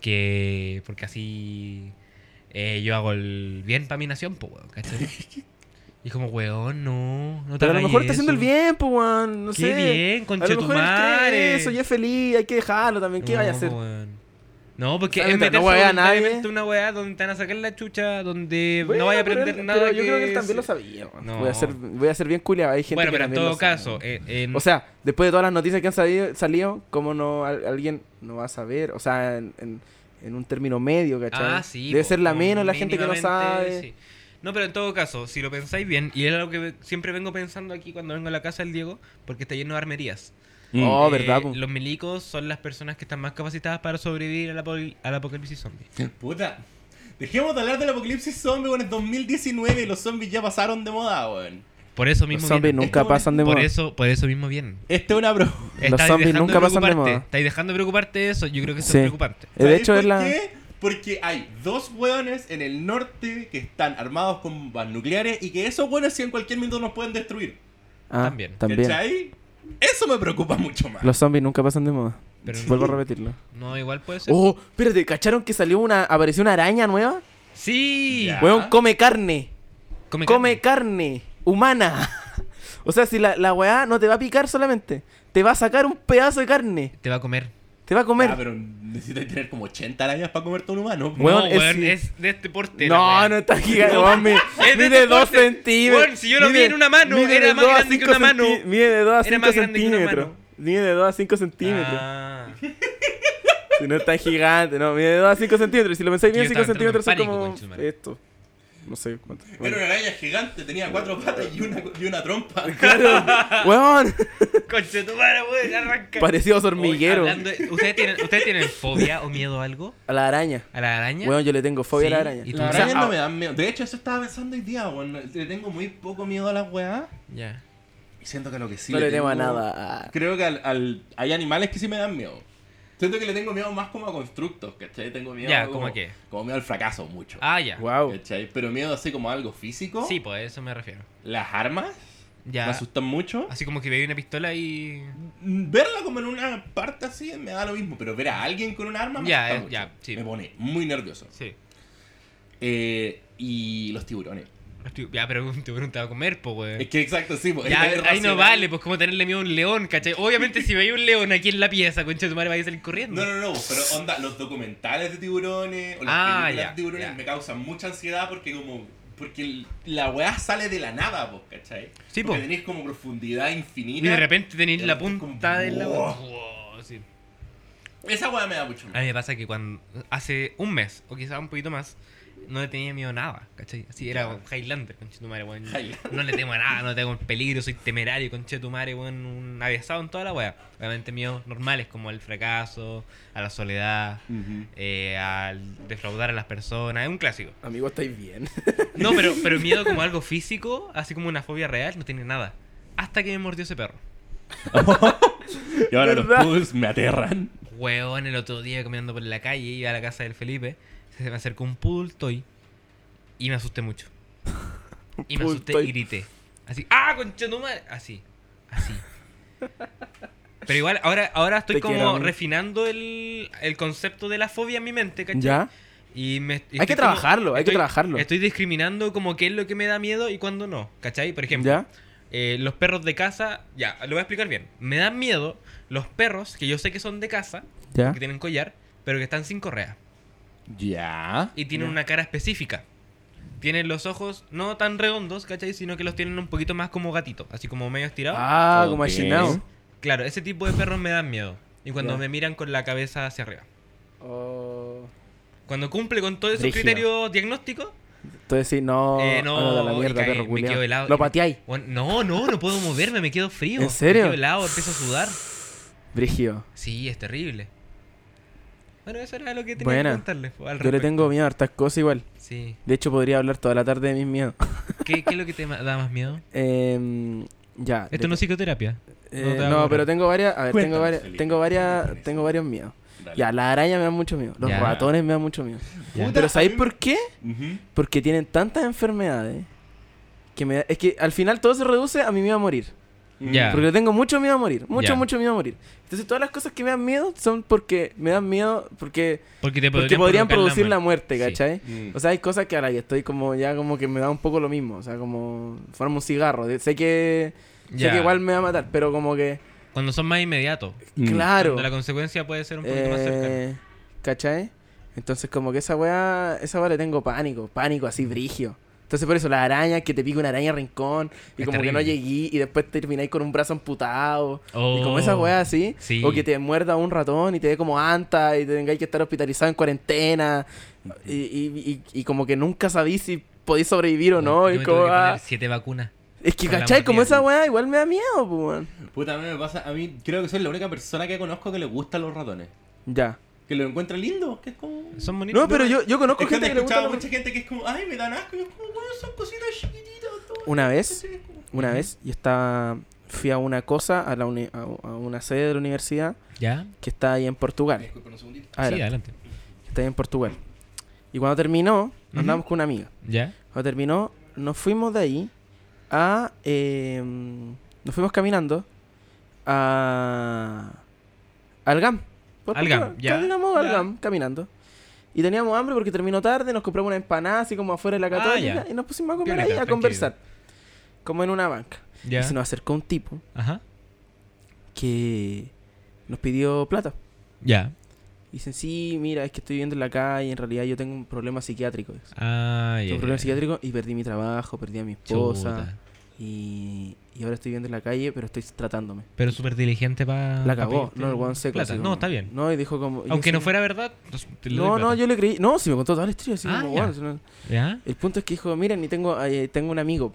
[SPEAKER 3] porque, porque así eh, yo hago el bien para mi nación, pues, weón, ¿cachai? Y como, weón, no, no te
[SPEAKER 1] Pero a lo
[SPEAKER 3] hagáis
[SPEAKER 1] mejor está haciendo el
[SPEAKER 3] eso.
[SPEAKER 1] bien, po, weón. No
[SPEAKER 3] Qué
[SPEAKER 1] sé.
[SPEAKER 3] bien,
[SPEAKER 1] A lo mejor él cree
[SPEAKER 3] conchetumare.
[SPEAKER 1] eso y es feliz. Hay que dejarlo también. ¿Qué
[SPEAKER 3] No,
[SPEAKER 1] vaya a hacer?
[SPEAKER 3] po, weón. No, porque
[SPEAKER 1] O sea,
[SPEAKER 3] es
[SPEAKER 1] mientras
[SPEAKER 3] meterse
[SPEAKER 1] no huevea a nadie.
[SPEAKER 3] voluntariamente una weá donde te van a sacar la chucha, donde
[SPEAKER 1] Bueno,
[SPEAKER 3] no vaya a
[SPEAKER 1] pero él-
[SPEAKER 3] aprender nada.
[SPEAKER 1] Pero yo creo que él
[SPEAKER 3] es-
[SPEAKER 1] también lo sabía, weón.
[SPEAKER 3] No.
[SPEAKER 1] Voy, a ser, voy a ser bien culiado. Hay gente
[SPEAKER 3] Bueno,
[SPEAKER 1] que
[SPEAKER 3] pero en
[SPEAKER 1] también
[SPEAKER 3] todo
[SPEAKER 1] lo sabe.
[SPEAKER 3] caso, eh, en-
[SPEAKER 1] O sea, después de todas las noticias que han salido, salido ¿cómo no al- alguien no va a saber? O sea, en, en- en un término medio, ¿cachai?
[SPEAKER 3] ah, sí,
[SPEAKER 1] Debe
[SPEAKER 3] po,
[SPEAKER 1] ser la
[SPEAKER 3] no,
[SPEAKER 1] menos la gente que no
[SPEAKER 3] mínimamente,
[SPEAKER 1] sabe.
[SPEAKER 3] sí. No, pero en todo caso, si lo pensáis bien, y es algo que ve- siempre vengo pensando aquí cuando vengo a la casa del Diego, porque está lleno de armerías.
[SPEAKER 2] Mm.
[SPEAKER 1] Oh,
[SPEAKER 3] Eh,
[SPEAKER 1] verdad, po.
[SPEAKER 3] Los milicos son las personas que están más capacitadas para sobrevivir al, apo- al apocalipsis zombie.
[SPEAKER 2] Puta. Dejemos de hablar del apocalipsis zombie, weón. Es 2019 y los zombies ya pasaron de moda, weón.
[SPEAKER 3] Por eso
[SPEAKER 1] Los
[SPEAKER 3] mismo
[SPEAKER 1] zombies
[SPEAKER 3] vienen.
[SPEAKER 1] nunca
[SPEAKER 2] Esto-
[SPEAKER 1] pasan de
[SPEAKER 3] por
[SPEAKER 1] moda. Eh,
[SPEAKER 3] eso, por eso mismo vienen.
[SPEAKER 2] Esta es una pro.
[SPEAKER 1] Los
[SPEAKER 3] Estáis
[SPEAKER 1] zombies
[SPEAKER 3] dejando
[SPEAKER 1] nunca pasan de
[SPEAKER 3] preocuparte,
[SPEAKER 1] moda.
[SPEAKER 3] Estáis dejando de preocuparte de eso. Yo creo que eso
[SPEAKER 1] Sí.
[SPEAKER 3] es preocupante.
[SPEAKER 1] De
[SPEAKER 2] ¿Sabes
[SPEAKER 1] hecho,
[SPEAKER 2] por
[SPEAKER 1] es la...
[SPEAKER 2] qué? Porque hay dos hueones en el norte que están armados con bombas nucleares y que esos hueones si en cualquier minuto nos pueden destruir.
[SPEAKER 1] Ah,
[SPEAKER 3] También.
[SPEAKER 2] ¿Cachai? Eso me preocupa mucho más.
[SPEAKER 1] Los zombies nunca pasan de moda.
[SPEAKER 3] Pero-
[SPEAKER 1] Vuelvo a repetirlo.
[SPEAKER 3] No, igual puede ser.
[SPEAKER 1] Oh, espérate, ¿cacharon que salió una. apareció una araña nueva?
[SPEAKER 3] Sí.
[SPEAKER 2] Ya.
[SPEAKER 1] Weón, come carne.
[SPEAKER 3] Come,
[SPEAKER 1] Come
[SPEAKER 3] carne.
[SPEAKER 1] carne. Humana. o sea, si la, la weá no te va a picar solamente. Te va a sacar un pedazo de carne.
[SPEAKER 3] Te va a comer.
[SPEAKER 1] Te va a comer.
[SPEAKER 2] Ah, pero necesitas tener como 80 arañas para comerte un humano.
[SPEAKER 1] Weón,
[SPEAKER 3] no,
[SPEAKER 1] es-
[SPEAKER 3] weón, es, de este porte. la
[SPEAKER 1] No,
[SPEAKER 3] weá.
[SPEAKER 1] no está gigante, weón. mi-
[SPEAKER 3] Es
[SPEAKER 1] Mide
[SPEAKER 3] de este
[SPEAKER 1] 2
[SPEAKER 3] porte.
[SPEAKER 1] centímetros.
[SPEAKER 3] Weón, si yo lo vi en una mano,
[SPEAKER 1] mide
[SPEAKER 3] era
[SPEAKER 1] de
[SPEAKER 3] más
[SPEAKER 1] dos a
[SPEAKER 3] grande que
[SPEAKER 1] cinco
[SPEAKER 3] una mano.
[SPEAKER 1] centi- Mide de 2 a
[SPEAKER 3] Era
[SPEAKER 1] 5
[SPEAKER 3] más grande que una
[SPEAKER 1] centímetros.
[SPEAKER 3] mano.
[SPEAKER 1] Mide de 2 a 5 centímetros.
[SPEAKER 3] Ah.
[SPEAKER 1] Si no está gigante, no. Mide de 2 a 5 centímetros. Si lo pensáis bien,
[SPEAKER 3] Yo
[SPEAKER 1] 5
[SPEAKER 3] estaba entrando
[SPEAKER 1] centímetros
[SPEAKER 3] en
[SPEAKER 1] son
[SPEAKER 3] pánico,
[SPEAKER 1] como
[SPEAKER 3] concha de madre.
[SPEAKER 1] esto. No sé cuánto.
[SPEAKER 2] Era una araña gigante, tenía cuatro patas y una, y una trompa.
[SPEAKER 1] Claro. Weón.
[SPEAKER 3] Conche tu madre, weón, arranca.
[SPEAKER 1] Parecía oso
[SPEAKER 3] Oye,
[SPEAKER 1] hormiguero.
[SPEAKER 3] hablando de- ¿ustedes, tienen, ¿Ustedes tienen fobia o miedo a algo?
[SPEAKER 1] A la araña.
[SPEAKER 3] ¿A la araña?
[SPEAKER 1] Weón, yo le tengo fobia a la
[SPEAKER 3] Sí,
[SPEAKER 1] araña.
[SPEAKER 3] y tú-
[SPEAKER 2] Las
[SPEAKER 3] O sea,
[SPEAKER 2] arañas
[SPEAKER 3] ah-
[SPEAKER 2] no me dan miedo. De hecho, eso estaba pensando hoy día, weón. Le tengo muy poco miedo a las weas.
[SPEAKER 3] Ya.
[SPEAKER 2] Y siento que lo que sí.
[SPEAKER 1] No le temo
[SPEAKER 2] tengo
[SPEAKER 1] a nada.
[SPEAKER 2] Creo que al, al- hay animales que sí me dan miedo. Siento que le tengo miedo más como a constructos, ¿cachai? Tengo miedo
[SPEAKER 3] Ya,
[SPEAKER 2] como,
[SPEAKER 3] ¿cómo a qué?
[SPEAKER 2] Como miedo al fracaso mucho.
[SPEAKER 3] Ah, ya.
[SPEAKER 1] Wow.
[SPEAKER 2] ¿cachai? Pero miedo así como a algo físico.
[SPEAKER 3] Sí, pues a eso me refiero.
[SPEAKER 2] Las armas
[SPEAKER 3] Ya.
[SPEAKER 2] me asustan mucho.
[SPEAKER 3] Así como que veía una pistola y.
[SPEAKER 2] Mm, Verla como en una parte así me da lo mismo, pero ver a alguien con un arma me
[SPEAKER 3] Ya,
[SPEAKER 2] asusta
[SPEAKER 3] eh,
[SPEAKER 2] mucho.
[SPEAKER 3] ya, sí.
[SPEAKER 2] Me pone muy nervioso.
[SPEAKER 3] Sí.
[SPEAKER 2] Eh, y los tiburones.
[SPEAKER 3] Ya, pero un tiburón te va a comer, po, weón.
[SPEAKER 2] Es que exacto, sí, pues,
[SPEAKER 3] Eh. Ya,
[SPEAKER 2] es
[SPEAKER 3] ahí
[SPEAKER 2] irracional.
[SPEAKER 3] no vale, pues como tenerle miedo a un león, ¿cachai? Obviamente si veis un león aquí en la pieza, concha de tu madre, vais a salir corriendo.
[SPEAKER 2] No, no, no, pero onda, los documentales de tiburones o las
[SPEAKER 3] Ah,
[SPEAKER 2] películas
[SPEAKER 3] ya,
[SPEAKER 2] de tiburones
[SPEAKER 3] ya.
[SPEAKER 2] me causan mucha ansiedad porque como porque el- la weá sale de la nada, vos, ¿cachai?
[SPEAKER 3] Sí, po.
[SPEAKER 2] porque tenés como profundidad
[SPEAKER 3] Y
[SPEAKER 2] infinita.
[SPEAKER 3] de repente tenéis
[SPEAKER 2] Ya,
[SPEAKER 3] la
[SPEAKER 2] como-
[SPEAKER 3] punta de la...
[SPEAKER 2] Wow.
[SPEAKER 3] Wow, sí.
[SPEAKER 2] Esa weá me da mucho miedo.
[SPEAKER 3] A mí me pasa que cuando hace un mes, o quizás un poquito más, no le tenía miedo a nada, ¿cachai? Así era Highlander, conchetumare, weón.
[SPEAKER 2] Highlander.
[SPEAKER 3] No le temo a nada, no tengo peligro, soy temerario, conchetumare, weón, un aviasado en toda la weá. Obviamente miedos normales como al fracaso, a la soledad, eh, al defraudar a las personas, es un clásico.
[SPEAKER 1] Amigo, estáis bien.
[SPEAKER 3] No, pero, pero miedo como algo físico, así como una fobia real, no tiene nada. Hasta que me mordió ese perro.
[SPEAKER 2] Y ahora los
[SPEAKER 1] ¿Verdad?
[SPEAKER 2] pugs me aterran.
[SPEAKER 3] Huevón, el otro día caminando por la calle, iba a la casa del Felipe, se me acercó un poodle toy y me asusté mucho. Y me
[SPEAKER 1] Poodle
[SPEAKER 3] asusté
[SPEAKER 1] toy.
[SPEAKER 3] y grité. Así, ¡ah, concha de tu madre! Así, así. Pero igual, ahora, ahora estoy
[SPEAKER 1] Te
[SPEAKER 3] como
[SPEAKER 1] quiero, amigo.
[SPEAKER 3] refinando el, el concepto de la fobia en mi mente, ¿cachai?
[SPEAKER 1] ¿Ya?
[SPEAKER 3] Y
[SPEAKER 1] Hay
[SPEAKER 3] me- y estoy
[SPEAKER 1] que
[SPEAKER 3] como-
[SPEAKER 1] trabajarlo, hay que
[SPEAKER 3] estoy-
[SPEAKER 1] trabajarlo.
[SPEAKER 3] Estoy discriminando como qué es lo que me da miedo y cuándo no, ¿cachai? Por ejemplo,
[SPEAKER 1] ¿Ya?
[SPEAKER 3] eh, los perros de casa, ya, lo voy a explicar bien. Me dan miedo los perros que yo sé que son de casa,
[SPEAKER 1] ¿Ya?
[SPEAKER 3] que tienen collar, pero que están sin correa.
[SPEAKER 2] Ya.
[SPEAKER 3] Y tienen una cara específica. Tienen los ojos no tan redondos, ¿cachai? Sino que los tienen un poquito más como gatito, así como medio estirado.
[SPEAKER 1] Ah, como
[SPEAKER 2] Ok.
[SPEAKER 1] achinado.
[SPEAKER 3] Claro, ese tipo de perros me dan miedo. Y cuando
[SPEAKER 1] Ya.
[SPEAKER 3] me miran con la cabeza hacia arriba.
[SPEAKER 1] Oh.
[SPEAKER 3] Cuando cumple con todos esos
[SPEAKER 1] Brígido.
[SPEAKER 3] criterios diagnósticos,
[SPEAKER 1] Entonces sí, no.
[SPEAKER 3] eh, no,
[SPEAKER 1] no, la
[SPEAKER 3] y
[SPEAKER 1] mierda,
[SPEAKER 3] caí,
[SPEAKER 1] perro
[SPEAKER 3] me
[SPEAKER 1] culiao.
[SPEAKER 3] quedo helado.
[SPEAKER 1] Lo
[SPEAKER 3] Y me-
[SPEAKER 1] pateáis.
[SPEAKER 3] Bueno, no, no, no puedo moverme, me quedo frío.
[SPEAKER 1] ¿En serio?
[SPEAKER 3] Me quedo helado, empiezo a sudar.
[SPEAKER 1] Brigio.
[SPEAKER 3] Sí, es terrible. Bueno, eso era lo que tenía
[SPEAKER 1] Buena.
[SPEAKER 3] que contarles. po, al
[SPEAKER 1] Yo le
[SPEAKER 3] respecto.
[SPEAKER 1] tengo miedo a hartas cosas igual.
[SPEAKER 3] Sí.
[SPEAKER 1] De hecho, podría hablar toda la tarde de mis miedos.
[SPEAKER 3] ¿Qué, qué es lo que te ma- da más miedo?
[SPEAKER 1] Em, ya.
[SPEAKER 3] Esto no es psicoterapia.
[SPEAKER 1] Eh,
[SPEAKER 3] no te va a
[SPEAKER 1] no,
[SPEAKER 3] curar.
[SPEAKER 1] pero tengo varias. A ver, tengo
[SPEAKER 2] Cuéntanos,
[SPEAKER 1] varias.
[SPEAKER 2] Felipe,
[SPEAKER 1] Tengo
[SPEAKER 2] ¿qué
[SPEAKER 1] varias.
[SPEAKER 2] tienes?
[SPEAKER 1] Tengo varios miedos.
[SPEAKER 2] Dale.
[SPEAKER 1] Ya, las arañas me dan mucho miedo. Los
[SPEAKER 3] Ya.
[SPEAKER 1] ratones me dan mucho miedo.
[SPEAKER 2] Ya.
[SPEAKER 1] Pero ¿sabéis
[SPEAKER 2] a mí
[SPEAKER 1] por qué?
[SPEAKER 2] Ujú.
[SPEAKER 1] Porque tienen tantas enfermedades que me da- es que al final todo se reduce a mi miedo a morir.
[SPEAKER 3] Mm. Ya.
[SPEAKER 1] Porque le tengo mucho miedo a morir, mucho
[SPEAKER 3] Ya.
[SPEAKER 1] mucho miedo a morir. Entonces todas las cosas que me dan miedo son porque me dan miedo porque
[SPEAKER 3] Porque te
[SPEAKER 1] porque podrían
[SPEAKER 3] provocar
[SPEAKER 1] producir la muerte,
[SPEAKER 3] Sí.
[SPEAKER 1] ¿cachai?
[SPEAKER 2] Mm.
[SPEAKER 1] O sea, hay cosas que ahora ya estoy como ya como que me da un poco lo mismo, o sea, como forma un cigarro, De- sé que sé
[SPEAKER 3] Ya.
[SPEAKER 1] que igual me va a matar, pero como que
[SPEAKER 3] Cuando son más inmediatos.
[SPEAKER 2] Mm.
[SPEAKER 1] claro.
[SPEAKER 3] Cuando la consecuencia puede ser un poquito más cercana.
[SPEAKER 1] Eh, ¿Cachai? Entonces como que esa weá, esa weá le tengo pánico, pánico así brigio. Entonces por eso las arañas, que te pica una araña rincón y
[SPEAKER 3] Es
[SPEAKER 1] como que no
[SPEAKER 3] terrible.
[SPEAKER 1] llegué y después termináis con un brazo amputado. Y
[SPEAKER 3] Oh.
[SPEAKER 1] como esa weá así.
[SPEAKER 3] Sí.
[SPEAKER 1] O que te muerda un ratón y te dé como anta y tengáis que estar hospitalizado en cuarentena. Y, y- y- y como que nunca sabís si podéis sobrevivir o no.
[SPEAKER 3] Yo
[SPEAKER 1] y
[SPEAKER 3] me tuve
[SPEAKER 1] como,
[SPEAKER 3] que
[SPEAKER 1] ah,
[SPEAKER 3] poner siete vacunas.
[SPEAKER 1] es que,
[SPEAKER 3] con la
[SPEAKER 1] ¿cachai? Como
[SPEAKER 3] mordida.
[SPEAKER 1] esa weá igual me da miedo, pues, weón.
[SPEAKER 2] Puta, a mí me pasa, a mí creo que soy la única persona que conozco que le gustan los ratones.
[SPEAKER 1] Ya.
[SPEAKER 2] Que lo encuentra lindo, que es como...
[SPEAKER 3] Son bonitos.
[SPEAKER 1] No, pero yo, yo conozco
[SPEAKER 2] Es que
[SPEAKER 1] gente
[SPEAKER 2] he
[SPEAKER 1] que le gusta
[SPEAKER 2] escuchado a
[SPEAKER 1] la-
[SPEAKER 2] mucha gente que es como, ay, me dan asco. Y es como, bueno, son cositas chiquititas. todo".
[SPEAKER 1] Una vez,
[SPEAKER 2] Sí, es como-
[SPEAKER 1] una vez, yo estaba, fui a una cosa, a, la uni- a, a una sede de la universidad
[SPEAKER 3] Ya.
[SPEAKER 1] que está ahí en
[SPEAKER 2] Ah,
[SPEAKER 1] Portugal.
[SPEAKER 4] Disculpen un segundito.
[SPEAKER 3] Sí,
[SPEAKER 1] Adelante,
[SPEAKER 3] adelante.
[SPEAKER 1] que está ahí en Portugal. Y cuando terminó,
[SPEAKER 3] Ujú.
[SPEAKER 1] andamos con una amiga.
[SPEAKER 3] Ya.
[SPEAKER 1] Cuando terminó, nos fuimos de ahí a. eh, nos fuimos caminando a. al GAM. Por
[SPEAKER 3] Al GAM,
[SPEAKER 1] Portugal.
[SPEAKER 3] ya,
[SPEAKER 1] Caminamos al
[SPEAKER 3] ya.
[SPEAKER 1] GAM, caminando. Y teníamos hambre porque terminó tarde, nos compramos una empanada así como afuera de la
[SPEAKER 3] Ah,
[SPEAKER 1] católica
[SPEAKER 3] ya.
[SPEAKER 1] y nos pusimos a comer
[SPEAKER 3] Piolita,
[SPEAKER 1] ahí, a
[SPEAKER 3] tranquilo.
[SPEAKER 1] conversar. Como en una banca.
[SPEAKER 3] Ya.
[SPEAKER 1] Y se nos acercó un tipo
[SPEAKER 3] Ajá.
[SPEAKER 1] que nos pidió plata.
[SPEAKER 3] Ya.
[SPEAKER 1] Y dicen, sí, mira, es que estoy viviendo en la calle, en realidad yo tengo un problema psiquiátrico. Tengo
[SPEAKER 3] Ah, ya.
[SPEAKER 1] un problema psiquiátrico y perdí mi trabajo, perdí a mi esposa.
[SPEAKER 3] Chuta.
[SPEAKER 1] Y, y ahora estoy viviendo en la calle, pero estoy tratándome.
[SPEAKER 3] Pero súper diligente para.
[SPEAKER 1] La cagó, no, el weón seco.
[SPEAKER 3] Ah, Plata.
[SPEAKER 1] así
[SPEAKER 3] No,
[SPEAKER 1] como-
[SPEAKER 3] está bien.
[SPEAKER 1] No, y dijo como. yo
[SPEAKER 3] Aunque
[SPEAKER 1] sí-
[SPEAKER 3] no fuera verdad. pues, te le doy
[SPEAKER 1] No, no,
[SPEAKER 3] plata.
[SPEAKER 1] yo le creí. No, si me contó toda la historia. Así
[SPEAKER 3] Ah,
[SPEAKER 1] como,
[SPEAKER 3] ya.
[SPEAKER 1] bueno, si no-
[SPEAKER 3] ¿Ya?
[SPEAKER 1] El punto es que dijo: Miren, y tengo, eh, tengo un amigo.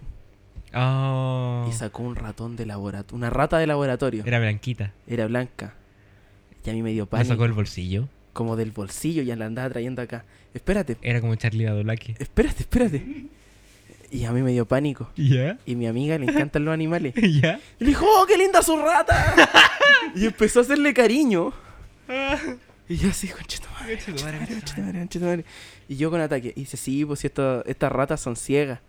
[SPEAKER 3] Oh.
[SPEAKER 1] Y sacó un ratón de laboratorio. Una rata de laboratorio. Era,
[SPEAKER 3] Era blanquita.
[SPEAKER 1] blanca. Y a mí me dio
[SPEAKER 3] La sacó
[SPEAKER 1] pánico.
[SPEAKER 3] el bolsillo.
[SPEAKER 1] Como del bolsillo y la andaba trayendo acá. Espérate,
[SPEAKER 3] Era como Charlie Badulaki.
[SPEAKER 1] espérate, espérate. Y a mí me dio pánico.
[SPEAKER 3] ¿Ya?
[SPEAKER 1] Y a mi amiga le encantan los animales.
[SPEAKER 3] ¿Ya?
[SPEAKER 1] Y le dijo, ¡oh, qué linda su rata! y empezó a hacerle cariño. y yo así, conchetumare, conchetumare, conchetumare. Y yo con ataque. Y dice, sí, pues si esto- estas ratas son ciegas.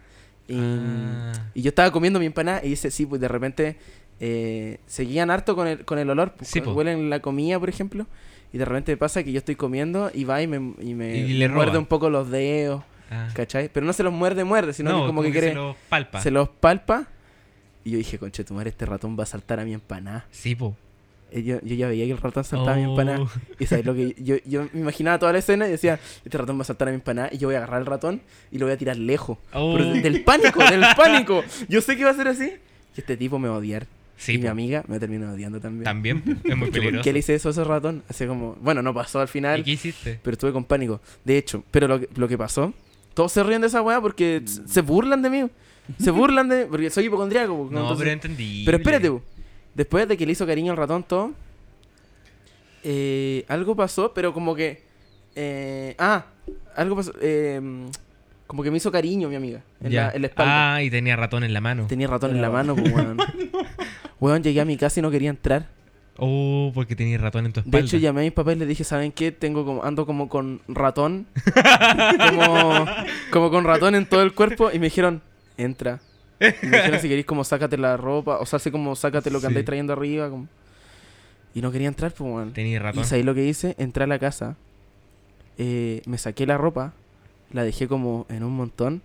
[SPEAKER 1] Y,
[SPEAKER 3] Ah.
[SPEAKER 1] y yo estaba comiendo mi empanada y dice, sí, pues de repente eh, seguían harto con el, con el olor. Pues,
[SPEAKER 3] Sí,
[SPEAKER 1] con-
[SPEAKER 3] po.
[SPEAKER 1] Huelen la comida, por ejemplo. Y de repente pasa que yo estoy comiendo y va y me, y me
[SPEAKER 3] Y le
[SPEAKER 1] muerde
[SPEAKER 3] roba.
[SPEAKER 1] un poco los dedos.
[SPEAKER 3] Ah.
[SPEAKER 1] ¿Cachai? Pero no se los muerde, muerde, sino
[SPEAKER 3] no,
[SPEAKER 1] que como que, quiere.
[SPEAKER 3] se lo palpa.
[SPEAKER 1] Se los palpa. Y yo dije, conche, tu madre, este ratón va a saltar a mi empanada.
[SPEAKER 3] Sí, po.
[SPEAKER 1] Eh, Yo, yo ya veía que el ratón saltaba a mi
[SPEAKER 3] Oh.
[SPEAKER 1] empanada. Y sabes lo que yo, yo me imaginaba toda la escena y decía, este ratón va a saltar a mi empanada y yo voy a agarrar el ratón y lo voy a tirar lejos.
[SPEAKER 3] Oh.
[SPEAKER 1] Pero de- del pánico, del pánico. Yo sé que va a ser así. Y este tipo me va a odiar.
[SPEAKER 3] Oh, Sí,
[SPEAKER 1] y mi
[SPEAKER 3] po.
[SPEAKER 1] amiga me termina odiando también.
[SPEAKER 3] También po. es muy
[SPEAKER 1] Que ¿Por
[SPEAKER 3] peligroso.
[SPEAKER 1] qué le hice eso a ese ratón? Así como, bueno, no pasó al final.
[SPEAKER 3] ¿Y qué hiciste?
[SPEAKER 1] Pero estuve con pánico. De hecho, pero lo que, lo que pasó, todos se ríen de esa weá porque
[SPEAKER 3] Mm.
[SPEAKER 1] s- se burlan de mí. Se burlan de Porque soy hipocondriaco. po,
[SPEAKER 3] No,
[SPEAKER 1] entonces-
[SPEAKER 3] pero entendí.
[SPEAKER 1] pero espérate, po. después de que le hizo cariño al ratón todo, eh, algo pasó, pero como que... eh, ah, algo pasó. eh, como que me hizo cariño mi amiga. En,
[SPEAKER 3] Ya.
[SPEAKER 1] la, en la espalda.
[SPEAKER 3] Ah, y tenía ratón en la mano.
[SPEAKER 1] Tenía ratón en la mano, po, weón. Weón, llegué a mi casa y no quería entrar.
[SPEAKER 3] Oh, porque tenía ratón en tu
[SPEAKER 1] De
[SPEAKER 3] espalda.
[SPEAKER 1] hecho, llamé a mis papás y les dije, ¿saben qué? Tengo como, ando como con ratón. como, como con ratón en todo el cuerpo. Y me dijeron, entra. Y me dijeron, si queréis, como sácate la ropa. O sea, así como sácate lo que
[SPEAKER 3] Sí.
[SPEAKER 1] andáis trayendo arriba. como. Y no quería entrar, pues, weón.
[SPEAKER 3] Tenía ratón.
[SPEAKER 1] Y sabéis lo que hice, entré a la casa. eh, me saqué la ropa. La dejé como en un montón.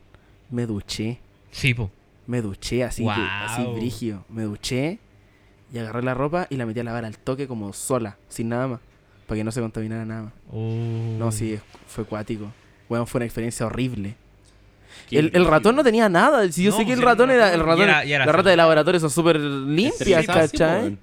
[SPEAKER 1] Me duché.
[SPEAKER 3] Sí, po.
[SPEAKER 1] Me duché así, que- así
[SPEAKER 3] Guau.
[SPEAKER 1] brígido. Me duché y agarré la ropa y la metí a lavar al toque como sola, sin nada más. Para que no se contaminara nada más.
[SPEAKER 3] Oh.
[SPEAKER 1] No, sí, es- fue cuático. Bueno, fue una experiencia horrible.
[SPEAKER 2] Qué
[SPEAKER 1] El, el ratón no tenía nada. Si yo
[SPEAKER 3] No,
[SPEAKER 1] sé que
[SPEAKER 3] pues
[SPEAKER 1] el
[SPEAKER 3] era un
[SPEAKER 1] ratón era. El
[SPEAKER 3] ratón,
[SPEAKER 1] ratón
[SPEAKER 3] y era- y era
[SPEAKER 1] las ratas
[SPEAKER 3] azul.
[SPEAKER 1] de laboratorio son súper limpias,
[SPEAKER 3] Esterilizado, sí,
[SPEAKER 1] ¿cachai?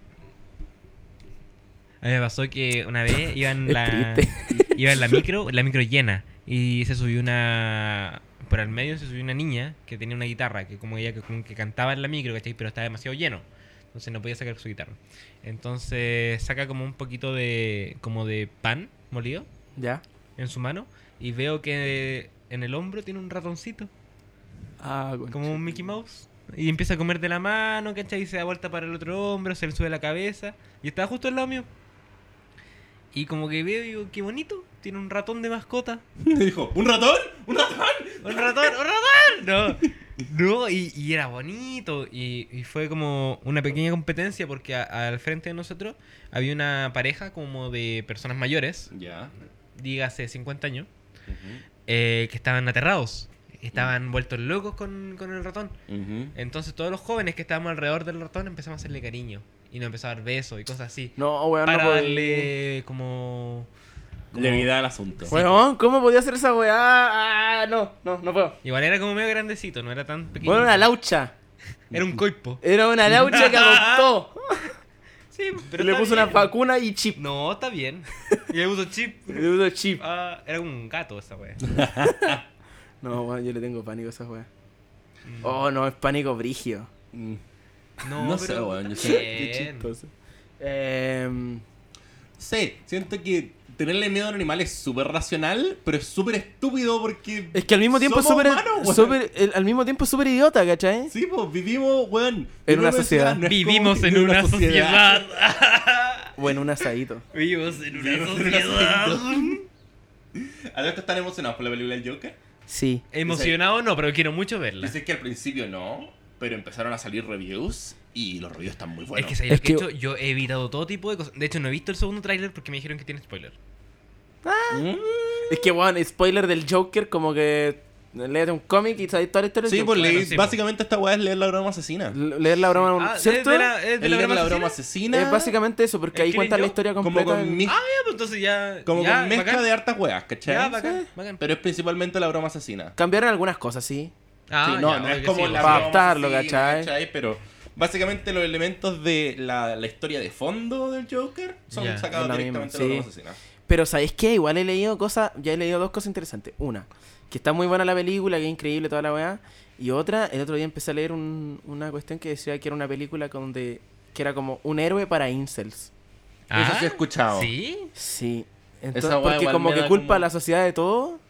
[SPEAKER 3] A mí me pasó que una vez iban
[SPEAKER 1] Es
[SPEAKER 3] la iba en la micro, la micro llena y se subió una por al medio se subió una niña que tenía una guitarra que como ella que, como que cantaba en la micro, ¿cachai? Pero estaba demasiado lleno. Entonces no podía sacar su guitarra. Entonces saca como un poquito de como de pan molido
[SPEAKER 1] Ya.
[SPEAKER 3] en su mano y veo que en el hombro tiene un ratoncito,
[SPEAKER 1] Ah, concha.
[SPEAKER 3] como un Mickey Mouse. Y empieza a comer de la mano, ¿cachai? Y se da vuelta para el otro hombro, se le sube la cabeza. Y estaba justo al lado mío. Y como que veo y digo, qué bonito, tiene un ratón de mascota.
[SPEAKER 2] Me dijo, ¿un ratón? ¿Un ratón?
[SPEAKER 3] ¡Un ratón! ¡Un ratón! No, no y, y era bonito. Y, y fue como una pequeña competencia porque a- al frente de nosotros había una pareja como de personas mayores,
[SPEAKER 2] Ya.
[SPEAKER 3] dígase 50 años, eh, que estaban aterrados. Estaban vueltos locos con, con el ratón. Entonces todos los jóvenes que estábamos alrededor del ratón empezamos a hacerle cariño. Y nos empezó a dar besos y cosas así.
[SPEAKER 1] No, weón, no
[SPEAKER 3] para
[SPEAKER 1] podía.
[SPEAKER 3] darle como...
[SPEAKER 2] Levedad al asunto.
[SPEAKER 1] Weón, ¿cómo podía hacer esa weá? Ah, no, no, no puedo.
[SPEAKER 3] Igual era como medio grandecito, no era tan pequeño.
[SPEAKER 1] Bueno, una laucha.
[SPEAKER 3] Era un coipo.
[SPEAKER 1] Era una laucha que adoptó.
[SPEAKER 3] Sí,
[SPEAKER 1] Pero
[SPEAKER 3] pero
[SPEAKER 1] le
[SPEAKER 3] está
[SPEAKER 1] puso una
[SPEAKER 3] bien.
[SPEAKER 1] vacuna y chip.
[SPEAKER 3] No, está bien. Y le puso chip.
[SPEAKER 1] Le puso chip.
[SPEAKER 3] Ah, era como un gato esa wea.
[SPEAKER 1] No, weón, yo le tengo pánico a esas weas. Oh, no, es pánico brigio.
[SPEAKER 2] Mm.
[SPEAKER 3] No,
[SPEAKER 2] No
[SPEAKER 3] pero
[SPEAKER 2] sé, weón, yo
[SPEAKER 3] está
[SPEAKER 2] sé,
[SPEAKER 3] bien.
[SPEAKER 1] Em,
[SPEAKER 2] Sí, siento que tenerle miedo a un animal es súper racional, pero es súper estúpido porque.
[SPEAKER 1] es que al mismo tiempo es
[SPEAKER 2] somos
[SPEAKER 1] súper.
[SPEAKER 2] humanos, weón.
[SPEAKER 1] súper- el- al mismo tiempo es súper idiota, ¿cachai?
[SPEAKER 2] Sí, pues vivimos, weón.
[SPEAKER 1] En
[SPEAKER 2] vivimos
[SPEAKER 1] una sociedad.
[SPEAKER 2] no es como
[SPEAKER 3] Vivimos
[SPEAKER 2] que
[SPEAKER 3] en una sociedad.
[SPEAKER 1] Bueno, un asadito.
[SPEAKER 3] Vivimos en una sociedad.
[SPEAKER 2] Alberto están emocionados por la película del Joker.
[SPEAKER 1] Sí.
[SPEAKER 3] Emocionado no, pero quiero mucho verla.
[SPEAKER 2] Dice que al principio no, pero empezaron a salir reviews y los reviews están muy
[SPEAKER 3] Es
[SPEAKER 2] buenos.
[SPEAKER 3] que sabía
[SPEAKER 1] Es que-
[SPEAKER 3] que hecho, yo he evitado todo tipo de cosas. De hecho, no he visto el segundo tráiler porque me dijeron que tiene spoiler. Mm.
[SPEAKER 1] Es que, weón, spoiler del Joker, como que. Lees un cómic y sabes toda la historia. del
[SPEAKER 2] Sí, pues
[SPEAKER 1] Joker.
[SPEAKER 3] Bueno,
[SPEAKER 2] leí-
[SPEAKER 3] sí, pues.
[SPEAKER 2] básicamente esta weá es leer la broma asesina.
[SPEAKER 1] L- Leer la broma.
[SPEAKER 3] Ah, es
[SPEAKER 1] ¿Cierto?
[SPEAKER 3] de la- es de
[SPEAKER 2] Es
[SPEAKER 3] la
[SPEAKER 2] leer
[SPEAKER 3] broma
[SPEAKER 2] la broma
[SPEAKER 3] asesina.
[SPEAKER 2] asesina.
[SPEAKER 1] Es básicamente eso, porque ahí
[SPEAKER 3] ¿Escriben
[SPEAKER 1] cuenta la
[SPEAKER 3] yo?
[SPEAKER 1] historia
[SPEAKER 2] como
[SPEAKER 1] completa.
[SPEAKER 2] con,
[SPEAKER 1] del-
[SPEAKER 2] mez-
[SPEAKER 3] Ah, ya, pues entonces ya.
[SPEAKER 2] como
[SPEAKER 3] ya,
[SPEAKER 2] con mezcla
[SPEAKER 3] bacán.
[SPEAKER 2] de hartas weas, ¿cachai?
[SPEAKER 3] Ya, bacán, bacán.
[SPEAKER 2] Pero es principalmente la broma asesina.
[SPEAKER 1] Cambiaron algunas cosas, sí.
[SPEAKER 3] Ah,
[SPEAKER 2] Sí, no,
[SPEAKER 3] ya,
[SPEAKER 2] no es
[SPEAKER 3] obvio,
[SPEAKER 2] como
[SPEAKER 3] sí,
[SPEAKER 2] la
[SPEAKER 3] obvio.
[SPEAKER 1] Pa'
[SPEAKER 2] broma
[SPEAKER 1] aptarlo,
[SPEAKER 2] asesina,
[SPEAKER 1] ¿cachai?
[SPEAKER 2] Pero básicamente los elementos de la, la historia de fondo del Joker son
[SPEAKER 3] Ya,
[SPEAKER 2] sacados
[SPEAKER 1] es la
[SPEAKER 2] directamente de la
[SPEAKER 1] misma,
[SPEAKER 2] broma asesina.
[SPEAKER 1] Pero ¿sabéis qué? Igual he leído cosas, ya he leído dos cosas interesantes. Una, que está muy buena la película, que es increíble toda la weá. Y otra, el otro día empecé a leer un- una cuestión que decía que era una película con de, que era como un héroe para incels.
[SPEAKER 2] Eso sí he escuchado.
[SPEAKER 3] Ah, ¿Sí?
[SPEAKER 1] Sí.
[SPEAKER 2] Esa
[SPEAKER 1] Entonces,
[SPEAKER 2] weá
[SPEAKER 1] porque
[SPEAKER 2] igual
[SPEAKER 1] como
[SPEAKER 2] me
[SPEAKER 1] que
[SPEAKER 2] da
[SPEAKER 1] culpa
[SPEAKER 2] como-
[SPEAKER 1] a la sociedad de todo.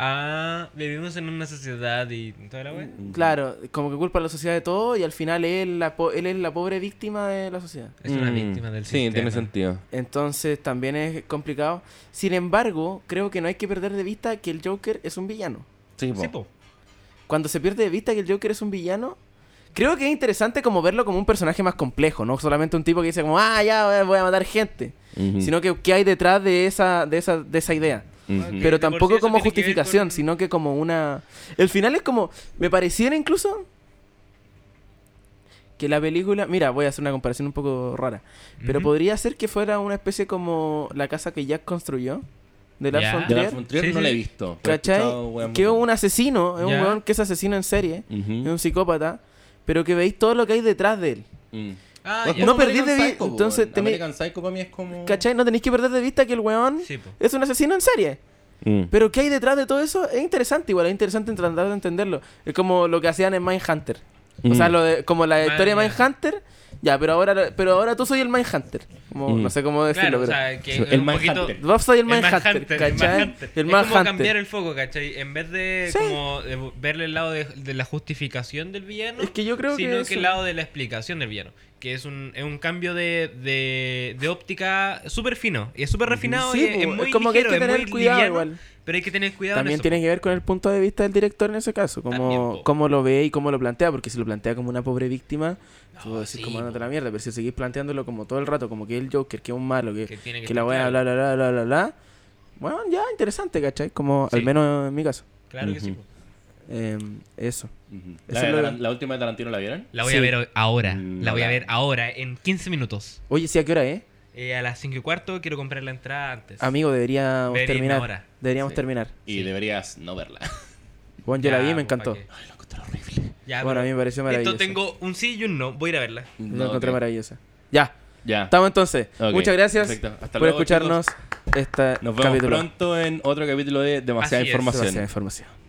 [SPEAKER 3] Ah, vivimos en una sociedad y toda la wea.
[SPEAKER 1] Claro, como que culpa a la sociedad de todo y al final él, la po- él es la pobre víctima de la sociedad.
[SPEAKER 3] Es una
[SPEAKER 2] Mm,
[SPEAKER 3] víctima del
[SPEAKER 2] Sí,
[SPEAKER 3] sistema.
[SPEAKER 2] tiene sentido.
[SPEAKER 1] Entonces también es complicado. Sin embargo, creo que no hay que perder de vista que el Joker es un villano.
[SPEAKER 2] Sí,
[SPEAKER 3] Sí,
[SPEAKER 2] po.
[SPEAKER 3] po.
[SPEAKER 1] cuando se pierde de vista que el Joker es un villano, creo que es interesante como verlo como un personaje más complejo, no solamente un tipo que dice como, ah, ya voy a matar gente,
[SPEAKER 2] Ujú.
[SPEAKER 1] sino que qué hay detrás de esa, de esa, de esa idea.
[SPEAKER 3] Ok,
[SPEAKER 1] Pero
[SPEAKER 3] de por sí
[SPEAKER 1] tampoco como
[SPEAKER 3] eso tiene que ver
[SPEAKER 1] justificación,
[SPEAKER 3] con-
[SPEAKER 1] sino que como una... El final es como... Me pareciera incluso... Que la película... Mira, voy a hacer una comparación un poco rara. Pero
[SPEAKER 3] Ujú.
[SPEAKER 1] podría ser que fuera una especie como la casa que Jack construyó. De Lars
[SPEAKER 3] Ya.
[SPEAKER 1] von
[SPEAKER 2] De
[SPEAKER 1] Trier.
[SPEAKER 2] Lars von Trier
[SPEAKER 3] Sí,
[SPEAKER 2] no
[SPEAKER 3] sí.
[SPEAKER 2] la he visto. pero he
[SPEAKER 1] ¿Cachai?
[SPEAKER 2] escuchado weas muy
[SPEAKER 1] Que es un
[SPEAKER 2] buenas.
[SPEAKER 1] asesino, es un
[SPEAKER 3] Ya.
[SPEAKER 1] weón que es asesino en serie,
[SPEAKER 2] Ujú.
[SPEAKER 1] es un psicópata, pero que veis todo lo que hay detrás de él.
[SPEAKER 2] Mm.
[SPEAKER 3] Ah,
[SPEAKER 2] Es
[SPEAKER 3] ya.
[SPEAKER 1] no
[SPEAKER 2] como
[SPEAKER 1] perdí
[SPEAKER 2] American
[SPEAKER 1] de vi-
[SPEAKER 2] Psycho, po,
[SPEAKER 1] entonces
[SPEAKER 2] weón.
[SPEAKER 1] te me-
[SPEAKER 2] American Psycho para mí es como...
[SPEAKER 1] ¿Cachai? No tenéis que perder de vista que el weón
[SPEAKER 3] Sí, po.
[SPEAKER 1] es un asesino en serie.
[SPEAKER 2] Mm.
[SPEAKER 1] Pero ¿qué hay detrás de todo eso? Es interesante, igual, es interesante en tratar de entenderlo. Es como lo que hacían en Mindhunter. O
[SPEAKER 2] Mm.
[SPEAKER 1] sea, lo de- como la
[SPEAKER 3] Ah,
[SPEAKER 1] historia de
[SPEAKER 3] ya.
[SPEAKER 1] Mindhunter. Ya, pero ahora, pero ahora tú soy el Mindhunter. Como,
[SPEAKER 2] Mm.
[SPEAKER 1] No sé cómo decirlo,
[SPEAKER 3] Claro, o
[SPEAKER 1] pero.
[SPEAKER 3] sea, que
[SPEAKER 2] El
[SPEAKER 3] es un
[SPEAKER 2] Manhunter.
[SPEAKER 3] poquito...
[SPEAKER 2] sea,
[SPEAKER 1] Vos soy el
[SPEAKER 3] El Manhunter,
[SPEAKER 1] Mindhunter,
[SPEAKER 3] el
[SPEAKER 1] ¿cachai?
[SPEAKER 3] Manhunter.
[SPEAKER 1] El
[SPEAKER 3] Es como cambiar
[SPEAKER 1] Mindhunter.
[SPEAKER 3] el foco, ¿cachai? En vez de
[SPEAKER 1] Sí.
[SPEAKER 3] como de bu- verle el lado de, de la justificación del villano,
[SPEAKER 1] Es que yo creo
[SPEAKER 3] sino
[SPEAKER 1] que
[SPEAKER 3] que,
[SPEAKER 1] eso-
[SPEAKER 3] el lado de la explicación del villano. Que es un, es un cambio de, de, de óptica súper fino. Y es súper refinado
[SPEAKER 1] Sí,
[SPEAKER 3] y
[SPEAKER 1] po,
[SPEAKER 3] es muy
[SPEAKER 1] es como que hay
[SPEAKER 3] ligero,
[SPEAKER 1] que
[SPEAKER 3] es
[SPEAKER 1] tener
[SPEAKER 3] muy
[SPEAKER 1] cuidado
[SPEAKER 3] liviano,
[SPEAKER 1] igual.
[SPEAKER 3] Pero hay que tener cuidado en
[SPEAKER 1] También
[SPEAKER 3] eso.
[SPEAKER 1] tiene que ver con el punto de vista del director en ese caso,
[SPEAKER 3] También,
[SPEAKER 1] cómo,
[SPEAKER 3] po.
[SPEAKER 1] cómo lo ve y cómo lo plantea, porque si lo plantea como una pobre víctima, tú
[SPEAKER 3] No,
[SPEAKER 1] vas a decir
[SPEAKER 3] sí,
[SPEAKER 1] como
[SPEAKER 3] po.
[SPEAKER 1] andate a la mierda, pero si seguís planteándolo como todo el rato, como que el Joker, que es un malo, que,
[SPEAKER 3] Que tiene que
[SPEAKER 1] que la
[SPEAKER 3] estar
[SPEAKER 1] voy a
[SPEAKER 3] claro.
[SPEAKER 1] bla bla bla bla bla bla. Bueno, ya interesante, ¿cachai? Como al
[SPEAKER 3] Sí.
[SPEAKER 1] menos en mi caso.
[SPEAKER 3] Claro que sí.
[SPEAKER 2] Ujú.
[SPEAKER 3] po.
[SPEAKER 1] Eh, eso.
[SPEAKER 2] Ujú.
[SPEAKER 1] Eso
[SPEAKER 2] La, de
[SPEAKER 1] lo-
[SPEAKER 2] Taran- la última de Tarantino la vieron?
[SPEAKER 3] La voy a
[SPEAKER 1] Sí.
[SPEAKER 3] ver hoy- ahora.
[SPEAKER 2] Mm,
[SPEAKER 3] la voy a
[SPEAKER 2] la-
[SPEAKER 3] ver ahora, en 15 minutos.
[SPEAKER 1] Oye, sí, ¿a qué hora es?
[SPEAKER 3] Eh, a las 5 y cuarto quiero comprar la entrada antes.
[SPEAKER 1] Amigo, deberíamos
[SPEAKER 3] Debería irme
[SPEAKER 1] terminar.
[SPEAKER 3] ahora.
[SPEAKER 1] Deberíamos
[SPEAKER 2] Sí.
[SPEAKER 1] terminar.
[SPEAKER 2] Y deberías no verla.
[SPEAKER 1] Bueno, yo la
[SPEAKER 3] Ya,
[SPEAKER 1] vi y me
[SPEAKER 3] po, pa'
[SPEAKER 1] encantó.
[SPEAKER 3] qué.
[SPEAKER 2] Ay, lo encontré horrible.
[SPEAKER 3] Ya,
[SPEAKER 1] Bueno,
[SPEAKER 3] pero-
[SPEAKER 1] a mí me pareció maravilloso.
[SPEAKER 3] Esto tengo un sí y un no. Voy a ir a verla.
[SPEAKER 1] Yo La encontré
[SPEAKER 2] ok.
[SPEAKER 1] maravillosa. Ya,
[SPEAKER 2] Ya.
[SPEAKER 1] estamos entonces.
[SPEAKER 2] Ok,
[SPEAKER 1] Muchas gracias
[SPEAKER 2] perfecto. Hasta
[SPEAKER 1] por
[SPEAKER 2] luego,
[SPEAKER 1] escucharnos este
[SPEAKER 2] Nos vemos
[SPEAKER 1] capítulo.
[SPEAKER 2] pronto en otro capítulo de Demasiada
[SPEAKER 3] Así es.
[SPEAKER 2] Información.
[SPEAKER 1] Demasiada información.